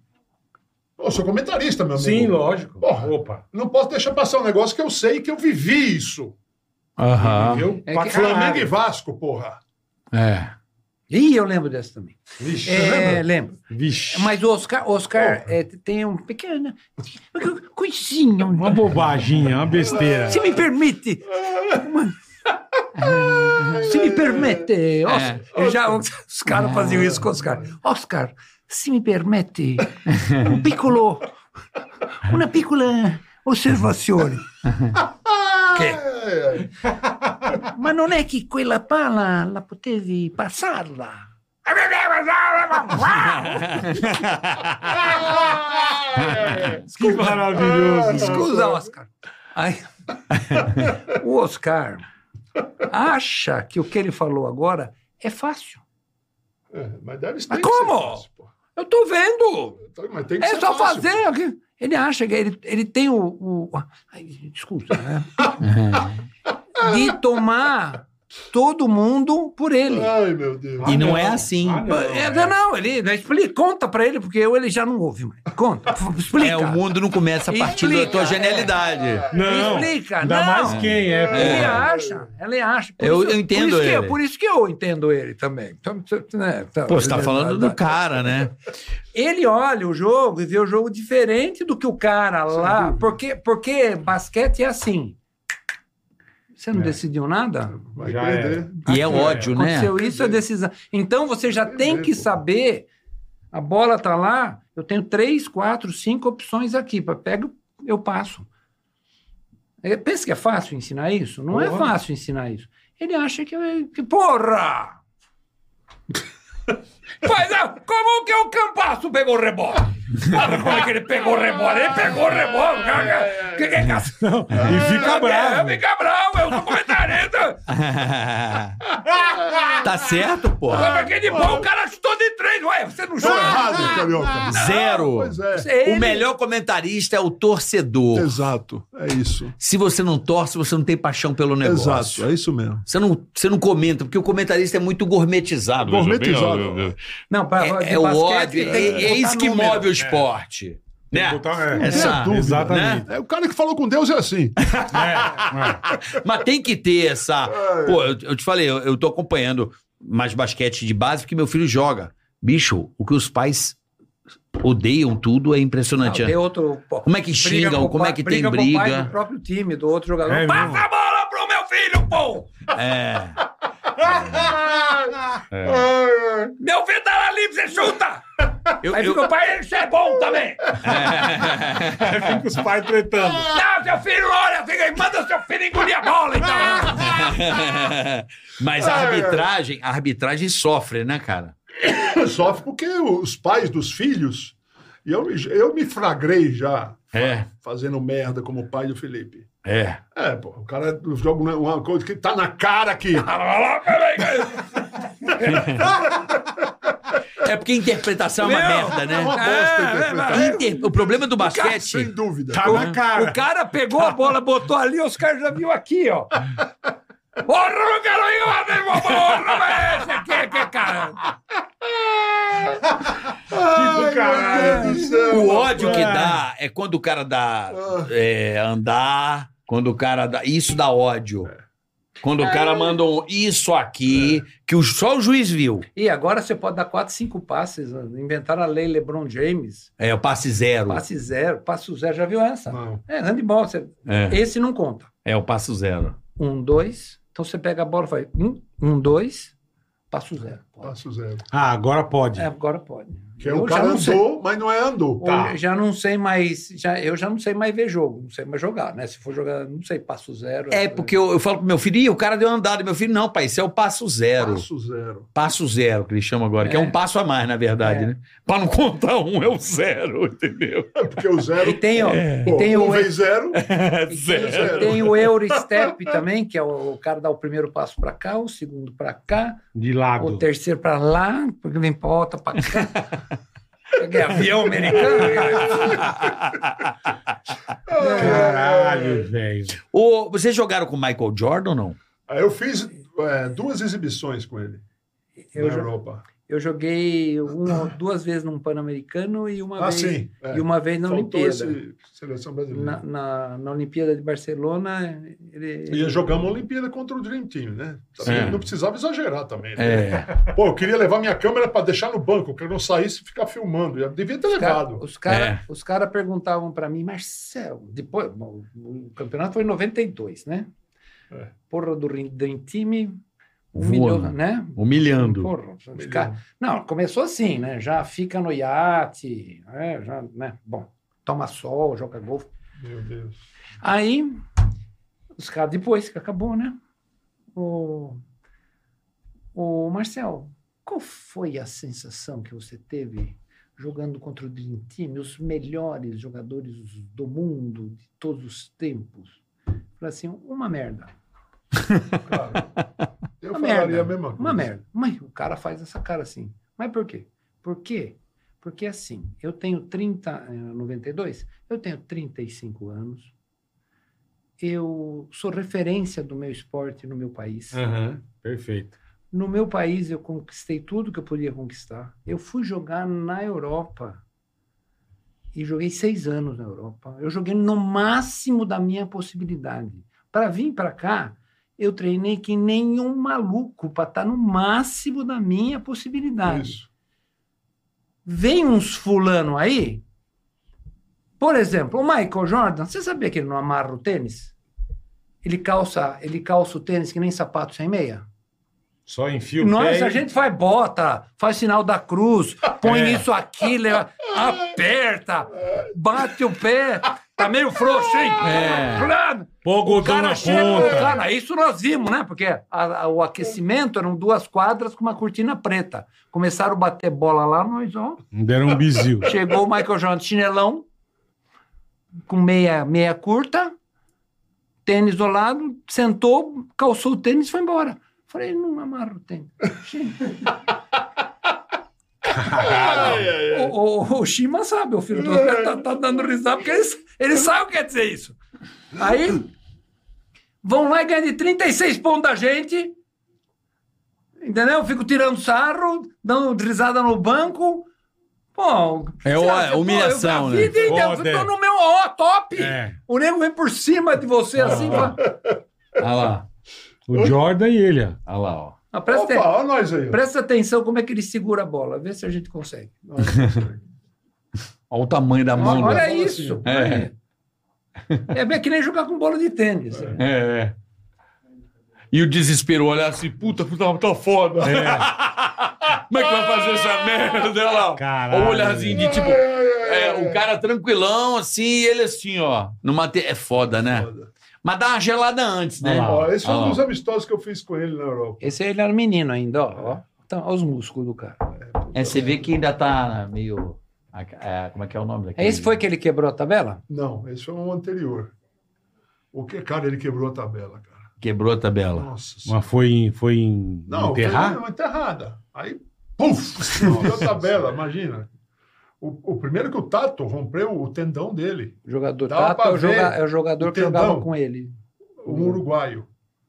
S4: Eu sou comentarista, meu amigo.
S2: Sim, lógico.
S4: Porra.
S2: Opa.
S4: Não posso deixar passar um negócio que eu sei que eu vivi isso.
S6: Aham.
S2: Viu?
S5: É
S2: Pra
S5: que-
S2: Flamengo.
S4: Flamengo e Vasco, porra.
S6: É.
S5: Ih, eu lembro dessa também.
S2: Vixe.
S5: É,
S2: lembra?
S5: lembro.
S2: Vixe.
S5: Mas o Oscar, Oscar é, tem um pequeno. Coisinha. um-
S2: Uma bobaginha, é uma besteira.
S5: Se me permite. Uma- Se me permite, Oscar. É, Eu já, os caras faziam isso com os caras. Oscar, se me permite, um piccolo, uma piccola osservazione.
S4: Ai, ai.
S5: Ma non è che quella pala la potevi passarla.
S2: Que
S5: Ah,
S2: maravilhoso.
S5: Escusa, Oscar. Aí, o Oscar acha que o que ele falou agora é fácil.
S4: É, mas deve
S5: Mas
S4: tem que
S5: como?
S4: ser fácil, pô.
S5: Eu tô vendo.
S4: Tá, Mas tem que
S5: É
S4: ser
S5: só
S4: fácil,
S5: fazer. aqui. Ele acha que ele, ele tem o. o- ai, desculpa. né? De tomar todo mundo por ele.
S4: Ai, meu Deus.
S3: E não é
S2: Ah,
S3: assim.
S2: Ah, não.
S5: É, não, não, ele, né, explica, conta pra ele, porque eu ele já não ouve mais. Conta, f- explica.
S3: É, o mundo não começa a partir da
S5: Explica,
S3: tua
S5: é.
S3: genialidade.
S2: Não,
S5: Explica,
S2: ainda
S5: não.
S2: mais quem é.
S5: Ele
S2: pô.
S5: acha, ele acha. Por
S3: Eu-
S5: isso-
S3: eu entendo
S5: por isso
S3: ele.
S5: Que, por isso que eu entendo ele também. Então, você- né, tá-
S3: Pô, você tá falando do cara, né?
S5: Ele olha o jogo e vê o jogo diferente do que o cara lá. Porque, porque basquete é assim. Você não
S2: É.
S5: decidiu nada?
S4: Vai
S2: Já
S4: perder.
S3: E é ódio, né?
S5: Aconteceu isso, é decisão. Então você já tem
S2: é.
S5: que saber. A bola tá lá, eu tenho três, quatro, cinco opções aqui. pra- Pego, eu passo. É, Pensa que é fácil ensinar isso? Não é
S2: Porra.
S5: fácil ensinar isso. Ele acha que. eu- que porra! Mas ah, como que o Campasso pegou o rebote? Sabe como é que ele pegou o rebote? Ele pegou o rebote. cara, Que que é cacete?
S2: Não, e
S5: Ah,
S2: fica bravo.
S5: Fica bravo, eu sou comentarista.
S3: tá certo, pô.
S5: Sabe aquele bom, o cara chutou de três. Ué, você não
S4: Tô
S5: chuta.
S4: é errado, Carioca. Ah,
S3: Zero.
S4: Pois é.
S5: Ele-
S3: O melhor comentarista é o torcedor.
S4: Exato. É isso.
S3: Se você não torce, você não tem paixão pelo Um negócio.
S4: Exato. É isso mesmo.
S3: Você não, você não comenta, porque o comentarista é muito gourmetizado.
S4: Gourmetizado.
S5: Não, pra, pra-
S3: É,
S5: de
S3: é o
S5: basquete,
S3: ódio.
S5: tem que
S3: É, é isso
S5: botar
S3: que
S5: número.
S3: move o esporte. Né?
S2: Botar- é,
S3: Essa-
S4: dúvida,
S2: Exatamente.
S4: É, o cara que falou com Deus é assim.
S3: Mas tem que ter essa. Pô, eu, eu te falei, eu, eu tô acompanhando mais basquete de base porque meu filho joga. Bicho, o que os pais odeiam tudo é
S5: Não,
S3: impressionante.
S5: tem
S3: né?
S5: outro. pô,
S3: Como é que
S5: Ah, briga
S3: xingam,
S5: com
S3: como
S5: o pai-
S3: é que tem
S5: com o pai
S3: briga.
S5: do próprio time, do outro jogador.
S2: É
S5: Passa
S2: mesmo?
S5: a bola pro meu filho, pô!
S3: É.
S2: é.
S5: Meu filho tá lá livre, você chuta!
S3: Eu-
S5: Aí
S3: eu-
S5: fica o pai, isso é bom também!
S3: é.
S2: Aí É, fica os pais tretando.
S5: Não, seu filho, olha, fica aí, manda seu filho engolir a bola, então!
S3: Mas a arbitragem, a arbitragem sofre, né, cara?
S4: Sofre porque os pais dos filhos. E eu, me- eu me fragrei já
S3: É,
S4: fazendo merda como pai do Felipe.
S3: é.
S4: É, pô, o cara joga uma coisa que tá na cara aqui.
S3: É porque a interpretação é uma merda,
S4: É uma
S3: né?
S4: bosta interpretar.
S3: Inter- O problema do
S4: Sem
S3: basquete.
S4: dúvida.
S2: Tá na cara.
S5: O cara pegou a bola, botou ali, os caras já viu aqui, ó. Porra, meu garoto, meu irmão, porra, esse aqui, é que cara.
S4: Ai, Ah, meu
S2: caralho.
S4: Deus do céu.
S3: O ódio que dá é quando o cara dá é, andar, quando o cara dá. Isso dá ódio. Quando o cara manda um isso aqui, que o- só o juiz viu.
S5: E agora você pode dar 4, 5 passes. né? Inventaram a lei LeBron James.
S3: É o passe zero.
S5: Passe zero, passo zero. Já viu essa?
S4: Não.
S5: É, handball. Você...
S3: É,
S5: Esse não conta.
S3: é o passo zero.
S5: Um, dois. Então você pega a bola e faz um, um dois, passo zero. Pode.
S4: Passo zero.
S2: Ah, agora pode.
S5: É, agora pode.
S4: Que é
S5: Eu
S4: o
S5: já
S4: cara
S5: não sei.
S4: andou, mas não é andou.
S5: Ou Já não sei mais, já, eu já não sei mais ver jogo, não sei mais jogar, né? Se for jogar, não sei, passo zero.
S3: É, porque eu, eu falo pro meu filho, Ih, o cara deu andada. Meu filho, não, pai, isso é o passo zero.
S4: Passo zero.
S3: Passo zero, que eles chamam agora, que é
S5: É.
S3: um passo a mais, na verdade,
S5: É.
S3: né? Pra não contar um, é o zero, entendeu?
S4: É porque o zero.
S5: E tem, ó,
S4: pô,
S5: e tem
S4: um
S5: o,
S4: vez zero.
S5: e
S4: zero.
S5: tem, e tem o Eurostep também, que é o, o cara dá o primeiro passo pra cá, o segundo pra cá,
S2: De lado.
S5: o terceiro pra lá, porque vem volta pra cá. Peguei avião americano. cara.
S2: Caralho, velho.
S3: Ô, vocês jogaram com o Michael Jordan ou não?
S4: Aí eu fiz é, duas exibições com ele
S5: Eu
S4: na
S5: jo-
S4: Europa.
S5: Eu joguei uma, duas vezes num Pan-Americano e uma
S4: Ah,
S5: vez
S4: sim. É.
S5: e uma vez na
S4: Faltou
S5: Olimpíada.
S4: esse seleção brasileira.
S5: Na, na, na Olimpíada de Barcelona, ele
S4: E jogamos a Olimpíada contra o Dream Team, né? Também
S3: É.
S4: Não precisava exagerar também. né?
S3: É.
S4: Pô, eu queria levar minha câmera para deixar no banco, que eu não saísse e ficar filmando. Eu devia ter
S5: os cara-
S4: levado.
S5: os caras os cara perguntavam para mim, Marcelo, depois, bom, o campeonato foi em 92, né?
S4: É.
S5: Porra do Rin- Dream Team,
S3: Voa,
S5: humilhou,
S3: né?
S5: né?
S3: Humilhando.
S5: Porra, os cara- Não, começou assim, né? Já fica no iate, né? já, né? Bom, toma sol, joga golfe.
S4: Meu Deus.
S5: Aí, os caras, depois que acabou, né? O, o Marcel, qual foi a sensação que você teve jogando contra o Dream Team, os melhores jogadores do mundo de todos os tempos? Eu Falei assim, uma merda,
S4: Cara, eu
S5: Uma
S4: falaria
S5: merda.
S4: a mesma coisa.
S5: uma merda. Mas o cara faz essa cara assim. Mas por quê? Por quê? Porque assim, eu tenho 30, eh, 92, eu tenho 35 anos, eu sou referência do meu esporte no meu país.
S2: Aham, perfeito.
S5: No meu país, eu conquistei tudo que eu podia conquistar. Eu fui jogar na Europa e joguei seis anos na Europa. Eu joguei no máximo da minha possibilidade. Para vir para cá, eu treinei que nem um maluco para estar no máximo da minha possibilidade.
S4: Isso.
S5: Vem uns fulano aí, por exemplo, o Michael Jordan, você sabia que ele não amarra o tênis? Ele calça, ele calça o tênis que nem sapato sem meia?
S2: Só enfio o
S5: Nossa,
S2: pé
S5: a
S2: e-
S5: gente faz bota, faz sinal da cruz, põe
S2: É.
S5: isso aqui, leva- aperta, bate o pé. Tá meio frouxo, hein?
S3: É.
S5: Claro.
S2: Pô,
S5: O
S2: Godão
S5: cara
S2: na
S5: chega,
S2: ponta.
S5: cara, isso nós vimos, né? Porque a- a- o aquecimento eram duas quadras com uma cortina preta. Começaram a bater bola lá, nós, ó,
S2: Deram um bizil.
S5: Chegou o Michael Jordan, chinelão, com meia, meia curta, tênis do lado, sentou, calçou o tênis e foi embora. Falei, não amarra o tênis. Gente,
S4: Ai, ai, ai.
S5: o, o, o Shima sabe, o filho do Oscar tá, tá dando risada, porque ele, ele sabe o que quer dizer isso. Aí, vão lá e ganham de 36 pontos da gente, entendeu? Fico tirando sarro, dando risada no banco. Pô,
S3: É
S5: Você
S3: o-
S5: acha, pô,
S3: humilhação,
S5: eu, a
S3: né?
S5: vida inteira,
S2: Foda.
S5: eu tô no meu ó, top.
S2: É.
S5: O nego vem por cima de você assim. fala-
S3: Olha Ah lá.
S2: O Jordan e ele, ó.
S3: Olha lá, ó.
S5: Ah, presta,
S4: Opa,
S5: aten-
S4: olha nós aí. ó.
S5: presta atenção como é que ele segura a bola. Vê se a gente consegue.
S3: Olha o tamanho da
S5: Olha,
S3: manga.
S4: bola
S5: isso.
S3: assim, ó.
S5: É. É bem que nem jogar com bola de tênis. né?
S3: É, é. E o desespero, olhar assim, puta, puta, tá foda. Como é que vai fazer essa merda? Olha lá. ó.
S2: Caralho.
S3: Ou o olharzinho de tipo.
S4: Ai, ai, ai,
S3: É,
S4: ai.
S3: o cara tranquilão, assim, e ele assim, ó. Numa te... É foda, né?
S4: Foda.
S3: Mas dá uma gelada antes, né?
S2: Olha lá.
S4: Ó, esse foi
S3: Olha
S4: um
S3: lá.
S4: dos amistosos que eu fiz com ele na Europa.
S5: Esse ele era um menino ainda, ó.
S4: É.
S5: ó. Então, olha os músculos do cara.
S8: É, você vê que ainda tá meio. a- é, como é que é o nome daquele?
S5: Esse foi que ele quebrou a tabela?
S4: Não, esse foi um anterior. O que, cara, ele quebrou a tabela, cara.
S3: Quebrou a tabela.
S4: Nossa senhora.
S2: Mas foi em, foi em
S4: Não,
S2: enterrar?
S4: foi uma enterrada. Aí, puf, rompeu a tabela, imagina. O, o primeiro que o Tato rompeu o tendão dele,
S5: O jogador
S4: Dá
S5: Tato
S4: pra
S5: é o, joga-
S4: ver
S5: é o jogador
S4: o
S5: que jogava
S4: tendão.
S5: com ele.
S4: um
S3: Hum.
S4: uruguaio.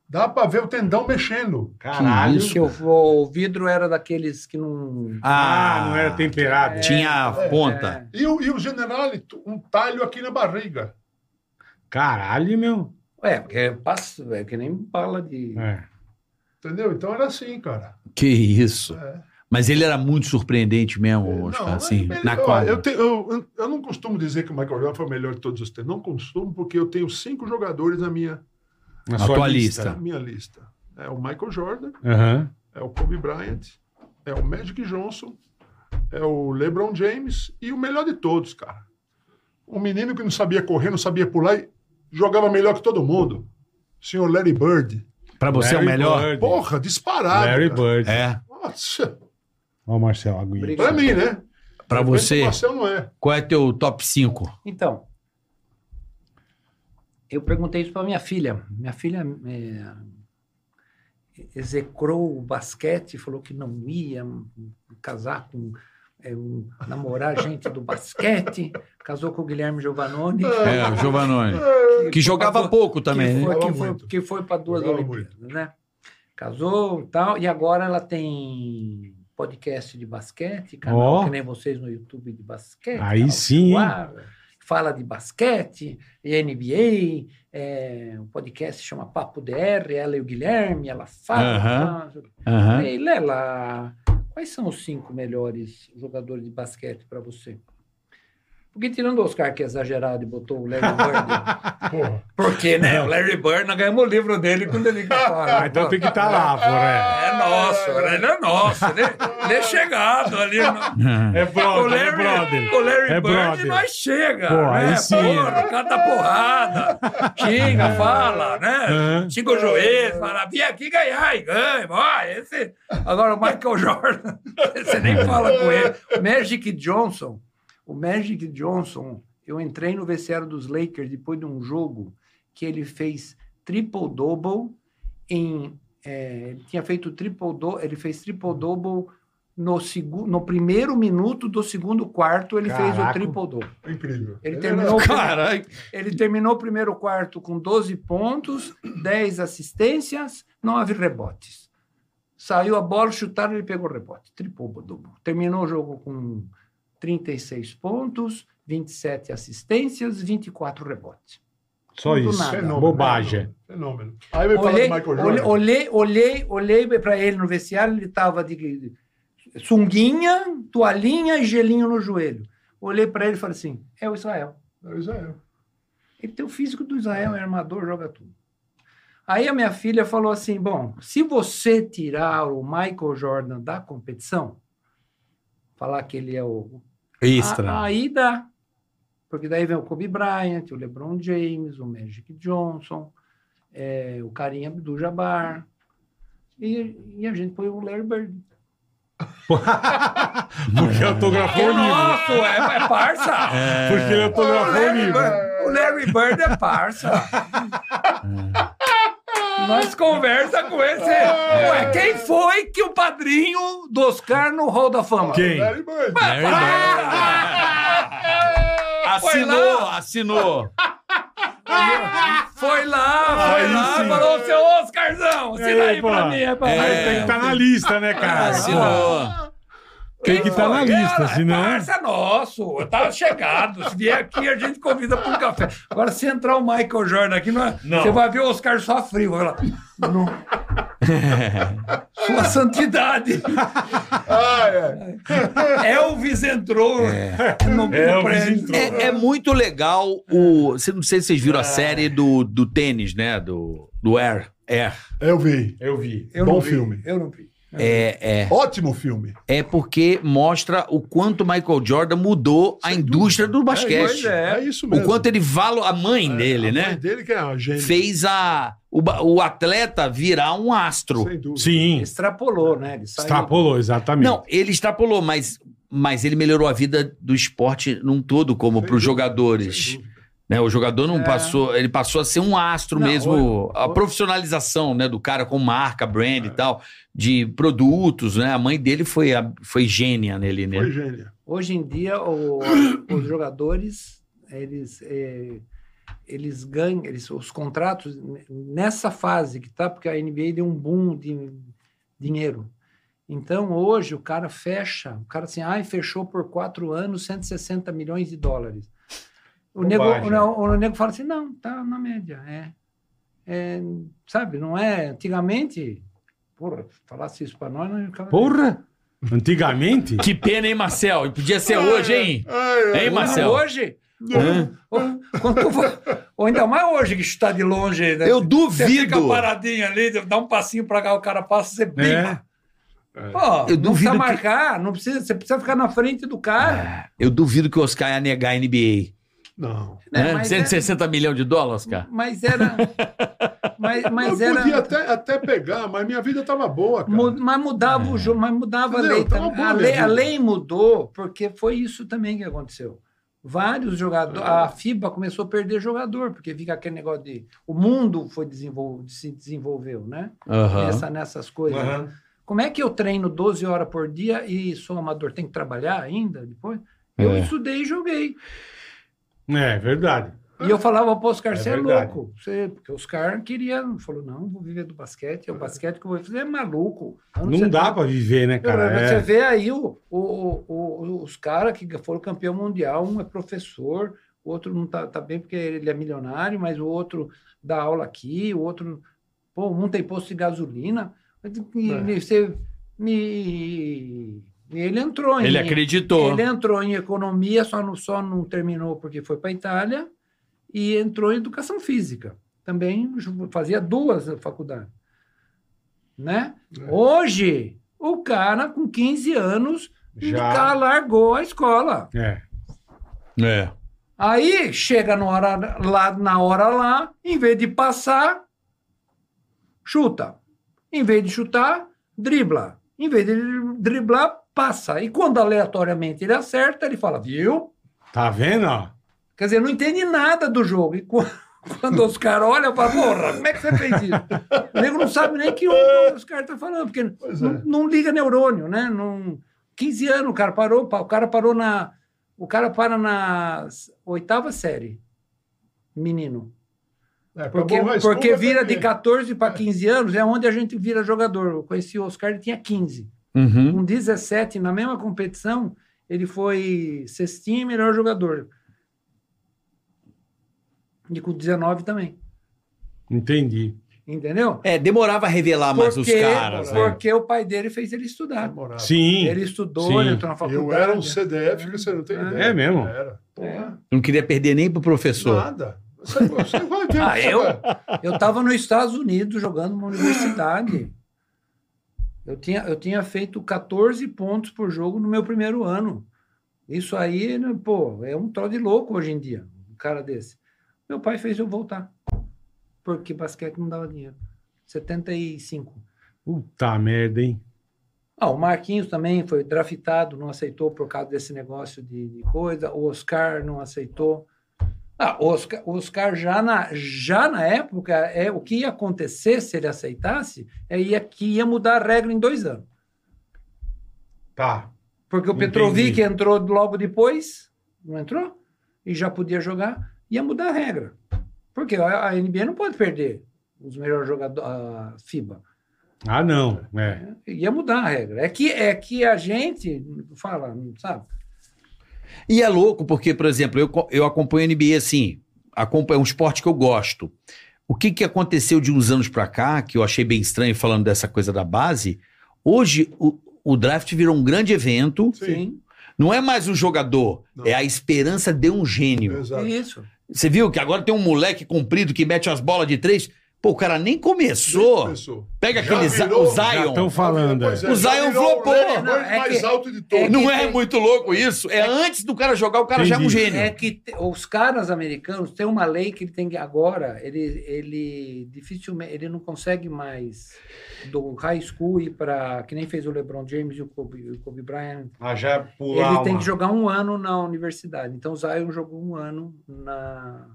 S4: Dá pra ver o tendão mexendo.
S2: Caralho.
S5: Que eu- o vidro era daqueles que não. é,
S2: Ah, não era temperado.
S3: Tinha a ponta.
S4: E o, e o general, um talho aqui na barriga.
S2: Caralho, meu.
S5: É, é porque é, passo, é que nem bala de.
S2: É.
S4: Entendeu? Então era assim, cara.
S3: Que isso.
S4: É.
S3: Mas ele era muito surpreendente mesmo, Oscar,
S4: Não,
S3: assim,
S4: ele-
S3: na
S4: ó,
S3: quadra.
S4: Eu, tenho- eu- eu não costumo dizer que o Michael Jordan foi o melhor de todos os tempos. Não costumo, porque eu tenho cinco jogadores na minha,
S3: Na
S2: Na sua
S3: tua
S4: na
S3: lista.
S4: minha lista. É o Michael Jordan,
S2: Aham.
S4: é o Kobe Bryant, é o Magic Johnson, é o LeBron James e o melhor de todos, cara. Um menino que não sabia correr, não sabia pular e jogava melhor que todo mundo. Senhor Larry Bird.
S3: Pra você é o
S2: Larry
S3: melhor?
S2: Bird.
S4: Porra, disparado.
S2: Larry
S4: cara.
S2: Bird.
S3: É.
S4: Nossa,
S2: Ó, o Marcelo Aguinha.
S4: pra mim, né?
S3: Pra
S4: Mas
S3: você,
S4: O Marcel não é.
S3: qual é teu top 5?
S5: Então, eu perguntei isso para minha filha. Minha filha é, execrou o basquete, falou que não ia casar com é, um- namorar gente do basquete, casou com o Guilherme Giovanoni.
S3: É, o Giovanni.
S5: que
S3: Que
S5: foi
S3: jogava
S5: pra du-
S3: pouco também,
S5: que
S3: né?
S5: foi,
S4: Jogava
S5: que foi,
S4: muito.
S5: que foi para duas
S4: Jogava
S5: Olimpíadas, né? Casou e tal, e agora ela tem podcast de basquete, canal
S2: Ó.
S5: que nem vocês no YouTube de basquete.
S2: Aí
S5: canal
S2: sim, hein?
S5: Uau, Fala de basquete, e NBA, é, um podcast chama Papo DR, ela e o Guilherme, ela fala.
S3: Aham. Aham.
S5: Ei, Lela, quais são os cinco melhores jogadores de basquete para você? Porque tirando o Oscar, que é exagerado, e botou o Larry Bird.
S4: Porra.
S5: Porque, né? O Larry Bird, nós ganhamos o livro dele quando ele
S2: Ah,
S5: fala.
S2: então tem Ah. que estar lá, porra.
S5: É nosso, ele é nosso. Ele, ele é chegado ali. no-
S2: É, é
S5: O
S2: brother, é
S5: Larry,
S2: brother.
S5: o Larry
S2: É
S5: Bird,
S2: brother.
S5: nós chega.
S2: Pô,
S5: né?
S2: aí sim,
S5: Porra, o cara dá porrada. Xinga, fala, né?
S2: Aham.
S5: Cinco joelhos, fala, vem aqui ganhar e ganha, vai. Esse... Agora o Michael Jordan, você nem fala com ele. O Magic Johnson, o Magic Johnson, eu entrei no vestiário dos Lakers depois de um jogo que ele fez é, triple-double em... eh, ele tinha feito triple-double, ele fez triple-double No, segu... no primeiro minuto do segundo quarto, ele fez o
S2: Caraca.
S5: triple double.
S4: É Incrível. é
S5: Ele
S4: era-
S5: terminou, o prime-
S3: Caralho.
S5: ele terminou o primeiro quarto com 12 pontos, 10 assistências, 9 rebotes. Saiu a bola, chutaram, ele pegou o rebote. Triple double. Terminou o jogo com 36 pontos, 27 assistências, 24 rebotes.
S2: Só
S5: do
S2: isso.
S5: nada.
S4: Fenômeno,
S2: Bobagem.
S4: Fenômeno. Aí vai falar do
S5: olhei,
S4: Michael
S5: olhe-
S4: Jordan.
S5: olhei, olhei, olhei, para ele no vestiário, ele tava de de sunguinha, toalhinha e gelinho no joelho. Olhei para ele e falei assim: é o Israel.
S4: É o Israel.
S5: Ele tem o físico do Israel, é armador, joga tudo. Aí a minha filha falou assim: bom, se você tirar o Michael Jordan da competição, falar que ele é o. A- aí dá. Porque daí vem o Kobe Bryant, o LeBron James, o Magic Johnson, eh, o Karim Abdul-Jabbar. E, e a gente põe o Larry Bird.
S2: Porque autografou o livro.
S5: nosso, é, é parça!
S2: Ah, Porque ele autografou
S5: É.
S2: o livro.
S5: Bird- o Larry Bird é parça. Nós conversa com esse.
S2: É.
S5: Ué, quem foi que o padrinho do Oscar no Hall da Fama?
S2: Quem?
S4: Larry Bird.
S3: Larry
S5: Ah!
S3: Bird. Assinou, assinou.
S5: Foi lá, foi
S2: Aí
S5: lá,
S2: sim.
S5: falou, seu Oscarzão, assina aí
S2: Epa.
S5: pra mim. É, Ah, pra
S2: Aí
S5: mim."
S2: tem que estar na lista, né, cara?
S3: Assinou.
S2: Tem que estar Tá na
S5: Ela
S2: lista, assim, né? senão.
S5: É parça nosso, tá chegado. Se vier aqui, a gente convida para um café. Agora, se entrar o Michael Jordan aqui, não é- você vai ver o Oscar só frio. Vai lá. Não. Sua santidade.
S4: Ah, é.
S5: Elvis entrou no, no
S2: É. Elvis
S5: prédio.
S2: entrou.
S3: É, é muito legal o. cê- Não sei se vocês viram a série do, do tênis, né? Do, do Air. Air.
S4: Eu vi.
S2: Eu vi.
S5: Eu
S4: Bom
S5: não vi,
S4: filme.
S5: Eu não vi.
S3: É, é.
S4: Ótimo filme.
S3: É porque mostra o quanto Michael Jordan mudou a indústria do basquete.
S4: É, isso mesmo.
S3: O quanto ele valo a mãe dele,
S4: É, a
S3: né?
S4: Mãe dele que é a gênia.
S3: Fez a, o, ba- o atleta virar um astro.
S4: Sem dúvida.
S2: Sim,
S5: Extrapolou, né? Ele saiu-
S2: extrapolou, exatamente.
S3: Não, ele extrapolou, mas, mas ele melhorou a vida do esporte num todo, como
S4: Sem
S3: para os
S4: dúvida,
S3: jogadores.
S4: sem dúvida.
S3: Né? O jogador não
S5: É.
S3: passou, ele passou a ser um astro
S5: Não,
S3: mesmo.
S5: olha,
S3: a
S5: olha.
S3: profissionalização né, do cara com marca, brand
S4: É.
S3: e tal, de produtos, né? A mãe dele foi, a- foi gênia nele, né?
S4: Foi gênia.
S5: Hoje em dia, o- os jogadores, eles, eh, eles ganham, eles, os contratos, n- nessa fase que está, porque a NBA deu um boom de dinheiro. Então, hoje, o cara fecha, o cara assim, ai, fechou por quatro anos 160 milhões de dólares. O nego,
S2: Bobagem.
S5: o, não- o nego fala assim, não, tá na média, é. É, sabe, não é, antigamente, porra, falasse isso para nós, não ficava...
S2: Porra! Antigamente?
S3: Que pena, hein, Marcel? E Podia ser hoje, hein?
S4: Ai, ai.
S3: Hein, Marcel?
S5: É. Hoje,
S2: né?
S5: Ou- quando tu vai- ou ainda mais hoje que está de longe, né?
S3: Eu
S5: Você fica
S3: duvido.
S5: paradinho ali, dá um passinho pra cá, o cara passa, você
S2: É.
S5: bimba. Pô,
S3: Eu
S5: não
S3: duvido
S5: precisa
S3: que-
S5: marcar, não precisa, você precisa ficar na frente do cara.
S3: Eu duvido que o Oscar ia negar a NBA.
S4: Não.
S5: né?
S3: né?
S5: Mas, era,
S3: 160 milhões de dólares, cara.
S5: mas era. Mas, mas
S4: eu
S5: era.
S4: podia até, até pegar, mas minha vida tava boa, cara.
S5: mu- Mas mudava o jogo, mas mudava a
S4: É. Entendeu?
S5: lei
S4: Tá uma
S5: também.
S4: boa
S5: a, lei, a
S4: medida.
S5: lei mudou, porque foi isso também que aconteceu. Vários
S2: É.
S5: jogadores. A FIBA começou a perder jogador, porque fica aquele negócio de. O mundo foi desenvol- se desenvolveu, né?
S3: Aham.
S5: nessa- nessas coisas.
S2: Aham.
S5: Como é que eu treino 12 horas por dia e sou amador? Tem que trabalhar ainda depois? Eu
S3: É.
S5: estudei e joguei.
S2: É verdade.
S5: E eu falava pro Oscar,
S2: É
S5: você é,
S2: verdade.
S5: louco. Você, porque o Oscar queria, falou, não, vou viver do basquete, é o basquete que eu vou fazer, é maluco. Onde
S2: Não
S5: você
S2: dá
S5: tá?
S2: pra viver, né, cara?
S5: Você
S2: É.
S5: vê aí o, o- o- o- os caras que foram campeão mundial, um é professor, o outro não tá, tá bem porque ele é milionário, mas o outro dá aula aqui, o outro. Pô, um tem posto de gasolina. E,
S4: É.
S5: e você- e- e ele entrou
S3: Ele
S5: em,
S3: acreditou.
S5: ele entrou em economia, só não, só não terminou porque foi para a Itália, e entrou em educação física. Também ju- fazia duas faculdades. Né?
S4: É.
S5: Hoje, o cara com 15 anos já
S2: Já.
S5: largou a escola.
S2: É.
S3: É.
S5: Aí chega na hora lá, na hora lá, em vez de passar, chuta. Em vez de chutar, dribla. Em vez de driblar, passa. E quando aleatoriamente ele acerta, ele fala, viu?
S2: Tá vendo, ó?
S5: Quer dizer, não entende nada do jogo. E qu- quando os caras olham, falam, porra, como é que você fez isso? O nego não sabe nem que o- os caras estão falando, porque
S4: Pois
S5: não,
S4: é.
S5: não liga neurônio, né? Não, 15 anos, o cara parou, pa- o cara parou na. O cara para na s- oitava série. Menino.
S4: É, pra
S5: Porque,
S4: borrar a escova
S5: porque
S4: é
S5: vira de
S4: também.
S5: 14 para 15 anos é onde a gente vira jogador. Eu conheci o Oscar, ele tinha 15.
S9: Uhum.
S5: Com 17, na mesma competição, ele foi sextinho e melhor jogador. E com 19 também.
S2: Entendi.
S5: Entendeu?
S3: É, demorava a revelar mais os
S5: Porque,
S3: caras. né?
S5: porque o pai dele fez ele estudar.
S4: Demorava.
S2: Sim.
S5: Tá. Ele estudou,
S2: Sim.
S5: ele entrou na faculdade.
S4: Eu era um CDF que você não tem
S5: É.
S4: ideia.
S2: É mesmo?
S4: Era. Porra,
S3: Não queria perder nem pro professor.
S4: nada. Você, você vai ver.
S5: Ah,
S4: você
S5: eu?
S4: vai-
S5: Eu estava nos Estados Unidos jogando numa universidade. Eu tinha, eu tinha feito 14 pontos por jogo no meu primeiro ano. Isso aí, né, pô, é um troço de louco hoje em dia, um cara desse. Meu pai fez eu voltar, porque basquete não dava dinheiro. 75.
S2: Puta merda, hein?
S5: Ah, o Marquinhos também foi draftado, não aceitou por causa desse negócio de, de coisa. O Oscar não aceitou. Ah, o Oscar, o Oscar já, na, já na época, é, o que ia acontecer se ele aceitasse é ia, que ia mudar a regra em dois anos.
S2: Tá.
S5: Porque o
S2: Entendi.
S5: Petrovic entrou logo depois, não entrou? E já podia jogar, ia mudar a regra. Porque a, a NBA não pode perder os melhores jogadores, a FIBA.
S2: Ah, não. É.
S5: Ia mudar a regra. É que, é que a gente fala, sabe?
S3: E é louco, porque, por exemplo, eu, co- eu acompanho a NBA assim, acompanho, é um esporte que eu gosto. O que, que aconteceu de uns anos pra cá, que eu achei bem estranho falando dessa coisa da base, hoje o, o draft virou um grande evento.
S5: Sim.
S3: Não é mais um jogador,
S4: Não.
S3: é a esperança de um gênio.
S4: Exato.
S5: Isso.
S3: Você viu que agora tem um moleque comprido que mete as bolas de três. Pô, o cara nem começou.
S4: Pessoa.
S3: Pega
S4: Já
S3: aquele Za-
S4: virou,
S3: o
S4: já
S2: Já
S3: Zion.
S2: estão falando.
S4: Pois
S2: é.
S3: O Zion
S4: já virou
S3: flopou.
S4: O
S5: Não, é
S4: mais
S5: que-
S4: alto de todos.
S5: é que-
S3: Não é
S5: tem-
S3: muito louco isso? É antes do cara jogar, o cara já é um
S2: Entendi.
S3: gênio.
S5: É que te- os caras americanos têm uma lei que ele tem que agora, ele, ele dificilmente, ele não consegue mais do high school ir para, que nem fez o LeBron James e o Kobe, o Kobe Bryant,
S2: Ah, já é
S5: Ele
S2: pular
S5: tem
S2: uma-
S5: que jogar um ano na universidade. Então o Zion jogou um ano na.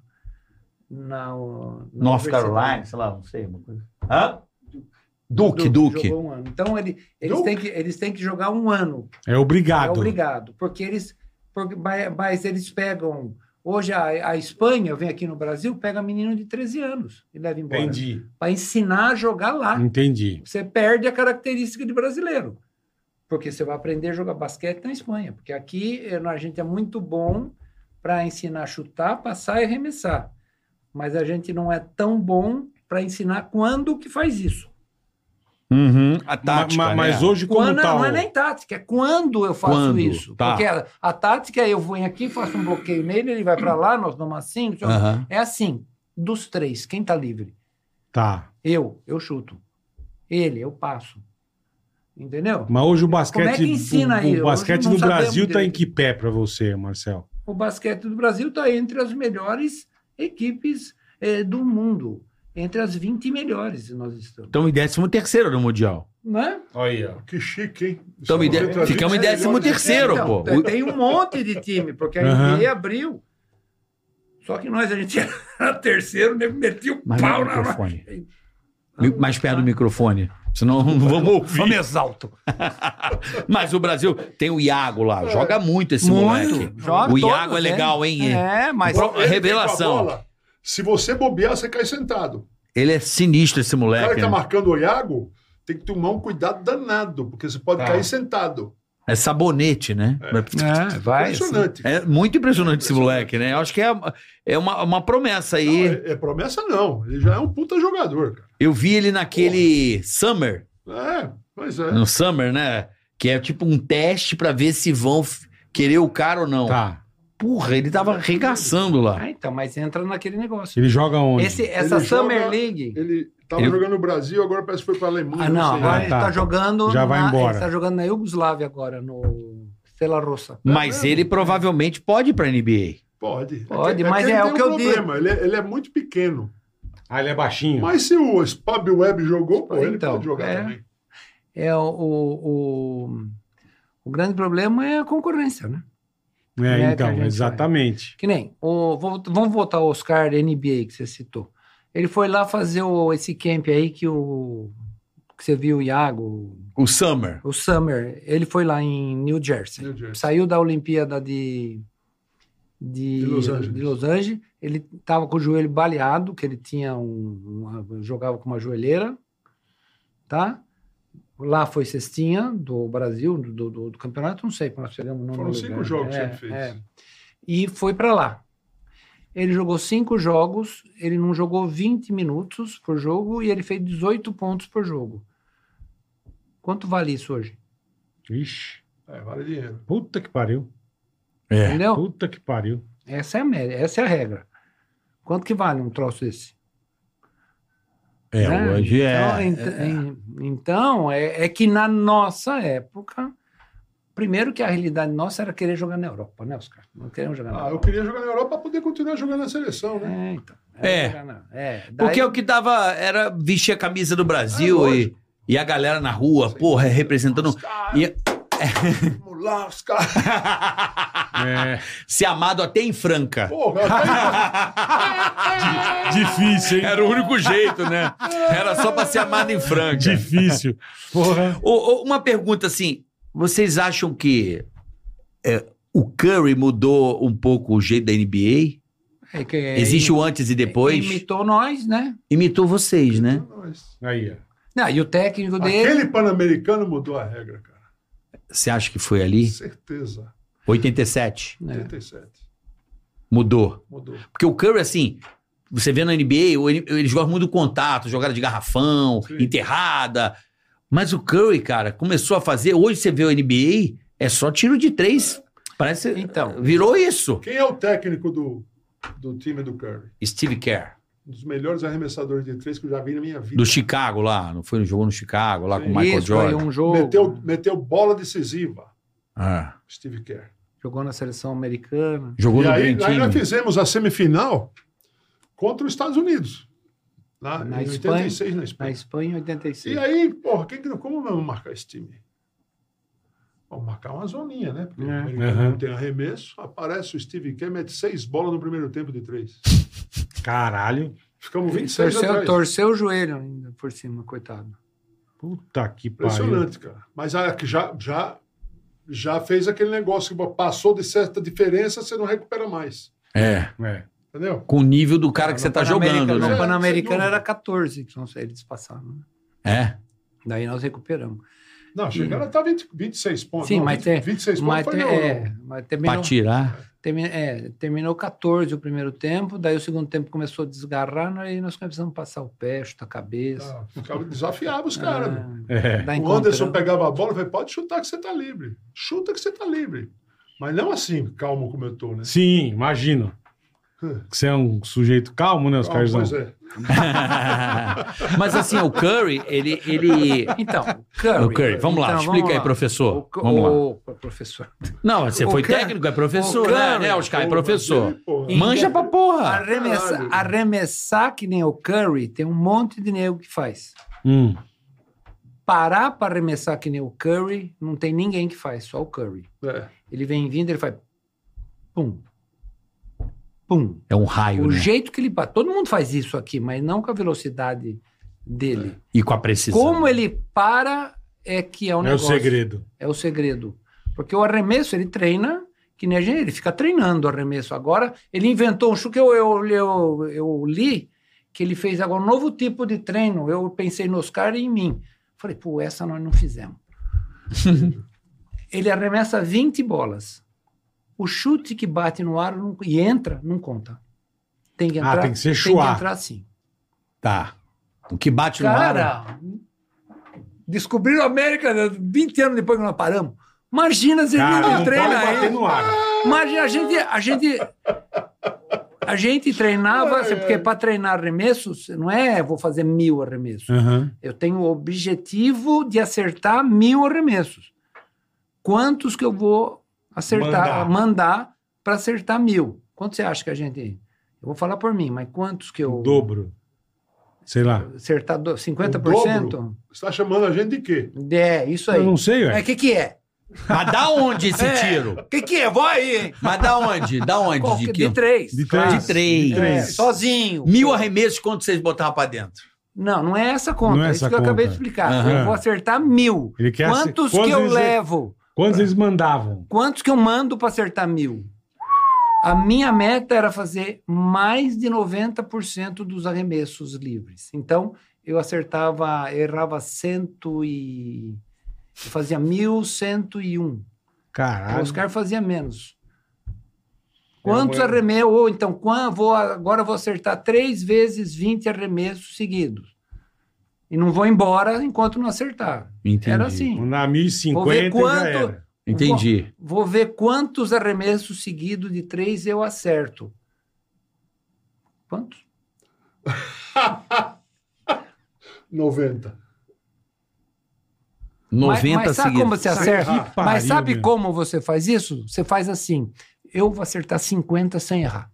S5: na, na
S3: North
S5: universidade.
S3: Carolina, sei lá, não sei, uma coisa. Hã? Duke, Duke.
S5: Jogou um ano. Então ele, eles,
S4: Duke?
S5: têm que, eles têm que jogar um ano.
S2: É obrigado.
S5: É obrigado. Porque eles. Porque, mas, mas eles pegam. Hoje a, a Espanha vem aqui no Brasil, pega menino de 13 anos e leva embora.
S2: Entendi. Hum.
S5: Para ensinar a jogar lá.
S2: Entendi.
S5: Você perde a característica de brasileiro. Porque você vai aprender a jogar basquete na Espanha. Porque aqui eh, a gente é muito bom para ensinar a chutar, passar e arremessar. Mas a gente não é tão bom para ensinar quando que faz isso.
S3: Uhum. A
S2: Ma-
S3: tática,
S2: ma-
S3: né?
S2: mas hoje, como tá
S5: Quando,
S2: tal.
S5: Não é nem tática, é quando eu faço
S3: Quando,
S5: isso.
S3: tá.
S5: Porque a, a tática é eu venho aqui, faço um bloqueio nele, ele vai para lá, nós damos assim. não sei o quê.
S3: Aham.
S5: É assim, dos três, quem está livre?
S2: Tá.
S5: Eu, eu chuto. Ele, eu passo. Entendeu?
S2: Mas hoje o basquete.
S5: Como é que ensina
S2: o-
S5: aí?
S2: O,
S5: Hoje
S2: basquete
S5: não
S2: do
S5: sabemos
S2: Brasil tá em
S5: direito.
S2: que pé pra você, Marcel?
S5: O basquete do Brasil está entre as melhores equipes eh, do mundo. Entre as 20 melhores nós estamos.
S3: Estamos em 13 terceiro no Mundial.
S5: Né?
S2: Olha aí, ó.
S4: Que chique, hein?
S3: Então, me de-
S4: Isso
S3: ficamos em
S4: é
S3: décimo
S4: melhor de-
S3: terceiro. pô.
S5: tem- Tem um monte de time, porque a
S2: Aham.
S5: NBA abriu. Só que nós, a gente era terceiro, nego metia o
S3: Mas
S5: pau
S3: no
S5: na
S3: microfone. Mi- Mais perto do microfone. Senão não vamos ouvir. Vamos exalto. mas o Brasil tem o Iago lá. Joga muito esse moleque.
S10: joga
S3: o
S10: todos
S3: Iago é
S5: né?
S10: eles.
S3: legal, hein?
S10: É, mas
S3: Pro-
S4: Ele vem com a
S3: Revelação.
S4: bola, Se você bobear, você cai sentado.
S3: Ele é sinistro, esse
S4: O cara
S3: moleque.
S4: que tá
S3: né?
S4: marcando o Iago tem que tomar um cuidado danado, porque você pode
S2: Tá.
S4: cair sentado.
S3: É sabonete, né?
S10: é, vai.
S4: Impressionante.
S3: É muito impressionante esse moleque, né? Eu acho que é, é uma, uma promessa
S4: Não,
S3: aí.
S4: é, é promessa, não. Ele já é um puta jogador, cara.
S3: Eu vi ele naquele Summer,
S4: É, pois é.
S3: no Summer, né? Que é tipo um teste pra ver se vão f- querer o cara ou não.
S2: Tá.
S3: Porra, ele tava arregaçando lá.
S5: Ah, então, mas entra naquele negócio.
S2: Ele joga onde?
S5: Esse- essa
S4: Ele
S5: Summer
S4: joga-
S5: League.
S4: Ele tava
S3: Ele-
S4: jogando no Brasil, agora parece que foi pra Alemanha.
S5: Ah, não,
S4: sei.
S5: agora
S2: Ah,
S5: ele
S2: tá.
S5: está jogando.
S2: Já vai
S5: na,
S2: embora.
S5: Ele está jogando na Iugoslávia agora, no Stella Rossa.
S3: Mas ele provavelmente pode ir pra NBA.
S4: Pode.
S5: Pode,
S4: que-
S5: mas
S4: que ele
S5: é
S4: tem
S5: o que eu
S4: problema. Ele é, ele é muito pequeno.
S2: Ah, ele é baixinho.
S4: Mas se o Spab Web jogou, pô, ele
S5: Então,
S4: pode jogar
S5: é.
S4: também.
S5: É o, o, o, o grande problema é a concorrência, né?
S2: é,
S5: né, que a
S2: então,
S5: gente vai.
S2: exatamente.
S5: Que nem, o, vol- vamos voltar ao Oscar NBA que você citou. Ele foi lá fazer o, esse camp aí que o que você viu o Iago,
S3: O Summer.
S5: o Summer, ele foi lá em New Jersey.
S4: New Jersey.
S5: Saiu da Olimpíada de, de,
S4: De Los Angeles.
S5: de Los Angeles. Ele estava com o joelho baleado, que ele tinha um, uma- jogava com uma joelheira, tá? Lá foi cestinha do Brasil, do, do, do campeonato, não É, sei como nós chegamos no
S4: Foram cinco jogos que ele fez.
S5: e foi para lá. Ele jogou cinco jogos, ele não jogou 20 minutos por jogo e ele fez 18 pontos por jogo. Quanto vale isso hoje?
S2: Ixi,
S4: É, vale dinheiro.
S2: puta que pariu.
S3: É.
S5: Entendeu?
S2: Puta que pariu.
S5: Essa é a média, essa é a regra. Quanto que vale um troço desse?
S3: É,
S5: Né?
S3: hoje
S5: Então,
S3: é.
S5: ent- em- então, é, é que na nossa época, primeiro que a realidade nossa era querer jogar na Europa, né, Oscar? Não queremos jogar na
S4: Ah, eu
S5: Europa.
S4: queria jogar na Europa para poder continuar jogando na seleção, né?
S5: É, então.
S3: É.
S5: jogar na- é, daí-
S3: Porque o que dava era vestir a camisa do Brasil
S4: Ah,
S3: e,
S4: lógico.
S3: e a galera na rua, porra, representando.
S4: Os caras,
S3: E-
S4: Vamos lá, os caras.
S2: É,
S3: Ser amado até em Franca.
S4: Porra, até
S2: Difícil, hein?
S3: Era o único jeito, né? Era só pra ser amado em Franca.
S2: Difícil. Porra.
S3: Ô, ô, uma pergunta assim: vocês acham que é, o Curry mudou um pouco o jeito da NBA?
S5: é que- é,
S3: Existe o antes e depois?
S5: Imitou nós, né?
S3: Imitou vocês, né?
S4: nós.
S2: Aí, ó.
S5: Não, e o técnico dele.
S4: Aquele pan-americano mudou a regra, cara.
S3: Você acha que foi ali?
S4: Certeza.
S3: 87.
S5: É.
S4: 87.
S3: Mudou.
S4: Mudou.
S3: Porque o Curry, assim, você vê na NBA, o N- eles gostam muito do contato, jogada de garrafão,
S4: Sim.
S3: enterrada. Mas o Curry, cara, começou a fazer. Hoje você vê o NBA, é só tiro de três. Parece.
S5: Então.
S3: Virou isso.
S4: Quem é o técnico do, do time do Curry?
S3: Steve Kerr,
S4: Um dos melhores arremessadores de três que eu já vi na minha vida.
S3: do Chicago lá. Não foi? Jogou no Chicago, lá com
S4: Sim.
S3: o Michael
S5: Isso, foi
S3: Jordan.
S5: um jogo.
S4: Meteu, meteu bola decisiva,
S3: Ah.
S4: Steve Kerr.
S5: Jogou na seleção americana.
S3: Jogou
S4: e
S3: no
S4: aí,
S3: Green
S4: aí nós
S3: Team.
S4: fizemos a semifinal contra os Estados Unidos. Na,
S5: Na
S4: em
S5: Espanha.
S4: 86, na Espanha.
S5: Na Espanha, em
S4: E
S5: 86.
S4: aí, porra, quem que não- como vamos marcar esse time? Vamos marcar uma zoninha, né? Porque o
S5: É.
S4: americano
S2: Aham.
S4: não tem arremesso. Aparece o Steve Kerr, mete seis bolas no primeiro tempo de três.
S2: Caralho.
S4: Ficamos 26
S5: torceu,
S4: atrás.
S5: torceu o joelho ainda por cima, coitado.
S2: Puta que pariu.
S4: Impressionante, cara. Mas a- que já, já, já fez aquele negócio que passou de certa diferença, você não recupera mais.
S3: É.
S2: É.
S4: Entendeu?
S3: Com o nível do
S4: Ah,
S3: cara que você tá jogando,
S5: No
S3: né?
S4: É,
S5: Pan-Americano
S4: sem
S5: era 14, que não sei, eles passaram. né?
S3: É.
S5: Daí nós recuperamos.
S4: Não, tá chegaram até 20, 26 pontos.
S5: Hum. Sim,
S4: não,
S5: mas
S4: 20,
S5: tem-
S4: 26 pontos
S5: Mas,
S4: foi Tá,
S5: te-
S4: não,
S5: é,
S4: não.
S5: mas
S3: Pra
S5: terminou,
S3: tirar.
S5: termi- é, terminou 14 o primeiro tempo, daí o segundo tempo começou a desgarrar, aí nós começamos a passar o pé, chutar a cabeça. Ah,
S4: Ah, ficava, desafiava os caras. meu.
S2: É.
S5: daí
S4: Tá. O Anderson pegava a bola e falava, pode chutar que você tá livre. Chuta que você tá livre. Mas não assim, calmo como eu tô, né?
S2: Sim, imagino. Que você é um sujeito calmo, né, os
S4: Calmo,
S2: caras?
S4: pois é.
S3: Mas assim, o Curry, ele. ele...
S5: Então, Curry.
S3: O Curry, vamos lá,
S5: Então,
S3: explica aí,
S5: lá.
S3: professor.
S5: O cu-
S3: vamos lá.
S5: o- professor.
S3: Não, você
S5: O
S3: foi
S5: Curry-
S3: técnico, é professor,
S5: o
S3: né,
S5: Curry-
S3: né, Oscar? É
S4: Pô, mas
S3: professor.
S4: ele, porra,
S5: E-
S3: Manja pra porra.
S5: Arremessar,
S4: caralho.
S5: arremessar que nem o Curry, tem um monte de nego que faz.
S2: Hum.
S5: Parar para arremessar que nem o Curry, não tem ninguém que faz, só o Curry.
S4: é.
S5: Ele vem vindo, ele faz. Pum. Pum.
S3: É um raio,
S5: O
S3: né?
S5: jeito que ele bate. Todo mundo faz isso aqui, mas não com a velocidade dele.
S3: E com a precisão.
S5: Como é- ele para é que é o
S2: é o
S5: negócio.
S2: segredo.
S5: É o segredo. Porque o arremesso, ele treina, que nem a gente, ele fica treinando o arremesso. Agora, ele inventou um chute que eu, eu, eu, eu li, que ele fez agora um novo tipo de treino. Eu pensei no Oscar e em mim. Falei, pô, essa nós não fizemos. ele arremessa 20 bolas. O chute que bate no ar não- e entra, não conta. Tem que
S2: Ah,
S5: entrar,
S2: tem que ser
S5: Tem
S2: chuar.
S5: que entrar assim.
S3: Tá. O que bate no ar.
S5: Cara, descobriram a América 20 anos depois que nós paramos. Imagina se ele
S2: Cara,
S5: não
S2: não
S5: treina
S2: pode bater
S5: aí.
S2: no ar.
S5: Imagina, a gente, a gente, a gente treinava, assim, porque para treinar arremessos, não é vou fazer mil arremessos.
S2: Aham.
S5: Eu tenho o objetivo de acertar mil arremessos. Quantos que eu vou acertar,
S2: Mandar.
S5: mandar para acertar mil? Quanto você acha que a gente. Eu vou falar por mim, mas quantos que eu.
S2: O dobro. Sei lá.
S5: Acertar do- 50%?
S4: Você tá chamando a gente de quê?
S5: É, isso aí.
S2: Eu não sei,
S5: Mas
S2: ué.
S5: o que, que é?
S3: Mas dá onde esse tiro?
S5: O que, que é? Vou aí, hein?
S3: Mas dá onde? Dá
S5: Qual
S3: onde?
S5: que- é?
S3: De
S5: de
S3: que?
S5: três.
S2: De
S5: Claro.
S2: três.
S3: De três.
S5: É, sozinho.
S3: Mil arremessos, quanto vocês botavam pra dentro?
S5: Não, não é essa conta.
S2: Não é
S5: é
S2: essa
S5: isso que eu acabei de
S2: conta.
S5: explicar.
S2: Aham.
S5: Eu vou acertar mil.
S2: Ele quer acer-
S5: Quantos que
S2: quantos
S5: eu
S2: eles-
S5: levo?
S2: Quantos eles mandavam?
S5: Quantos que eu mando para acertar mil? A minha meta era fazer mais de 90% dos arremessos livres. Então, eu acertava, errava cento e... Eu fazia 1.101. O
S2: Caralho.
S5: Oscar fazia menos.
S2: Eu
S5: Quantos
S2: vou-
S5: arremessos? Ou então, quan- vou, agora eu vou acertar três vezes 20 arremessos seguidos. E não vou embora enquanto não acertar.
S3: Entendi.
S5: Era assim.
S2: Mandar
S5: Vou
S2: 1.050 já
S5: ver quanto-
S2: era.
S3: Entendi.
S5: Vou ver quantos arremessos seguidos de três eu acerto. Quantos?
S4: 90.
S3: 90
S5: mas, mas sabe como
S3: seguidos.
S5: você acerta?
S2: Que pariu,
S5: mas sabe
S2: meu.
S5: como você faz isso? Você faz assim: eu vou acertar 50 sem errar.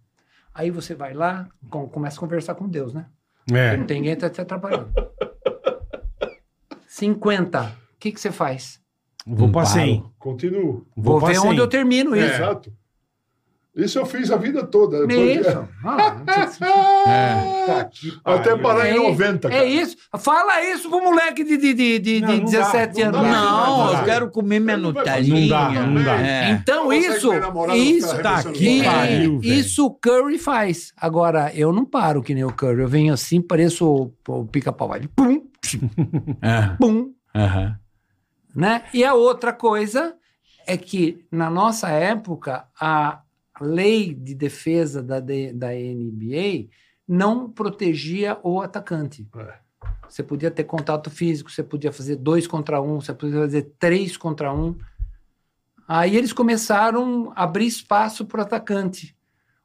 S5: Aí você vai lá, com- começa a conversar com Deus, né? Não
S2: É.
S5: tem ninguém tá te atrapalhando. 50. O que, que você faz?
S2: Vou pra 100.
S4: Continuo.
S5: Vou,
S2: pra
S5: ver
S2: 100.
S5: onde eu termino isso.
S4: Exato. Isso É. eu fiz a vida toda.
S5: É Isso. Ah, não sei se-
S3: É.
S4: Ah, Até
S2: pariu.
S4: parar em 90, cara.
S5: É isso. Fala isso pro moleque de, de, de, de,
S2: Não,
S5: de
S2: não dá,
S5: 17
S2: não
S5: anos.
S4: dá,
S2: Não
S3: Não,
S2: dá.
S3: eu quero comer minha
S4: Não dá,
S3: Nutelinha.
S2: não dá.
S3: É.
S5: Então
S4: Você consegue
S5: isso,
S4: ver namorado
S5: isso, é,
S4: ficar
S2: Tá
S4: arremessando
S2: aqui,
S4: bola?
S2: pai. pariu, velho.
S5: isso o Curry faz. Agora, eu não paro que nem o Curry. Eu venho assim, pareço o, o pica-pau. Vai, Pum,
S3: É.
S5: pum,
S3: Aham.
S5: né? E a outra coisa é que, na nossa época, a lei de defesa da, D- da NBA não protegia o atacante.
S4: É.
S5: Você podia ter contato físico, você podia fazer dois contra um, você podia fazer três contra um. Aí eles começaram a abrir espaço para o atacante.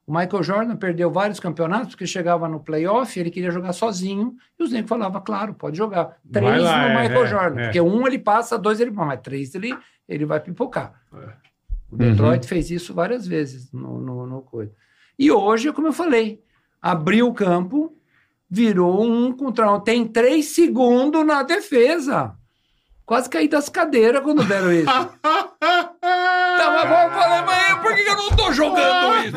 S5: O Michael Jordan perdeu vários campeonatos porque chegava no playoff, ele queria jogar sozinho e os negros falavam, claro, pode jogar.
S2: Vai
S5: Três
S2: lá,
S5: no
S2: é,
S5: Michael
S2: é,
S5: Jordan,
S2: é.
S5: porque um ele passa, dois ele mas três ele, ele vai pipocar.
S4: É.
S5: O Detroit fez isso várias vezes no, no, no coisa. E hoje, como eu falei, abriu o campo, virou um contra um. Tem três segundos na defesa. Quase caí das cadeiras quando deram isso. tá, mas vamos falar, mas por que que eu não tô jogando isso?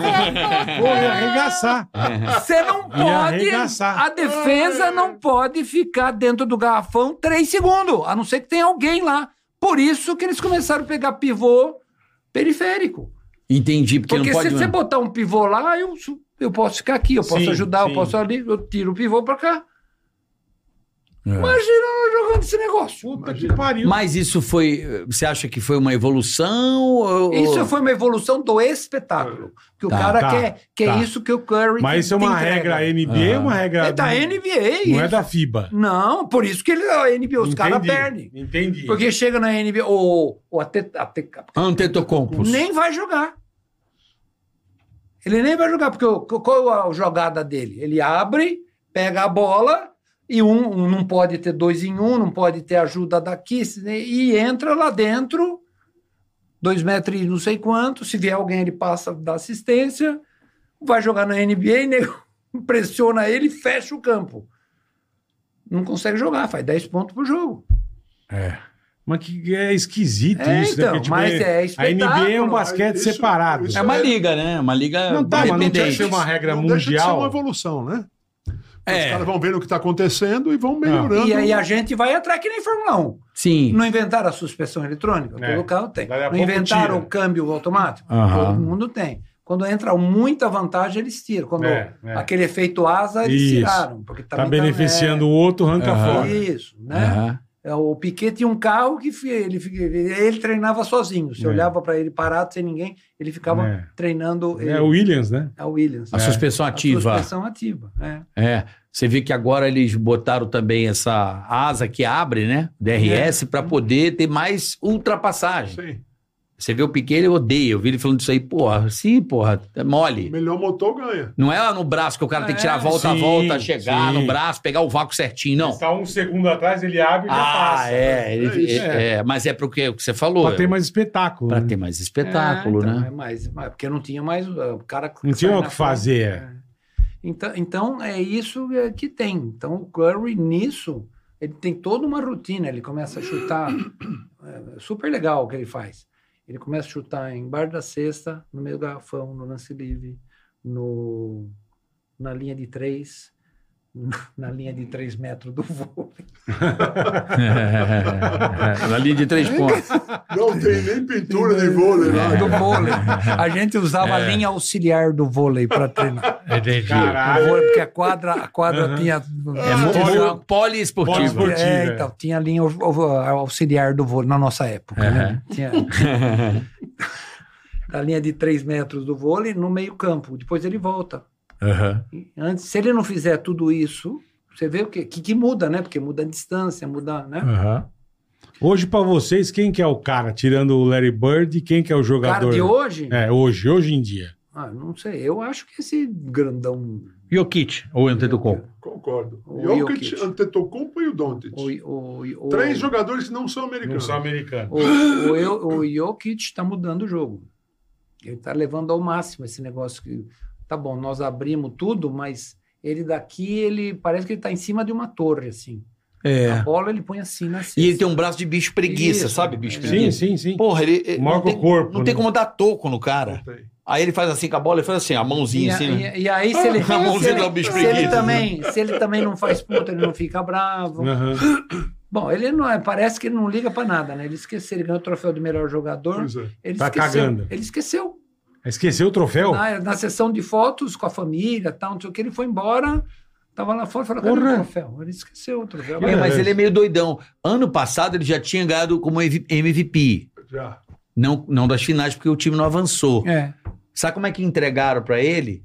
S2: Pô, ia arregaçar.
S5: Você não pode.
S2: arregaçar.
S5: A defesa não pode ficar dentro do garrafão três segundos, a não ser que tenha alguém lá. Por isso que eles começaram a pegar pivô periférico.
S3: Entendi, porque,
S5: Porque
S3: não pode. né?
S5: se você botar um pivô lá, eu, eu posso ficar aqui, eu posso
S2: Sim,
S5: ajudar,
S2: sim.
S5: eu posso ali, eu tiro o pivô pra cá.
S3: É.
S5: Imagina eu jogando esse negócio.
S2: Puta que pariu.
S3: Mas isso foi. Você acha que foi uma evolução? ou-
S5: Isso foi uma evolução do espetáculo. Que o
S3: Tá,
S5: cara
S2: tá,
S5: quer, que
S2: tá.
S5: é isso que o Curry
S2: Mas isso é
S5: te
S2: uma
S5: entrega.
S2: regra NBA, é uma regra.
S5: É da NBA.
S2: Não é
S5: isso.
S2: da FIBA.
S5: Não, por isso que ele, a NBA, os caras
S2: Entendi,
S5: perdem.
S2: Entendi.
S5: Porque chega na NBA, ou, ou até, até-
S3: Antetokounmpos.
S5: nem vai jogar. Ele nem vai jogar, porque o- qual é a jogada dele? Ele abre, pega a bola, e um, um não pode ter dois em um, não pode ter ajuda daqui, se- e entra lá dentro, dois metros e não sei quanto, se vier alguém ele passa da assistência, vai jogar na NBA, nego pressiona ele e fecha o campo. Não consegue jogar, faz 10 pontos por jogo.
S2: Mas que é esquisito
S5: É,
S2: isso, né?
S5: então,
S2: Porque, tipo,
S5: mas é
S2: a NBA é um
S5: espetáculo,
S2: basquete
S4: mas isso-
S2: separado.
S4: isso
S3: É uma liga, né? Uma liga
S2: Não tá, mas não tinha que
S3: independente.
S2: ser uma regra
S4: Não deixa de ser uma
S2: mundial.
S4: evolução, né? Os
S3: É,
S4: caras vão vendo o que está acontecendo e vão melhorando.
S5: E aí a gente vai atrás que nem Fórmula 1.
S3: sim.
S5: Não inventaram a suspensão eletrônica?
S2: É.
S5: Todo carro tem.
S2: Daí a
S5: Não
S2: pouco
S5: inventaram
S2: tira.
S5: o câmbio automático?
S3: Aham.
S5: Todo mundo tem. Quando entra muita vantagem, eles tiram. Quando
S2: É, é.
S5: aquele efeito asa, eles
S2: Isso.
S5: tiraram. Porque
S2: Tá
S5: também
S2: beneficiando o outro, arranca
S3: Aham.
S5: é,
S2: fora.
S5: Isso, né?
S3: Aham.
S5: É, O Piquet tinha um carro que fi- ele, fi- ele treinava sozinho. Você
S2: É.
S5: olhava para ele parado, sem ninguém, ele ficava
S2: É.
S5: treinando ele,
S2: É o Williams, né?
S5: a Williams. É.
S3: A suspensão
S5: A
S3: ativa.
S5: suspensão ativa, é.
S3: É. Você vê que agora eles botaram também essa asa que abre, né?
S2: É.
S3: DRS, pra poder ter mais ultrapassagem.
S4: Sim.
S3: Você vê o Piquet, ele odeia. Eu vi ele falando isso aí, porra, sim, porra, é
S4: O
S3: mole.
S4: melhor motor ganha.
S3: Não é lá no braço que o cara tem que tirar a
S2: É,
S3: volta a
S2: sim,
S3: volta, chegar
S2: sim.
S3: no braço, pegar o vácuo certinho, não.
S2: Está um segundo atrás, ele abre e já
S3: Ah,
S2: passa. né?
S3: é,
S4: É
S3: ele-
S4: isso.
S3: é, é, Mas é porque o que você falou.
S2: Pra ter
S3: é,
S2: mais espetáculo.
S3: pra
S2: né?
S3: ter mais espetáculo,
S5: É, então,
S3: né?
S5: é mais- mas porque não tinha mais uh, o cara.
S2: Não tinha
S5: sai
S2: o
S5: na
S2: que fazer,
S5: frente, né? Então, então é isso é, que tem. Então o Curry nisso ele tem toda uma rotina. Ele começa a chutar é, super legal o que ele faz. Ele começa a chutar em bar da cesta, no meio do garrafão, no lance livre, no na linha de três, na linha de 3 metros do voo.
S3: Na linha de três pontos.
S4: Não tem nem pintura de vôlei né? lá.
S5: Do vôlei. A gente usava a linha auxiliar do vôlei para treinar.
S2: Entendi.
S5: O
S2: Caralho.
S5: vôlei, porque a quadra, a quadra tinha.
S3: É
S5: tinha-
S3: mo- mo- poliesportivo.
S2: Poliesportivo.
S5: É, então, tinha a linha au- au- auxiliar do vôlei na nossa época.
S2: É.
S5: Né? Tinha a linha de 3 metros do vôlei no meio-campo. Depois ele volta.
S3: Aham.
S5: E Antes, se ele não fizer tudo isso, você vê o que, que, que muda, né? Porque muda a distância, muda, né?
S2: Hum,
S3: Aham.
S2: Hoje, pra vocês, quem que é o cara? Tirando o Larry Bird, quem que é o
S5: O cara
S2: jogador?
S5: de hoje,
S2: É, hoje, hoje em dia.
S5: ah, não sei, eu acho que esse grandão,
S3: Jokic ou Antetokounmpo?
S4: Concordo.
S5: O
S4: Jokic,
S5: Jokic.
S4: Antetokounpo e o Doncic.
S5: o, o, o,
S4: Três jogadores que não são americanos.
S2: americano.
S5: o, o, eu- o Jokic está mudando o jogo. Ele está levando ao máximo esse negócio que, tá bom, nós abrimos tudo, mas ele daqui, ele parece que ele está em cima de uma torre, assim. A
S3: É.
S5: bola ele põe assim
S3: E
S5: na
S3: ele
S5: cesta.
S3: tem um braço de bicho preguiça,
S5: Isso.
S3: sabe? Bicho
S2: Sim,
S3: preguiça.
S2: sim, sim.
S3: Porra, ele. ele
S2: Marca
S3: não tem,
S2: o corpo,
S3: Não tem
S2: né?
S3: como dar toco no cara.
S4: Não tem.
S3: Aí ele faz assim com a bola, ele faz assim, a
S5: E,
S3: mãozinha
S5: a-
S3: assim. né?
S5: e- e aí, se ele,
S3: A mãozinha
S5: se ele-
S3: dá um bicho
S5: se ele
S3: preguiça,
S5: também, se ele também não faz ponto, ele não fica bravo.
S3: Né?
S2: Aham.
S5: Bom, ele não é, parece que ele não liga para nada, né? Ele esqueceu, ele ganhou o troféu de melhor jogador.
S4: Pois é.
S5: Ele
S2: Tá
S5: esqueceu.
S2: cagando.
S5: Ele esqueceu.
S2: Esqueceu o troféu?
S5: Na, na sessão de fotos com a família, tal, não sei o que, ele foi embora, tava lá fora, falou, cadê
S2: Porra.
S5: o troféu? Ele esqueceu o troféu.
S3: É, mas ele é meio doidão. Ano passado ele já tinha ganhado como MVP.
S4: Já.
S3: Não, não das finais, porque o time não avançou.
S5: É.
S3: Sabe como é que entregaram pra ele?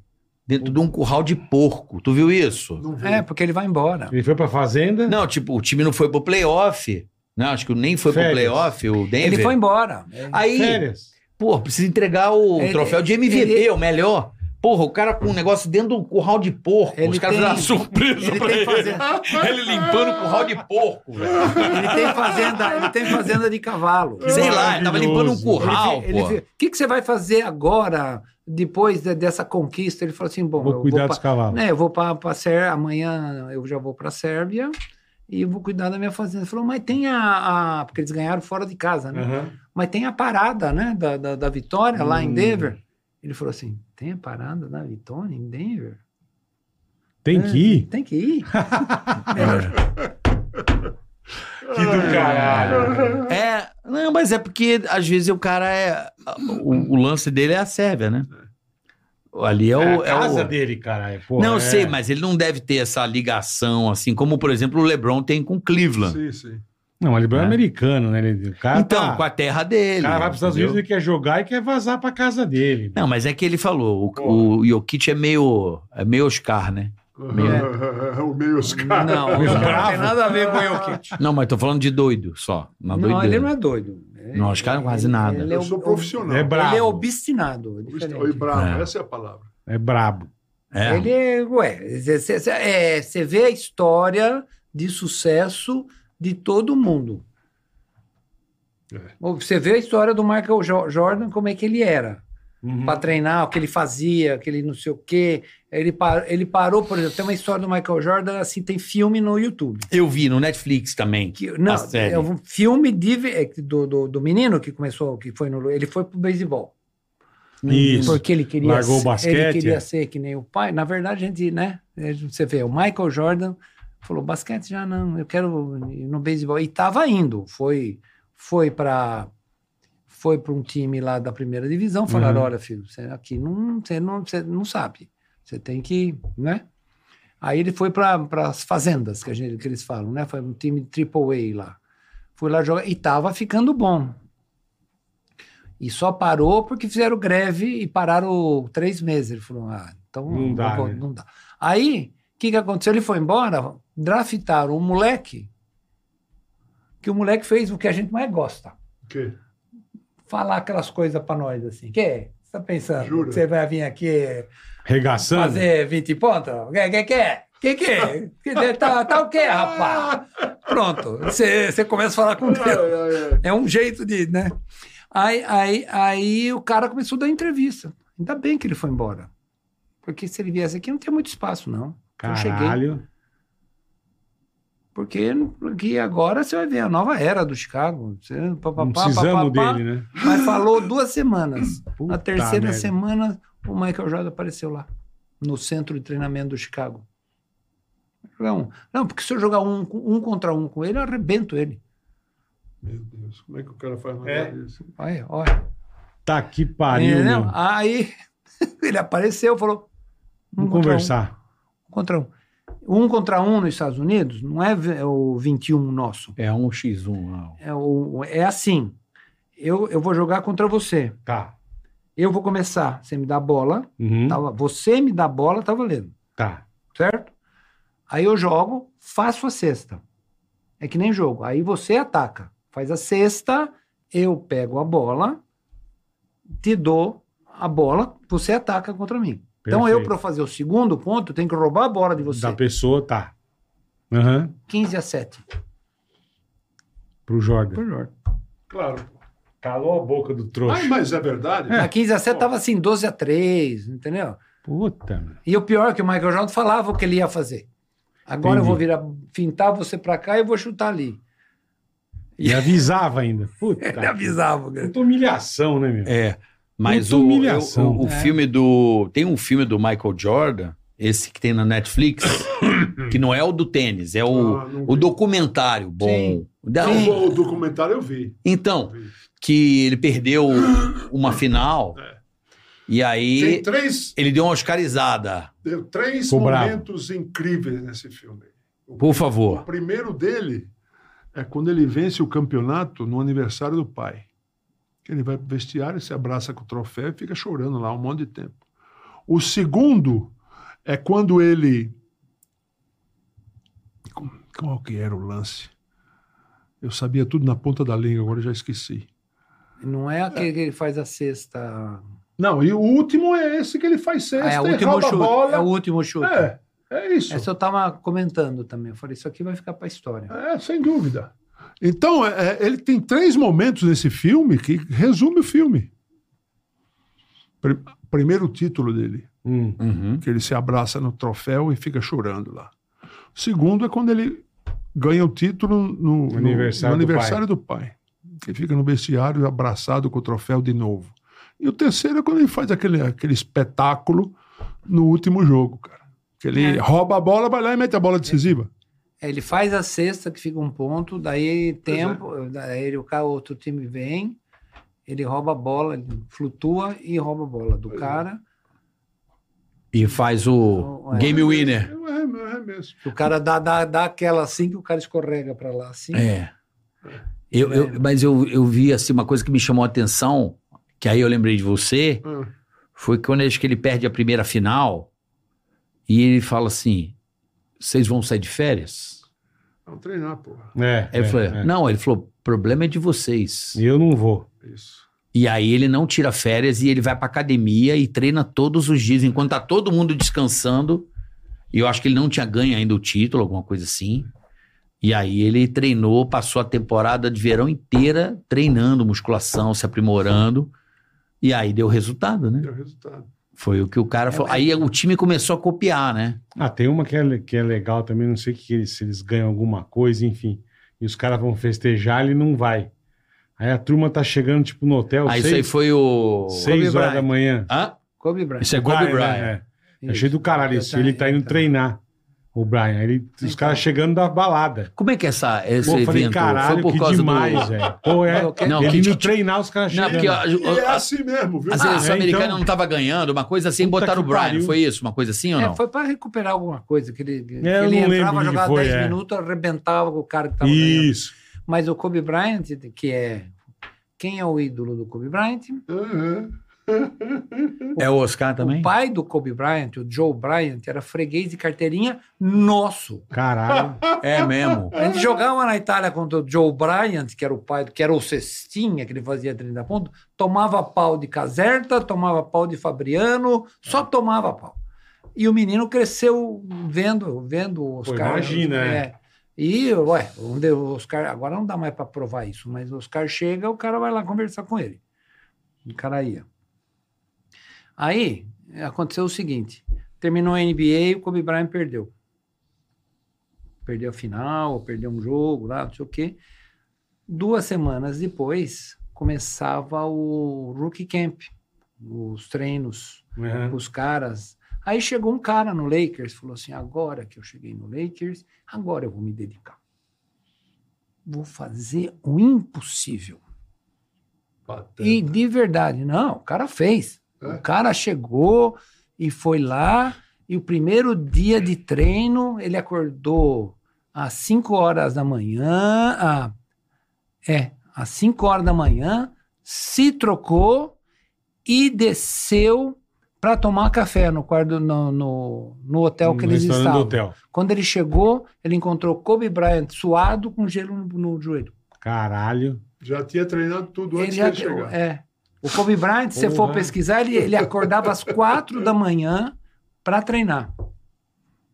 S3: Dentro de um curral de porco. Tu viu isso?
S4: Não vi.
S5: É, porque ele vai embora.
S2: Ele foi pra fazenda.
S3: Não, tipo, o time não foi pro playoff. Não, acho que nem foi pro
S2: Férias.
S3: playoff, o Denver.
S5: Ele foi embora.
S3: Aí,
S2: Férias.
S3: pô, precisa entregar o
S5: Ele-
S3: troféu de MVP,
S5: ele-
S3: o melhor. Porra, o cara com um negócio dentro de um curral de porco.
S5: Ele
S3: Os caras
S5: tem-
S3: fizeram uma surpresa
S5: Ele
S3: pra
S5: tem,
S3: ele.
S5: fazenda,
S3: Ele limpando o curral de porco, velho.
S5: ele tem fazenda, ele tem fazenda de cavalo.
S2: é
S3: Sei lá, ele tava limpando um
S2: Maravilhoso.
S3: curral,
S5: Ele
S3: pô.
S5: fe- o que, que você vai fazer agora, depois de- dessa conquista? Ele falou assim: bom,
S2: Vou
S5: eu
S2: cuidar
S5: vou
S2: dos cavalos.
S5: É, eu vou para Sérvia, amanhã eu já vou para a Sérvia e vou cuidar da minha fazenda. Ele falou, mas tem a, a- Porque eles ganharam fora de casa, né?
S2: Aham.
S5: Mas tem a parada, né? Da, da, da vitória lá em
S2: Hum.
S5: Denver. Ele falou assim: tem a parada da vitória em Denver?
S2: Tem que ir.
S5: Tem que ir.
S2: Que do caralho.
S3: É, não, mas é porque às vezes o cara é. O, o lance dele é a Sérvia, né? Ali é o.
S2: É a
S3: é o-
S2: casa dele, caralho. Porra,
S3: não, eu
S2: é.
S3: sei, mas ele não deve ter essa ligação, assim, como, por exemplo, o LeBron tem com Cleveland.
S4: Sim, sim.
S2: Não, mas ele é
S3: É.
S2: americano, né? Ele, o cara
S3: então,
S2: tá-
S3: com a terra dele.
S2: o cara vai pros Estados
S3: entendeu?
S2: Unidos, ele quer jogar e quer vazar pra casa dele.
S3: Não, mas é que ele falou,
S2: Porra.
S3: o, o Jokic é meio, é meio Oscar, né?
S4: o meio Oscar.
S5: Não, não tem
S2: Bravo.
S5: nada a ver com o Jokic.
S3: Não, mas tô falando de doido só. Não,
S5: Não,
S3: doideira.
S5: ele não é doido.
S3: Não, os caras quase nada.
S5: Ele é,
S4: Eu
S5: o-
S4: sou
S5: o-
S4: profissional.
S2: É
S5: ele é
S2: brabo.
S5: obstinado. é diferente.
S4: Oi, bravo.
S3: É.
S4: Essa é a palavra.
S2: É brabo.
S3: É.
S5: Ele é, ué, você é, vê a história de sucesso de todo mundo.
S4: É.
S5: Você vê a história do Michael Jo- Jordan, como é que ele era,
S2: Uhum.
S5: para treinar, o que ele fazia, o que ele não sei o quê. Ele, par- ele parou, por exemplo, tem uma história do Michael Jordan, assim, tem filme no YouTube.
S3: Eu vi no Netflix também.
S5: Que, não,
S3: A série.
S5: é um filme de vi- é que do, do, do menino que começou, que foi no. Ele foi pro beisebol.
S2: Isso.
S5: né? Porque ele queria,
S2: Largou o
S5: ele
S2: basquete,
S5: queria
S2: é.
S5: ser que nem o pai. Na verdade, a gente, né? Você vê, o Michael Jordan falou: basquete já não, eu quero ir no beisebol. E estava indo. Foi, foi para foi para um time lá da primeira divisão. Falaram:
S2: Uhum.
S5: olha, filho, você aqui não, você não, você não sabe. Você tem que, né? Aí ele foi para as fazendas, que, a gente, que eles falam, né? Foi um time Triple A lá. Foi lá jogar e estava ficando bom. E só parou porque fizeram greve e pararam três meses. Ele falou, ah, então
S2: Não
S5: eu
S2: dá,
S5: vou-
S2: né?
S5: não dá. Aí, o que, que aconteceu? Ele foi embora, draftaram um moleque, que o moleque fez o que a gente mais gosta.
S4: O quê?
S5: Falar aquelas coisas para nós, assim. Que? Você tá pensando?
S4: Jura?
S5: que Você vai vir aqui
S2: Regaçando.
S5: fazer 20 pontos? Que que que? Que que? que tá, tá o quê, rapaz? Pronto. Você você começa a falar com Deus.
S4: Ai, ai, ai.
S5: É um jeito de, né? Aí, aí, aí o cara começou a dar entrevista. Ainda bem que ele foi embora. Porque se ele viesse aqui, não tinha muito espaço, não. Então, Eu cheguei.
S2: Caralho.
S5: Porque, porque agora você vai ver a nova era do Chicago. Você, pá, pá,
S2: Não
S5: pá,
S2: precisamos
S5: pá, pá, pá.
S2: dele, né?
S5: Mas falou duas semanas. Na
S2: Puta
S5: terceira
S2: merda.
S5: semana, o Michael Jordan apareceu lá. No centro de treinamento do Chicago. Jogar um. Não, porque se eu jogar um, com- um contra um com ele, eu arrebento ele.
S4: Meu Deus, como é que o cara faz nada
S2: É.
S4: disso?
S5: Aí, olha.
S2: Tá que pariu,
S5: Entendeu?
S2: meu.
S5: Aí ele apareceu e falou:
S2: Vamos
S5: contra
S2: conversar.
S5: Um contra um. Um contra um nos Estados Unidos não é v- é o 21 nosso.
S3: É um X1 lá.
S5: É, o, é assim. Eu, eu vou jogar contra você.
S2: Tá.
S5: Eu vou começar. Você me dá a bola.
S2: Uhum.
S5: Tá, você me dá a bola, tá valendo.
S2: Tá.
S5: Certo? Aí eu jogo, faço a cesta. É que nem jogo. Aí você ataca. Faz a cesta, eu pego a bola, te dou a bola, você ataca contra mim. Então eu,
S2: Perfeito.
S5: para fazer o segundo ponto, tenho que roubar a bola de você.
S2: Da pessoa, tá. Aham.
S5: 15 a 7.
S2: Pro Jordan.
S4: Claro.
S2: Calou a boca do trouxa.
S4: Ai, mas é verdade.
S5: Na 15 a 7 tava assim, 12 a 3, entendeu?
S2: Puta, meu.
S5: E o pior é que o Michael Jordan falava o que ele ia fazer. Agora eu
S2: Entendi.
S5: vou virar, fintar você pra cá e eu vou chutar ali.
S2: E avisava ainda. Puta.
S5: Ele avisava. cara.
S2: Puta humilhação, né, meu?
S3: É. Mas
S2: Muita
S3: o,
S2: humilhação.
S3: o- o
S5: É.
S3: filme do. Tem um filme do Michael Jordan, esse que tem na Netflix, que não é o do tênis, é o,
S4: Ah, não
S3: o
S4: vi.
S3: documentário bom.
S5: Sim.
S3: Da-
S4: Não, o documentário eu vi.
S3: Então, que ele perdeu uma final e
S4: Tem
S3: aí
S4: três,
S3: ele deu uma oscarizada.
S4: deu três
S2: Ficou bravo.
S4: momentos incríveis nesse filme. O,
S3: Por
S4: o
S3: favor.
S4: primeiro dele é quando ele vence o campeonato no aniversário do pai. Que Ele vai pro vestiário, se abraça com o troféu e fica chorando lá um monte de tempo. O segundo é quando ele. Como- Qual que era o lance? Eu sabia tudo na ponta da língua, agora eu já esqueci.
S5: Não é aquele que ele faz a sexta.
S4: Não, e o último é esse que ele faz sexta,
S5: Ah, é o
S4: e
S5: último
S4: rouba a
S5: chute.
S4: bola.
S5: É o último chute.
S4: É, é isso.
S5: Essa eu tava comentando também. Eu falei, isso aqui vai ficar pra história.
S4: É, sem dúvida. Então, é, é, ele tem três momentos nesse filme que resume o filme. Pri- primeiro título dele,
S2: Hum.
S3: Uhum.
S4: que ele se abraça no troféu e fica chorando lá. O segundo é quando ele ganha o título no, no-
S2: aniversário
S4: no
S2: do pai.
S4: aniversário do pai. Ele fica no vestiário abraçado com o troféu de novo. E o terceiro é quando ele faz aquele, aquele espetáculo no último jogo, cara. Que ele
S5: É.
S4: rouba a bola, vai lá e mete a bola decisiva.
S5: Ele faz a sexta, que fica um ponto, daí tempo,
S4: é.
S5: daí ele, o cara, outro time vem, ele rouba a bola, ele flutua e rouba a bola do
S4: é.
S5: cara.
S3: E faz o
S5: É.
S3: Game Winner.
S4: É, é mesmo.
S5: O cara dá, dá, dá aquela assim que o cara escorrega pra lá, assim.
S3: É. Eu,
S5: É.
S3: eu- mas eu, eu vi assim, uma coisa que me chamou a atenção, que aí eu lembrei de você,
S4: Hum.
S3: foi quando acho que ele perde a primeira final e ele fala assim: vocês vão sair de férias?
S4: Vamos treinar, porra.
S2: É.
S3: Aí eu
S2: é,
S3: falei,
S2: é.
S3: não, ele falou: problema é de vocês.
S2: Eu não vou.
S4: É Isso.
S3: E aí ele não tira férias e ele vai pra academia e treina todos os dias, enquanto tá todo mundo descansando. E eu acho que ele não tinha ganho ainda o título, alguma coisa assim. E aí ele treinou, passou a temporada de verão inteira treinando musculação, se aprimorando. E aí deu resultado, né?
S4: Deu É resultado.
S3: Foi o que o
S5: É,
S3: cara falou. Aí o time começou a copiar, né?
S2: Ah, tem uma que é, le- que é legal também, não sei que eles, se eles ganham alguma coisa, enfim. E os caras vão festejar, ele não vai. Aí a turma tá chegando, tipo, no hotel,
S3: aí
S2: seis,
S3: Ah, isso aí foi o.
S2: seis
S5: Kobe
S2: horas da
S5: Bryant.
S2: manhã.
S3: Hã?
S5: Kobe Bryant.
S3: Isso é Kobe
S2: Brian,
S3: Bryant.
S2: né? É, é cheio do caralho isso. Ele tá indo treinar, o Brian. Aí Ele, os
S5: Então.
S2: caras chegando da balada.
S3: Como é que é essa, esse
S2: Pô, eu
S3: evento?
S2: falei, caralho,
S3: foi por
S2: que
S3: causa
S2: demais,
S3: do.
S2: velho. Pô, é.
S5: Não, que-
S3: Não,
S2: ele
S3: que-
S2: indo treinar, os caras
S3: Não,
S2: chegando.
S3: porque a-
S4: E é
S3: a-
S4: assim mesmo, viu?
S3: A
S2: Ah,
S3: seleção
S2: é,
S3: americana
S2: então.
S3: não estava ganhando, uma coisa assim,
S2: Puta
S3: botaram o
S2: que
S3: Brian,
S2: pariu.
S3: foi isso? Uma coisa assim ou
S5: É,
S3: não?
S5: foi pra recuperar alguma coisa, que ele, que
S2: É, eu não
S5: ele
S2: lembro
S5: entrava,
S2: que
S5: jogava
S2: foi,
S5: 10
S2: é.
S5: minutos, arrebentava com o cara que tava ganhando.
S2: Isso.
S5: Mas o Kobe Bryant, que é. Quem é o ídolo do Kobe Bryant?
S4: Aham.
S3: É o Oscar
S5: O pai do Kobe Bryant, o Joe Bryant, era freguês de carteirinha nosso.
S2: Caralho.
S3: É mesmo.
S5: A gente jogava na Itália contra o Joe Bryant, que era o pai, que era o cestinha, que ele fazia 30 pontos, tomava pau de Caserta, tomava pau de Fabriano, só
S2: É.
S5: tomava pau. E o menino cresceu vendo, vendo os
S2: Pô,
S5: caras.
S2: imagina, é.
S5: E, ué, onde o Oscar, agora não dá mais para provar isso, mas o Oscar chega, o cara vai lá conversar com ele. O cara ia. Aí, aconteceu o seguinte, terminou a NBA e o Kobe Bryant perdeu perdeu a final, ou perdeu um jogo lá, não sei o quê. Duas semanas depois, começava o Rookie Camp, os treinos
S2: Uhum.
S5: os caras. Aí chegou um cara no Lakers, falou assim: agora que eu cheguei no Lakers, agora eu vou me dedicar. Vou fazer o impossível.
S4: Pateta.
S5: E de verdade, não, o cara fez.
S4: É?
S5: O cara chegou e foi lá, e o primeiro dia de treino, ele acordou às 5 horas da manhã, ah, é, às 5 horas da manhã, se trocou e desceu para tomar café no quarto, no, no, no hotel É que
S2: No
S5: eles
S2: Uhum. restaurante
S5: estavam.
S2: do hotel.
S5: Quando ele chegou, ele encontrou Kobe Bryant suado com gelo no, no joelho.
S2: Caralho.
S4: Já tinha treinado tudo
S5: Ele
S4: antes
S5: já
S4: dele chegar.
S5: é. O Kobe Bryant, se você for
S2: Porra.
S5: pesquisar, ele, ele acordava às quatro da manhã para treinar.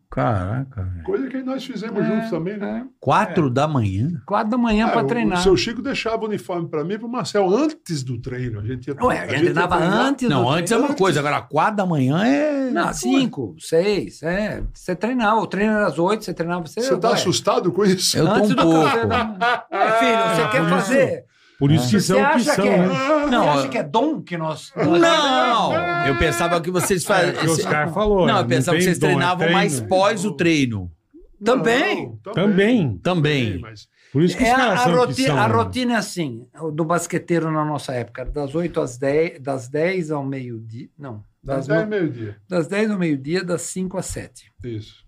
S3: Caraca, velho.
S4: Coisa que nós fizemos
S5: É,
S4: juntos também, né?
S5: é.
S3: Quatro da manhã?
S5: Quatro da manhã
S4: Ah,
S5: para
S4: o-
S5: treinar.
S4: O seu Chico deixava o uniforme pra mim e pro Marcel antes do treino. A gente ia
S5: Ué, a gente é, treinava antes do
S3: Não, antes é uma coisa, agora quatro da manhã é.
S5: Não, cinco, seis, é. Você treinava, o treino era às oito, você treinava... Você,
S4: Você tá
S5: ué,
S4: assustado com isso?
S3: Eu tô
S5: Antes
S3: um
S5: do café
S3: pouco.
S5: da manhã. Ué, filho, você quer
S2: por isso-
S5: fazer...
S2: Por isso que
S5: Você
S2: são o que
S5: acha
S2: são,
S5: que é?
S2: né?
S5: Você
S3: Não,
S5: acha que é dom que nós...
S3: Não! Eu pensava que vocês
S2: É o que o
S3: faziam.
S2: Oscar falou.
S3: Não,
S2: né?
S3: eu pensava que
S2: tem
S3: vocês
S2: dom, é
S3: treinavam
S2: treino.
S3: mais pós o treino.
S4: Não,
S5: Também.
S2: Também.
S4: Também,
S3: Também.
S4: mas
S2: Por isso que
S5: É
S2: os
S5: a,
S2: caras são o que
S5: roti-
S2: são.
S5: a
S2: né?
S5: rotina é assim, o do basqueteiro na nossa época, era das 8 às 10, das 10 ao meio-dia, não,
S4: das
S5: das,
S4: 10
S5: no-
S4: meio-dia.
S5: das 10 ao meio-dia, das 5 às 7.
S4: Isso.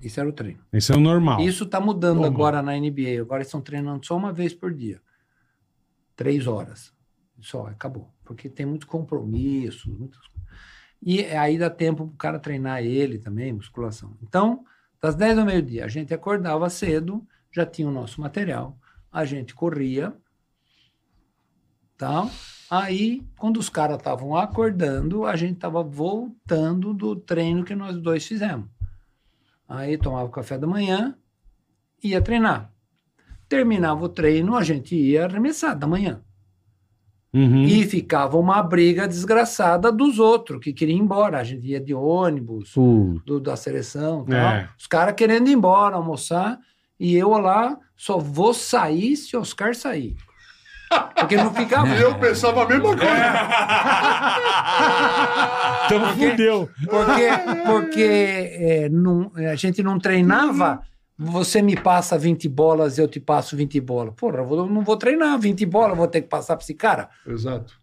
S5: Isso era o treino.
S2: Isso é o normal.
S5: Isso está mudando
S4: Normal.
S5: agora na NBA. Agora eles estão treinando só uma vez por dia. Três horas. Só, acabou. Porque tem muito compromisso. Muitas... E aí dá tempo para o cara treinar ele também, musculação. Então, das 10 ao meio-dia, a gente acordava cedo, já tinha o nosso material, a gente corria, tal. Aí, quando os caras estavam acordando, a gente estava voltando do treino que nós dois fizemos. Aí tomava o café da manhã, ia treinar. Terminava o treino, a gente ia arremessar da manhã.
S2: Uhum.
S5: E ficava uma briga desgraçada dos outros que queriam ir embora. A gente ia de ônibus, do- da seleção e tal.
S2: É.
S5: Os caras querendo ir embora, almoçar. E eu lá só vou sair se Oscar sair. Porque não ficava.
S4: E
S2: É.
S4: eu pensava a mesma
S5: é.
S4: coisa.
S2: Então fudeu.
S5: Porque, porque é, não- a gente não treinava.
S2: Uhum.
S5: Você me passa 20 bolas, eu te passo 20 bolas. Porra, eu vou- eu não vou treinar 20 bolas, eu vou ter que passar para esse cara.
S4: Exato.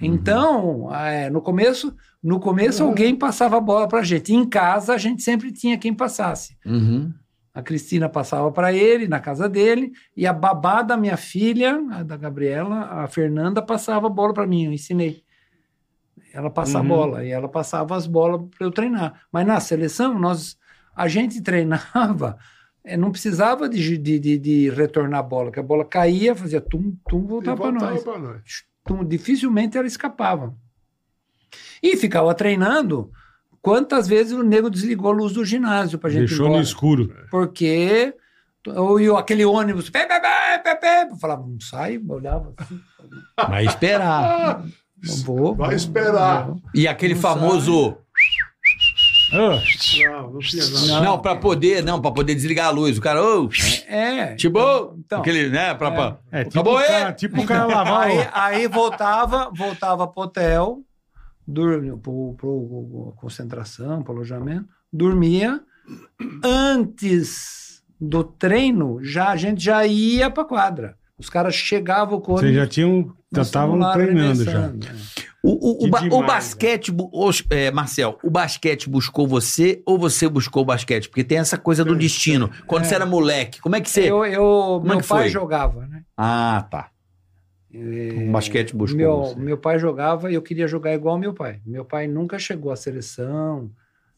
S5: Então, é, no começo, no começo alguém passava a bola para gente. Em casa, a gente sempre tinha quem passasse.
S3: Uhum.
S5: A Cristina passava para ele, na casa dele, e a babá da minha filha, a da Gabriela, a Fernanda, passava a bola para mim, eu ensinei. Ela passa
S2: Uhum.
S5: a bola, e ela passava as bolas para eu treinar. Mas na seleção, nós, a gente treinava, eh, não precisava de, de, de- de retornar a bola, que a bola caía, fazia tum, tum, voltava para nós.
S4: pra nós.
S5: Então, dificilmente ela escapava. E ficava treinando. Quantas vezes o nego desligou a luz do ginásio pra gente ir
S2: Deixou
S5: embora?
S2: no escuro.
S4: É.
S5: Porque ou e aquele ônibus, pé, pé, pé, pé, pé. Eu falava, não sai, eu olhava assim,
S3: Vai esperar.
S4: Ah,
S5: não vou.
S4: Vai
S5: não
S4: esperar.
S5: vou.
S3: E aquele
S5: Não
S3: famoso.
S2: Ah,
S4: não, não tinha nada.
S3: Não, pra poder, não, pra poder desligar a luz. O cara, ô,
S5: É.
S3: tipo,
S5: então,
S3: aquele, né? Pra, pra-
S2: é, tipo,
S3: Acabou
S2: o cara,
S3: aí.
S2: tipo o cara lavar
S5: aí,
S2: o...
S5: aí voltava, voltava pro hotel, dormia pro, pro concentração, pro alojamento, dormia. Antes do treino, já a gente já ia pra quadra. Os caras chegavam com o
S2: Vocês já
S5: ônibus,
S2: tinham... Já
S5: nós
S2: estavam
S5: lá
S2: treinando já.
S5: arremessando, né?
S3: O, o- o
S2: Que
S3: ba- o
S2: demais,
S3: basquete, bu- os- é, Marcel, o basquete buscou você ou você buscou o basquete? Porque tem essa coisa do
S4: Tem,
S3: destino. Quando você era moleque, como é que você.
S5: Eu, eu-
S3: Como é
S5: meu
S3: que
S5: pai
S3: foi?
S5: jogava, né?
S3: Ah, tá. O Um basquete buscou
S5: É, Meu,
S3: você.
S5: meu pai jogava e eu queria jogar igual meu pai. Meu pai nunca chegou à seleção,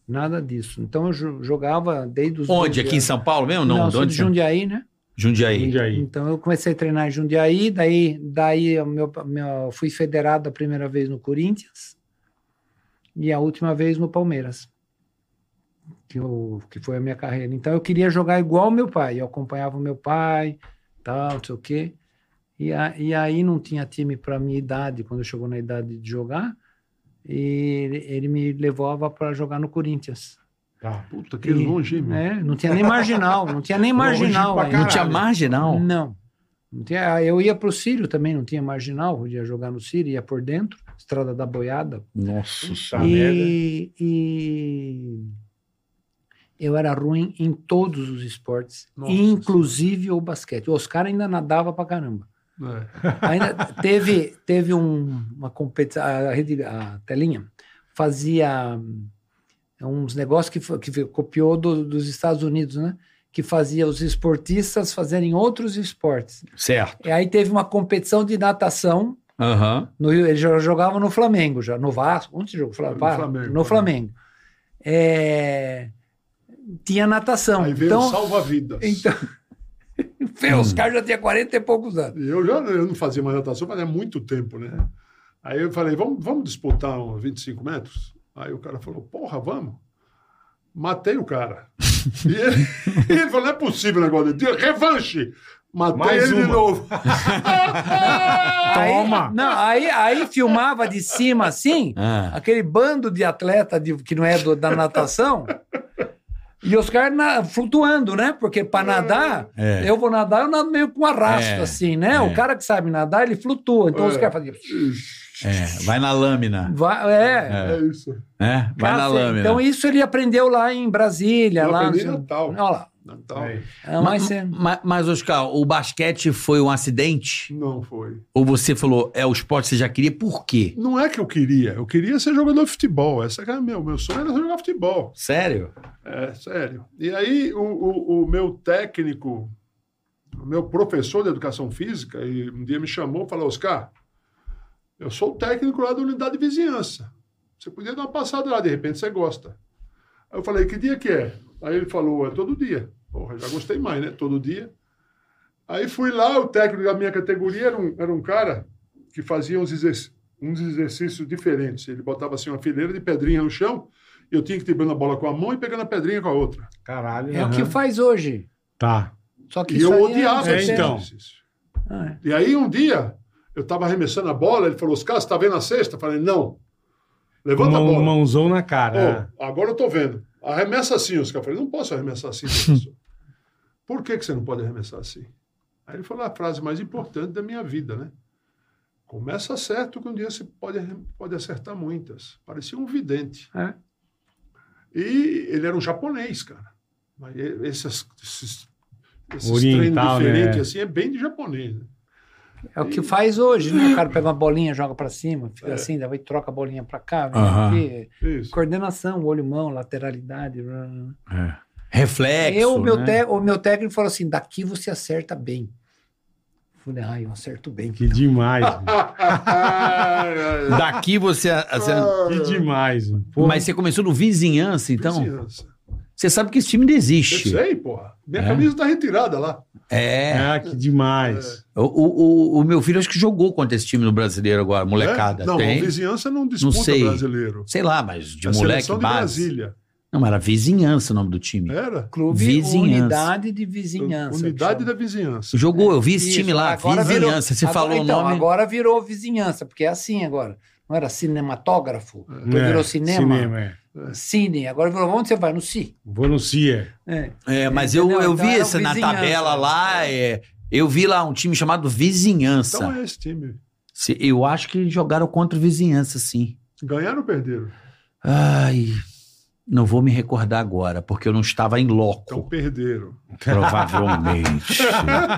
S5: nada disso. Então eu jo- jogava desde os.
S3: Onde?
S5: 12
S3: Aqui em
S5: anos.
S3: São Paulo mesmo? Não,
S5: Não,
S3: de
S5: sou de
S3: onde? é?
S5: Jundiaí, né?
S3: Jundiaí.
S2: E aí?
S5: Então eu comecei a treinar em Jundiaí, daí, daí eu meu, meu, fui federado a primeira vez no Corinthians e a última vez no Palmeiras, que, eu, que foi a minha carreira. Então eu queria jogar igual meu pai, eu acompanhava o meu pai, tal, não sei o quê. E, a, e aí não tinha time para minha idade, quando chegou na idade de jogar, e ele, ele me levava para jogar no Corinthians.
S4: Ah, Puta, que longe, hein, meu?
S5: né? Não tinha nem marginal, não tinha nem
S2: Longe
S5: marginal
S2: pra
S5: ainda.
S3: Não tinha
S2: Caralho.
S5: Hum.
S3: marginal?
S5: ah, Não. Não tinha- eu ia para o Sírio também, não tinha marginal, podia jogar no Sírio, ia por dentro. Estrada da Boiada.
S3: Nossa
S2: Tá, merda.
S5: e, e eu era ruim em todos os esportes,
S4: Nossa
S5: inclusive o basquete. O Oscar ainda nadava pra caramba.
S2: É.
S5: Ainda teve, teve um- uma competição, a, rede- a telinha fazia hum, uns negócios que, fo- que fi- copiou do- dos Estados Unidos, né? Que fazia os esportistas fazerem outros esportes.
S3: Certo.
S5: E aí teve uma competição de natação,
S3: Aham.
S5: no Rio, eles já jogavam no Flamengo, já, no Vasco, onde se jogou? Fla-
S4: No
S5: Pá,
S4: Flamengo,
S5: No Flamengo. É, tinha natação.
S4: Aí veio o
S5: então,
S4: salva-vidas.
S5: então... os caras já tinha 40 e poucos anos.
S4: E Eu já eu não fazia mais natação, fazia muito tempo, né? Aí eu falei, vamos, vamos disputar uns 25 metros? Aí o cara falou, porra, vamos. Matei o cara. E ele, e ele falou, não é possível o negócio dele. Revanche! Matei
S2: Mais
S4: ele de
S2: uma.
S4: novo.
S5: Aí-
S2: Toma!
S5: não, aí, aí filmava de cima assim,
S3: Ah.
S5: aquele bando de atleta de- que não é do- da natação. E os caras na- flutuando, né? Porque para nadar,
S3: É.
S5: eu vou nadar, eu nado meio com arrasto,
S3: É,
S5: assim, né? O
S3: é.
S5: cara que sabe nadar, ele flutua. Então os
S4: É.
S5: caras faziam.
S3: É, Vai na lâmina.
S5: "Vai- é,
S4: É isso.
S3: né? Vai na
S5: Cacete.
S3: lâmina.
S5: Então isso ele aprendeu lá em Brasília.
S4: Eu
S5: lá,
S4: aprendi
S5: não sei-
S4: Natal.
S5: Olha lá.
S4: Natal.
S2: Aí.
S5: É mais
S3: Ma-
S5: cedo.
S3: ma- mas, Oscar, o basquete foi um acidente?
S4: Não foi.
S3: Ou você falou, é o esporte que você já queria, por quê?
S4: Não é que eu queria. Eu queria ser jogador de futebol. Essa que era meu. Meu sonho era jogar futebol.
S3: Sério?
S4: É, sério. E aí, o, o- o meu técnico, o meu professor de educação física, e um dia me chamou e falou: Oscar, eu sou o técnico lá da unidade de vizinhança. Você podia dar uma passada lá, de repente você gosta. Aí eu falei: que dia que é? Aí ele falou: é todo dia. Porra, já gostei mais, né? Todo dia. Aí fui lá, o técnico da minha categoria era um, era um cara que fazia uns, exerc- uns exercícios diferentes. Ele botava assim uma fileira de pedrinha no chão. e Eu tinha que driblando a bola com a mão e pegando a pedrinha com a outra.
S2: Caralho.
S5: É o
S2: aham.
S5: que faz hoje.
S2: Tá.
S5: Só que
S4: E
S5: isso
S4: eu
S5: aí é-
S4: odiava
S2: é,
S4: esse
S2: então.
S4: exercício.
S5: Ah, é.
S4: E aí um dia, eu estava arremessando a bola, ele falou, Oscar, você está vendo a cesta? Eu falei, não. Levanta a
S2: Mão-
S4: bola.
S2: um mãozão na cara. é.
S4: Pô, agora eu tô vendo. Arremessa assim, Oscar. Eu falei, não posso arremessar assim, professor. Por que, que você não pode arremessar assim? Aí ele falou a frase mais importante da minha vida, né? Começa certo que um dia você pode, arre- pode acertar muitas. Parecia um vidente.
S5: É.
S4: E ele era um japonês, cara. Mas e- esses, esses, esses
S2: Oriental,
S4: treinos diferentes,
S2: né?
S4: assim, é bem de japonês. Né?
S5: É o que faz hoje, né? O cara pega uma bolinha, joga pra cima,
S4: É.
S5: fica assim, daí troca a bolinha pra cá, vem
S3: Aham.
S5: aqui.
S4: Isso.
S5: Coordenação, olho-mão, lateralidade. blá, blá, blá.
S3: É. Reflexo,
S5: eu, o meu
S3: né?
S5: té- o meu técnico falou assim: daqui você acerta bem. Falei, ah, eu acerto bem.
S2: Que demais. mano.
S3: Daqui você... você-
S2: que demais. mano. Pô,
S3: Mas você começou no vizinhança, então?
S4: Vizinhança.
S3: Você sabe que esse time ainda
S4: Eu
S3: existe.
S4: sei, porra. Minha
S3: É.
S4: camisa tá retirada lá.
S3: É.
S2: Ah, que demais.
S3: O, o- o- o meu filho acho que jogou contra esse time no brasileiro agora, molecada.
S4: É? Não,
S3: tem.
S4: a vizinhança não disputa
S3: Não sei.
S4: brasileiro.
S3: Sei lá, mas de
S4: é a
S3: moleque
S4: seleção de
S3: base.
S4: Brasília.
S3: Não, mas era vizinhança o nome do time.
S5: É.
S4: Era?
S5: Clube
S3: Vizinhança.
S5: Unidade de Vizinhança.
S4: Unidade
S5: que
S4: da vizinhança.
S3: Jogou, eu vi esse
S5: Isso,
S3: time lá,
S5: agora
S3: vizinhança.
S5: virou-
S3: Você
S5: agora-
S3: falou
S5: então,
S3: o nome.
S5: Agora virou vizinhança, porque é assim agora. Não era cinematógrafo, depois
S2: É,
S5: virou cinema,
S2: é.
S5: cine. Agora virou onde você vai? No CI.
S2: Vou no CIA.
S5: É.
S3: É, mas eu,
S5: Entendeu?
S3: eu
S5: Então
S3: vi
S5: era o
S3: esse, na
S5: vizinhança. né?
S3: tabela lá, é, eu vi lá um time chamado Vizinhança.
S4: Então é esse time.
S3: Se- Eu acho que jogaram contra o Vizinhança, sim.
S4: Ganharam ou perderam?
S3: Ai, não vou me recordar agora, porque eu não estava em
S4: Então
S3: loco,
S4: perderam.
S2: Então,
S3: provavelmente.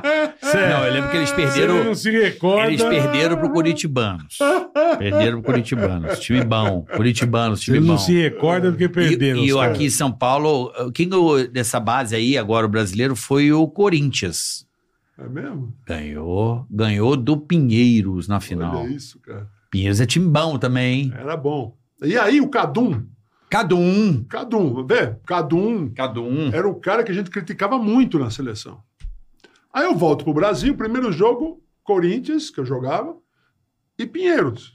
S3: não, eu lembro que eles
S2: Você
S3: perderam...
S2: não se recorda.
S3: Eles perderam pro Curitibanos. Perderam pro Curitibanos. Time bom. Curitibanos, time
S2: Você
S3: bom.
S2: não se recorda do que perderam.
S3: e, e eu
S2: os caras.
S3: aqui em São Paulo, quem ganhou dessa base aí, agora o brasileiro, foi o Corinthians.
S4: É mesmo?
S3: Ganhou, ganhou do Pinheiros na final.
S4: Olha isso, cara.
S3: Pinheiros é time bom também, hein?
S4: Era bom. E aí o Cadum.
S3: Cada um.
S4: Cadum, vê? Cadum
S3: Cada um.
S4: era o cara que a gente criticava muito na seleção. Aí eu volto pro Brasil, primeiro jogo, Corinthians, que eu jogava, e Pinheiros.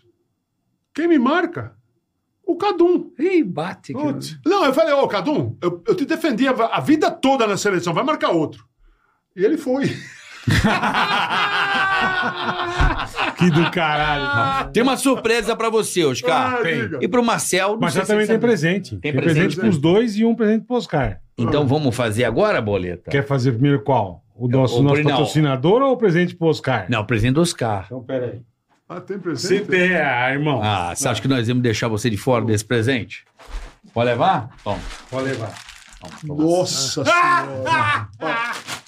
S4: Quem me marca? O Cadum.
S5: Ih, bate. que-
S2: Putz.
S4: Não, eu falei, ô, Cadum, eu, eu te defendi a, a vida toda na seleção, vai marcar outro. E ele foi.
S2: Que do caralho.
S3: Ah,
S2: cara.
S3: Tem uma surpresa pra você, Oscar.
S4: Ah,
S2: tem.
S4: diga.
S3: E pro Marcel, não
S2: Mas
S3: sei
S2: já
S3: se
S2: também
S3: você
S2: tem
S3: sabe.
S2: presente. Tem, presente
S3: presente?
S2: pros dois e um presente pro Oscar.
S3: Então vamos fazer agora, Boleta?
S2: Quer fazer primeiro qual? O nosso,
S3: o
S2: nosso
S3: Brinal.
S2: patrocinador ou o presente pro Oscar?
S3: Não, presente do Oscar.
S2: Então, peraí.
S4: Ah, tem presente?
S2: Você tem, ah, irmão.
S3: Ah, você acha que nós íamos deixar você de fora desse presente? Pode levar? Toma.
S2: Pode levar.
S4: Nossa senhora. Ó,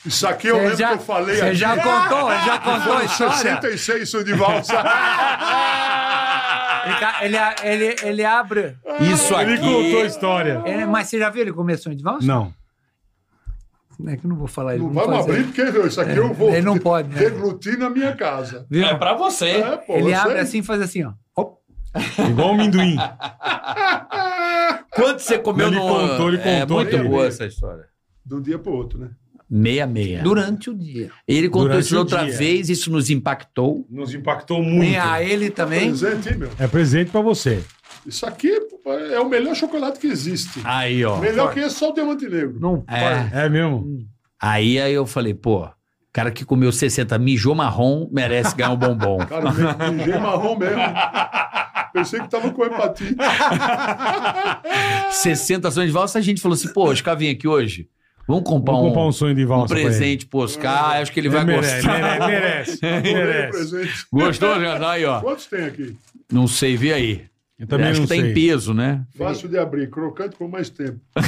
S4: Isso aqui eu lembro que eu falei
S5: Você
S4: aqui.
S5: Ah, já contou, já contou a
S4: Foi um em
S5: história.
S4: 66 isso de valsa.
S5: Ele, ca- ele, a- ele, ele abre.
S3: Isso
S2: Ele contou a
S3: aqui.
S2: história.
S5: É,
S4: Ah.
S5: mas você já viu ele começou de valsa?
S2: Não.
S5: É que eu não vou falar ele.
S4: Não vamos
S5: fazer. É,
S4: abrir, porque viu, isso aqui eu vou
S5: Ele não pode, né?
S4: deglutir na minha casa.
S5: Viu?
S11: É pra você.
S4: É, pô,
S5: ele
S4: eu
S5: abre
S4: sei.
S5: assim e faz assim, ó.
S2: Igual o amendoim.
S3: Quanto você comeu
S2: Ele
S3: no...
S2: contou, ele
S3: É
S2: contou
S3: muito
S4: também.
S3: boa essa história.
S4: De um dia pro outro, né?
S5: É.
S3: Meia-meia.
S5: Durante o dia.
S3: Ele contou
S2: Durante
S3: isso
S2: o
S3: outra
S2: dia.
S3: vez, isso nos impactou.
S2: Nos impactou
S5: E
S2: muito.
S5: a ele também.
S4: Presente, hein, meu?
S2: É presente pra você.
S4: Isso aqui é o melhor chocolate que existe.
S3: Aí, ó.
S4: melhor que esse, só o Diamante Negro.
S5: Não
S3: É.
S5: pode.
S2: É mesmo?
S3: Aí, aí eu falei, pô, cara que comeu 60 mijou marrom merece ganhar um bombom.
S4: Cara, me- mijei marrom mesmo. Pensei que tava com hepatite.
S3: 60 ações de valsa, a gente falou assim, pô, Oscar vem aqui hoje. Vamos comprar,
S2: Vamos comprar
S3: um,
S2: um sonho de
S3: um
S2: valsa. pra ele.
S3: presente pro Oscar, acho que ele vai
S2: Ele merece,
S3: gostar.
S2: merece, merece.
S4: Adorei o
S2: merece.
S4: presente.
S3: Gostou, Leandro? Aí, ó.
S4: Quantos tem aqui?
S3: Não sei, vê aí.
S2: Eu também
S3: acho
S2: não
S3: que
S2: sei.
S3: tá em peso, né?
S4: Fácil de abrir, crocante por mais tempo.
S2: Aí,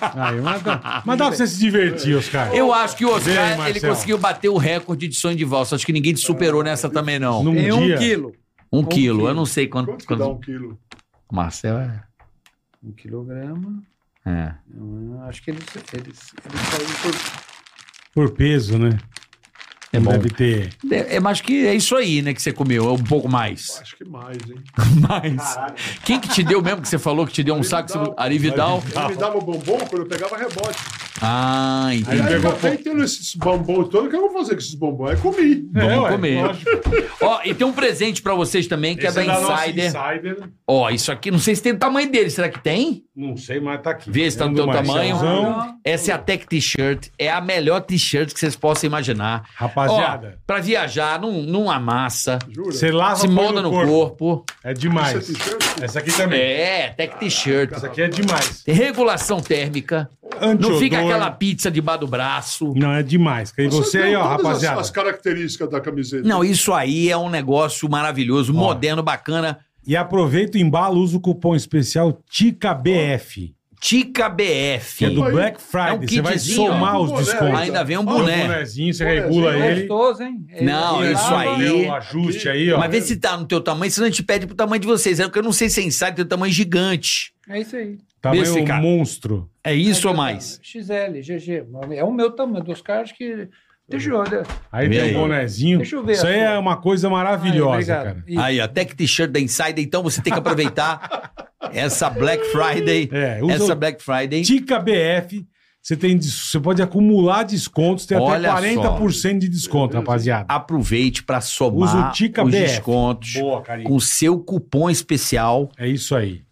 S2: Ah, mas, dá, mas dá pra você se divertir, Oscar.
S3: Eu acho que o
S2: Vem,
S3: Oscar, ele
S2: Marcelo.
S3: conseguiu bater o recorde de sonho de valsa. Acho que ninguém te superou nessa também, não.
S2: Num
S5: Tem um
S2: dia.
S5: quilo.
S3: Um quilo,
S5: quilo.
S3: eu não sei quanto...
S4: Quanto que
S3: quanto-
S4: dá um quilo?
S3: Marcelo é...
S5: Um quilograma.
S3: é.
S5: Eu Acho que ele, ele, ele saiu por...
S2: Por peso, né?
S3: É bom.
S2: Deve ter.
S3: É, é, mas que é isso aí, né, que você comeu, é um pouco mais.
S4: Acho que mais, hein?
S3: mais. Quem que te deu mesmo que você falou que te deu um
S4: Ari
S3: saco? que você-
S4: Vidal.
S3: Ari Vidal.
S4: Ele me dava bombom quando eu pegava rebote.
S3: Ah,
S4: Aí
S3: entendi.
S4: eu
S2: pegou
S4: acabei tendo esses bombons todos, o que eu vou fazer com esses bombons? Aí comi.
S2: É, ué,
S3: comer.
S2: lógico.
S3: Ó, e tem um presente pra vocês também, que
S2: Esse
S3: é da
S2: nossa
S3: Insider.
S2: Insider.
S3: Ó, isso aqui, não sei se tem o tamanho dele, será que tem?
S2: Não sei, mas tá aqui.
S3: Vê se tá no teu tamanho.
S2: Marcelzão.
S5: Ah,
S3: Essa é a Tech T-shirt, é a melhor t-shirt que vocês possam imaginar.
S2: Rapaziada, Ah,
S3: Ó, pra viajar, não, não amassa,
S4: Jura?
S2: você lava
S3: se
S2: põe
S3: molda no corpo.
S2: É
S4: Isso
S2: demais.
S4: é t-shirt?
S2: Essa aqui também.
S3: É, Tech T-shirt.
S2: Essa aqui é demais.
S3: Tem Regulação térmica,
S2: Antiodor.
S3: não fica aquela pizza debaixo do braço.
S2: Não, é demais. E você aí,
S4: viu
S2: ó,
S4: todas as-
S2: rapaziada.
S4: As, características da camiseta.
S3: Não, isso aí é um negócio maravilhoso, moderno, bacana.
S2: E aproveita o embalo, usa o cupom especial TICABF,
S3: Tica
S2: que é
S3: BF.
S2: do
S4: Aí,
S2: Black
S3: é
S2: Friday.
S3: um
S2: você vai
S3: kitzinho,
S2: somar
S4: ó,
S2: os
S4: um boné,
S2: descontos.
S3: Ainda vem um
S2: Ó, o
S3: boné. é
S2: bonezinho, você
S4: Bonézinho.
S2: regula ele.
S5: Gostoso, hein?
S3: Não,
S5: ele é
S3: isso
S5: lava.
S3: aí.
S2: Deu um ajuste aí, ó.
S3: Mas vê se tá no teu tamanho, senão a gente pede pro tamanho de vocês. É porque eu não sei se é insight, tem um tamanho gigante.
S5: É isso aí.
S2: Tamanho
S3: desse, cara.
S2: Tá monstro.
S3: É isso ou mais?
S5: XL, GG. É o meu tamanho, dos caras que. Deixa eu olhar.
S2: Aí
S3: Vê
S2: tem
S3: aí.
S2: um bonezinho.
S5: Deixa eu ver
S2: Isso
S5: a
S2: aí
S5: sua.
S2: é uma coisa maravilhosa,
S5: Ai,
S2: cara.
S5: obrigado. E-
S3: Aí, ó, Tech T-shirt da Insider, então você tem que aproveitar essa Black Friday.
S2: É, usa
S3: Essa
S2: o
S3: Black Friday.
S2: Tica BF. Você, tem, des- você pode acumular descontos, tem
S3: Olha
S2: até 40% de desconto, rapaziada.
S3: Aproveite pra somar
S2: Usa o Tica
S3: os
S2: BF.
S3: descontos
S2: Boa, carinho.
S3: com o seu cupom especial
S2: É isso aí.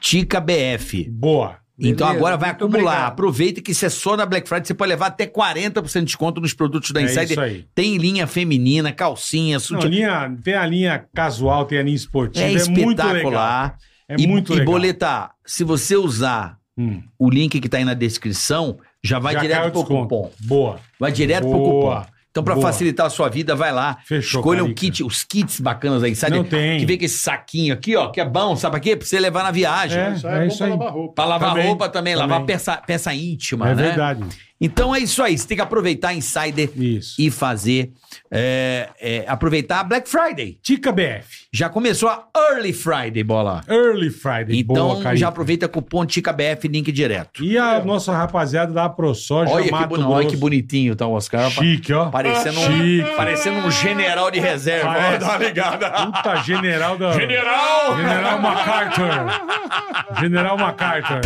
S3: Tica BF.
S2: Boa.
S3: Então
S5: Beleza,
S3: agora vai
S5: muito
S3: acumular.
S5: obrigado.
S3: Aproveita que isso é só na Black Friday. Você pode levar até 40% de desconto nos produtos da
S2: É isso
S3: Insider.
S2: aí.
S3: Tem linha feminina, calcinha,
S2: Não,
S3: sutiã.
S2: linha- tem a linha casual, tem a linha esportiva.
S3: é
S2: É, muito legal.
S3: espetacular.
S2: É
S3: e,
S2: muito
S3: e
S2: legal.
S3: boletar, se você usar
S2: Hum,
S3: o link que tá aí na descrição, já vai
S2: já cai
S3: direto
S2: o
S3: pro
S2: desconto.
S3: cupom.
S2: Boa.
S3: Vai direto pro
S2: Boa.
S3: cupom. Então, pra
S2: Boa.
S3: facilitar a sua vida, vai lá.
S2: Fechou,
S3: Escolha um
S2: Carica.
S3: kit, os kits bacanas da Insider.
S2: Não tem.
S3: Que vem com esse saquinho aqui, ó, que é bom, sabe pra quê? Pra você levar na viagem.
S2: É,
S4: Isso aí é,
S2: é
S4: bom
S2: isso
S4: pra
S2: aí.
S4: lavar roupa.
S3: Pra lavar
S2: Também,
S3: roupa também,
S2: também.
S3: lavar peça, peça íntima,
S2: É
S3: né?
S2: verdade.
S3: Então é isso aí. Você tem que aproveitar a Insider
S2: Isso.
S3: e fazer. é, é, aproveitar a Black Friday.
S2: Tica BF.
S3: Já começou a Early Friday, bola.
S2: Early Friday.
S3: Então
S2: Boa, Carica.
S3: já aproveita cupom TICABF, link direto.
S2: E a nossa rapaziada da ProSoja
S3: Olha que,
S2: Mato
S3: boni- olha
S2: Grosso.
S3: que bonitinho tá o Oscar.
S2: Chique, ó.
S3: Parecendo um,
S2: Chique.
S3: parecendo um general de reserva.
S2: Parece.
S3: Ó, dá uma ligada.
S2: Puta general da...
S3: General!
S2: General MacArthur. General MacArthur.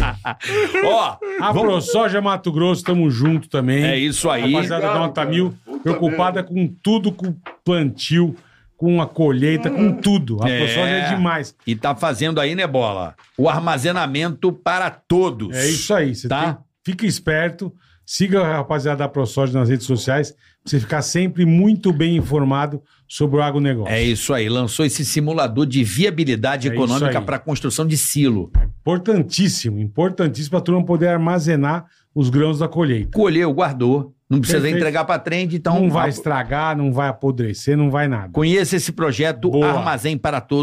S3: Ó,
S2: A ProSoja Mato Grosso, tamo junto também.
S3: é isso aí.
S2: Rapaziada da
S4: Obrigado,
S2: Nota
S4: cara.
S2: Mil,
S4: Puta
S2: preocupada com tudo, com plantio, com a colheita, com tudo. A
S3: É.
S2: ProSoja é demais.
S3: E tá fazendo aí, né, bola? O armazenamento para todos.
S2: É isso aí. Você
S3: Tá?
S2: tem- fica esperto, siga a rapaziada da ProSoja nas redes sociais, pra você ficar sempre muito bem informado sobre o agronegócio.
S3: É isso aí. Lançou esse simulador de viabilidade
S2: É isso
S3: econômica
S2: aí.
S3: para construção de silo.
S2: Importantíssimo, importantíssimo para a turma poder armazenar os grãos da colheita.
S3: Colheu, guardou. Não precisa
S2: Perfeito.
S3: entregar para trend, então.
S2: não vai
S3: a-
S2: estragar, não vai apodrecer, não vai nada.
S3: Conheça esse projeto
S2: Boa.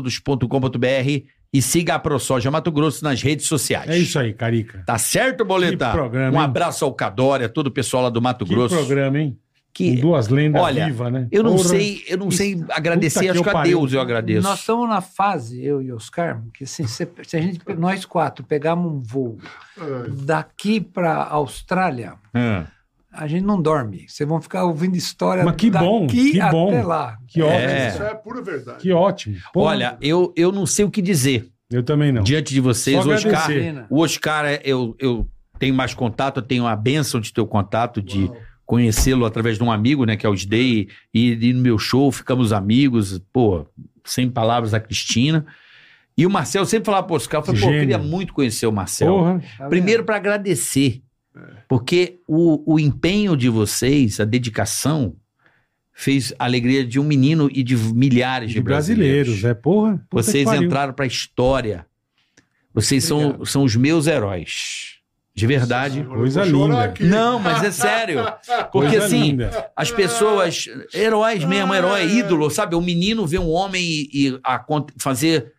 S3: armazémparatodos.com.br e siga a ProSoja Mato Grosso nas redes sociais.
S2: É isso aí, Carica.
S3: Tá certo, Boleta?
S2: Que programa,
S3: um
S2: hein?
S3: abraço ao Cadória, todo o pessoal lá do Mato
S2: que
S3: Grosso.
S2: programa, hein? Com
S3: Que
S2: duas lendas
S3: olha,
S2: vivas, né?
S3: eu não
S2: Porra.
S3: sei, eu não sei agradecer,
S2: que
S3: acho
S2: eu
S3: que a
S2: pariu.
S3: Deus eu agradeço.
S12: Nós
S5: Nós estamos na fase, eu e Oscar, que assim, se, se a gente, nós quatro pegarmos um voo
S4: É.
S5: daqui para Austrália,
S3: Ah.
S5: a gente não dorme. Vocês vão ficar ouvindo história
S2: Mas que bom,
S5: daqui
S2: que bom.
S5: até lá.
S2: Que ótimo.
S3: É.
S4: Isso é a pura verdade.
S2: Que ótimo. Pô,
S3: Olha, eu, eu não sei o que dizer
S2: eu também não.
S3: diante de vocês.
S2: Só
S3: O Oscar,
S2: agradecer.
S5: Imagina.
S3: o Oscar é- eu, eu tenho mais contato, eu tenho a benção de ter o contato, de conhecê-lo através de um amigo, né, que é o Sdei, e ir no meu show, ficamos amigos, pô, sem palavras a Cristina. E o Marcel sempre falava pro Oscar, eu falei, pô, eu
S2: Gênio.
S3: queria muito conhecer o Marcel.
S2: Porra. É.
S5: Tá vendo?
S3: Primeiro para agradecer, porque o, o empenho de vocês, a dedicação, fez a alegria de um menino e de milhares de,
S2: De
S3: brasileiros.
S2: brasileiros, é porra. Puta que
S3: Vocês
S2: pariu.
S3: entraram para a história. Vocês são, são os meus heróis. De verdade.
S2: Coisa
S4: Eu vou chorar
S2: linda.
S4: aqui.
S3: Não, mas é sério. Porque
S2: Coisa
S3: assim,
S2: linda.
S3: as pessoas, heróis mesmo, herói, ídolo, sabe? O menino vê um homem e, e acon- fazer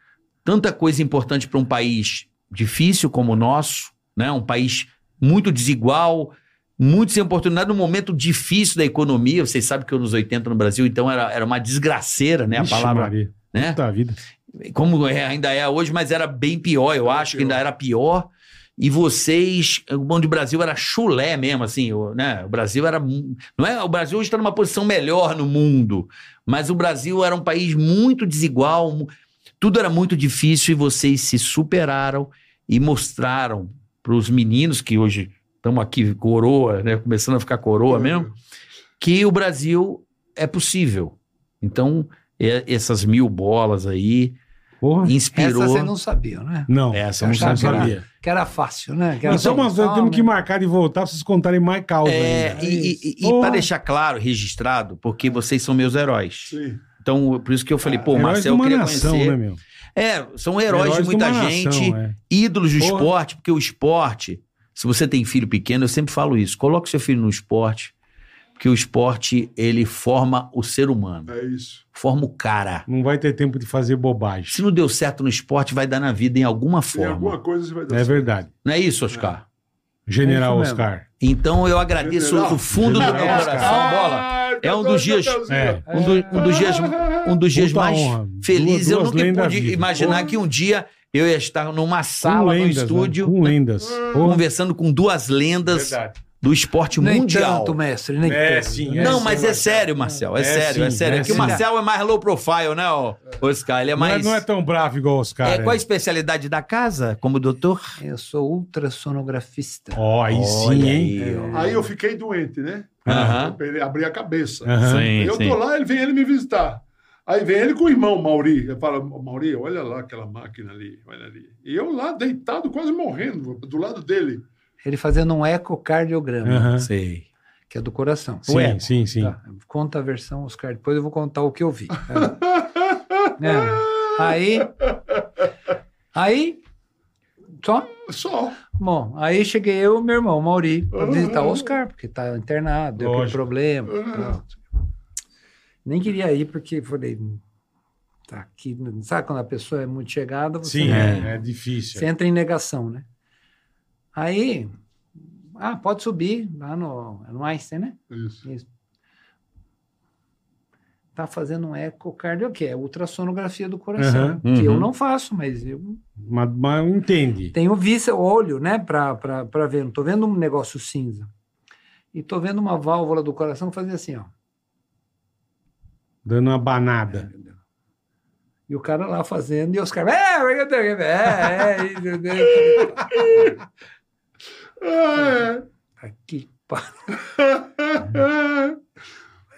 S3: tanta coisa importante para um país difícil como o nosso, né? Um país muito desigual, muito sem oportunidade, num momento difícil da economia. Vocês sabem que nos 80 no Brasil, então era, era uma desgraceira, né? A
S2: Ixi,
S3: palavra,
S2: Maria.
S3: né?
S2: Puta vida.
S3: como é- ainda é hoje, mas era bem pior, eu acho que ainda era pior. E vocês, o Bom de Brasil era chulé mesmo, assim, o- né? O Brasil era. mu- Não é, o Brasil hoje está numa posição melhor no mundo, mas o Brasil era um país muito desigual, mu- tudo era muito difícil e vocês se superaram e mostraram para os meninos que hoje estamos aqui coroa, né? Começando a ficar coroa mesmo que o Brasil é possível. Então, é- essas mil bolas aí
S2: Porra.
S3: inspirou.
S5: Essa vocês não sabiam, né?
S2: Não.
S3: Essa
S2: eu
S3: eu
S2: É, não
S5: achava que era-
S2: sabia.
S5: Que era fácil, né? Que era
S2: Nós
S5: só
S2: temos,
S5: um
S2: é temos que
S5: tal, né?
S2: marcar de voltar pra vocês contarem mais causa
S3: então, É,
S2: ainda.
S3: e e,
S2: Porra.
S3: para deixar claro, registrado, porque vocês são meus heróis.
S4: Sim.
S3: Então, por isso que eu falei, pô,
S2: Heróis
S3: Marcel,
S2: de
S3: eu
S2: uma
S3: queria
S2: nação,
S3: conhecer.
S2: né, meu?
S3: É, são heróis, de muita
S2: uma
S3: gente,
S2: nação, é.
S3: ídolos do
S2: Porra.
S3: esporte, porque o esporte, se você tem filho pequeno, eu sempre falo isso, coloque seu filho no esporte, porque o esporte, ele forma o ser humano,
S4: É isso.
S3: forma o cara.
S2: Não vai ter tempo de fazer bobagem.
S3: Se não deu certo no esporte, vai dar na vida em alguma
S4: Tem
S3: forma.
S4: alguma coisa que vai dar
S2: É
S4: certo.
S2: verdade.
S3: Não é isso, Oscar?
S2: General
S5: É isso mesmo.
S2: Oscar.
S3: Então eu agradeço
S4: General.
S3: o fundo do meu
S2: General
S3: coração,
S2: Oscar.
S3: bola.
S4: Ai,
S3: É um
S4: meu
S3: dos
S4: Deus,
S3: dias-
S4: meu Deus.
S2: É.
S3: Um, do- um dos dias, um dos dias
S2: Puta
S3: mais
S2: honra.
S3: felizes. Eu
S2: Duas- duas
S3: nunca
S2: lendas
S3: pude
S2: vivas.
S3: imaginar que um dia eu ia estar numa
S2: Com
S3: sala, num
S2: lendas, né?
S3: estúdio,
S2: Com lendas. Porra.
S3: conversando com duas lendas
S2: É Verdade.
S3: do esporte
S5: Nem
S3: mundial.
S5: tanto, mestre, nem
S2: É,
S5: tanto.
S2: sim,
S3: Não,
S2: É,
S3: mas
S2: sim,
S3: é sério, Marcel. É,
S2: É,
S3: sério, é
S2: sim,
S3: sério. É
S2: é,
S3: que o
S2: sim.
S3: Marcel é mais low profile, né, ó, Oscar? Ele é
S2: Não é-
S3: mais.
S2: Não é tão bravo igual o Oscar.
S3: É, qual a
S2: é.
S3: especialidade da casa, como doutor?
S5: Eu sou ultrassonografista.
S2: Ó, aí sim,
S3: Olha
S2: hein?
S3: aí, ó.
S4: Aí eu fiquei doente, né?
S3: Aham.
S4: Ele abri a cabeça.
S2: Aham.
S3: Sim,
S4: eu
S3: sim.
S4: tô lá, ele vem ele me visitar. Aí vem ele com o irmão, Mauri. Eu falo, Mauri, olha lá aquela máquina ali, olha ali. E eu lá, deitado, quase morrendo, do lado dele.
S5: Ele fazendo um ecocardiograma,
S2: Aham.
S3: Sei.
S5: que é do coração.
S2: Sim,
S3: Ué.
S2: sim, sim.
S5: Tá, conta a versão, Oscar. Depois eu vou contar o que eu vi. É. É. Aí. Aí. Só?
S4: Só.
S5: Bom, aí cheguei eu e meu irmão, Mauri, para
S4: Uhum.
S5: visitar o Oscar, porque tá internado, deu aquele
S2: Lógico.
S5: problema.
S4: Uhum.
S5: tal. Nem queria ir, porque falei. "Hum, Tá aqui. Sabe quando a pessoa é muito chegada? Você
S2: Sim, é, é difícil.
S5: Você entra em negação, né? Aí, ah, pode subir lá no, no Einstein, né?
S4: Isso.
S5: Tá fazendo um ecocardio, que é ultrassonografia do coração,
S3: Uhum,
S5: que
S3: uhum.
S5: eu não faço, mas eu
S2: Mas, mas entende.
S5: tenho vista, olho, né, pra, pra, pra ver. Não tô vendo um negócio cinza. E tô vendo uma válvula do coração fazer assim, ó.
S2: Dando uma banada.
S5: E o cara lá fazendo, e os caras. É, é, é, é, é, é.
S4: É.
S5: Aqui, pá.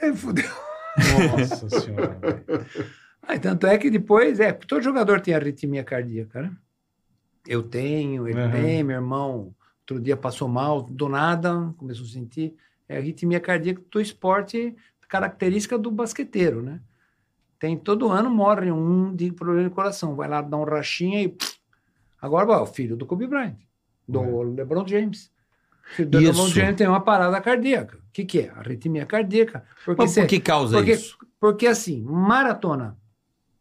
S5: Aí fudeu.
S3: É.
S2: Nossa senhora. velho.
S5: Ah, tanto é que depois, é, todo jogador tem arritmia cardíaca, né? Eu tenho, ele
S2: Aham.
S5: tem, meu irmão, outro dia passou mal, do nada, começou a sentir. É arritmia cardíaca do esporte, característica do basqueteiro, né? Tem todo ano morre um de problema de coração, vai lá dar um rachinha e pff. agora ó, o filho do Kobe Bryant, do LeBron James. O filho do
S3: É. Isso.
S5: LeBron James tem uma parada cardíaca. O que, que é? Arritmia cardíaca. Porque,
S3: Mas
S5: você-
S3: por que causa
S5: porque-
S3: isso?
S5: porque assim, maratona.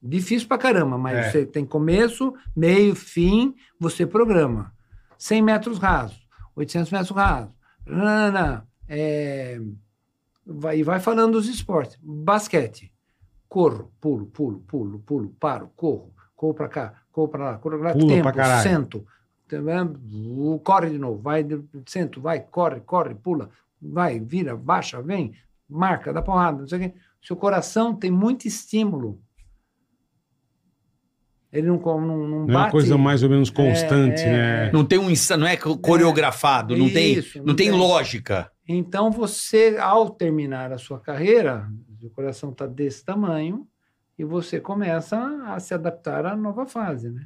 S5: Difícil pra caramba, mas
S2: É.
S5: você tem começo, meio, fim, você programa. 100 metros rasos, 800 metros rasos. nananã, é, vai, e vai falando dos esportes. Basquete. Corro, pulo, pulo, pulo, pulo, paro, corro, corro pra cá, corro pra lá, corro pra lá,
S2: Pula pra
S5: tempo,
S2: caralho.
S5: sento. Também, uh, Corre de novo, vai, sento, vai, corre, corre, pula, vai, vira, baixa, vem, marca, dá porrada, não sei o quê. Seu coração tem muito estímulo. Ele não, co- não, não
S2: Não é uma
S5: bate.
S2: coisa mais ou menos constante,
S5: É,
S2: né?
S5: é.
S3: Não tem um insta- não é co- coreografado, não tem,
S5: Isso,
S3: não,
S5: não
S3: tem,
S5: tem.
S3: lógica.
S5: Então você, ao terminar a sua carreira, o coração está desse tamanho e você começa a se adaptar à nova fase, né?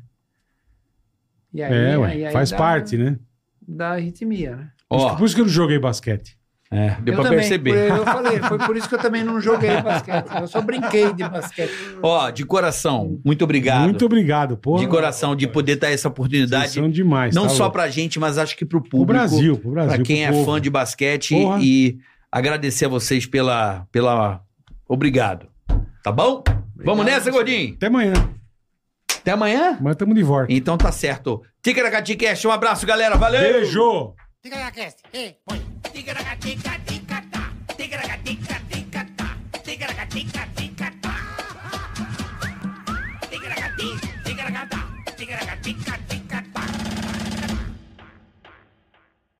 S5: E aí,
S2: É, ué,
S5: aí- aí
S2: faz
S5: dá-
S2: parte, né?
S5: da arritmia, né?
S3: Ó,
S2: Por isso que eu não joguei basquete.
S3: É, deu
S5: Eu
S3: pra
S5: também,
S3: perceber.
S5: por- Eu falei, foi por isso que eu também não joguei basquete. Eu só brinquei de basquete.
S3: Ó, de coração, muito obrigado.
S2: Muito obrigado, pô.
S3: de coração de poder dar essa oportunidade,
S2: são demais.
S3: não
S2: tá
S3: só
S2: louco.
S3: pra gente, mas acho que pro
S2: pro
S3: público.
S2: Brasil, pro Brasil.
S3: Pra quem
S2: pro
S3: é
S2: povo.
S3: fã de basquete
S2: Porra.
S3: e agradecer a vocês pela pela obrigado. Tá bom? Vamos nessa, Gordinho.
S2: Até amanhã.
S3: Até amanhã?
S2: Amanhã tamo de volta.
S3: Então tá certo. Ticaracati Cast, um abraço, galera. Valeu.
S2: Beijo!
S1: Ticaracast, ei, põe. Ticaracatica, ticatá. Ticaracatica, ticatá. Ticaracatica, ticatá.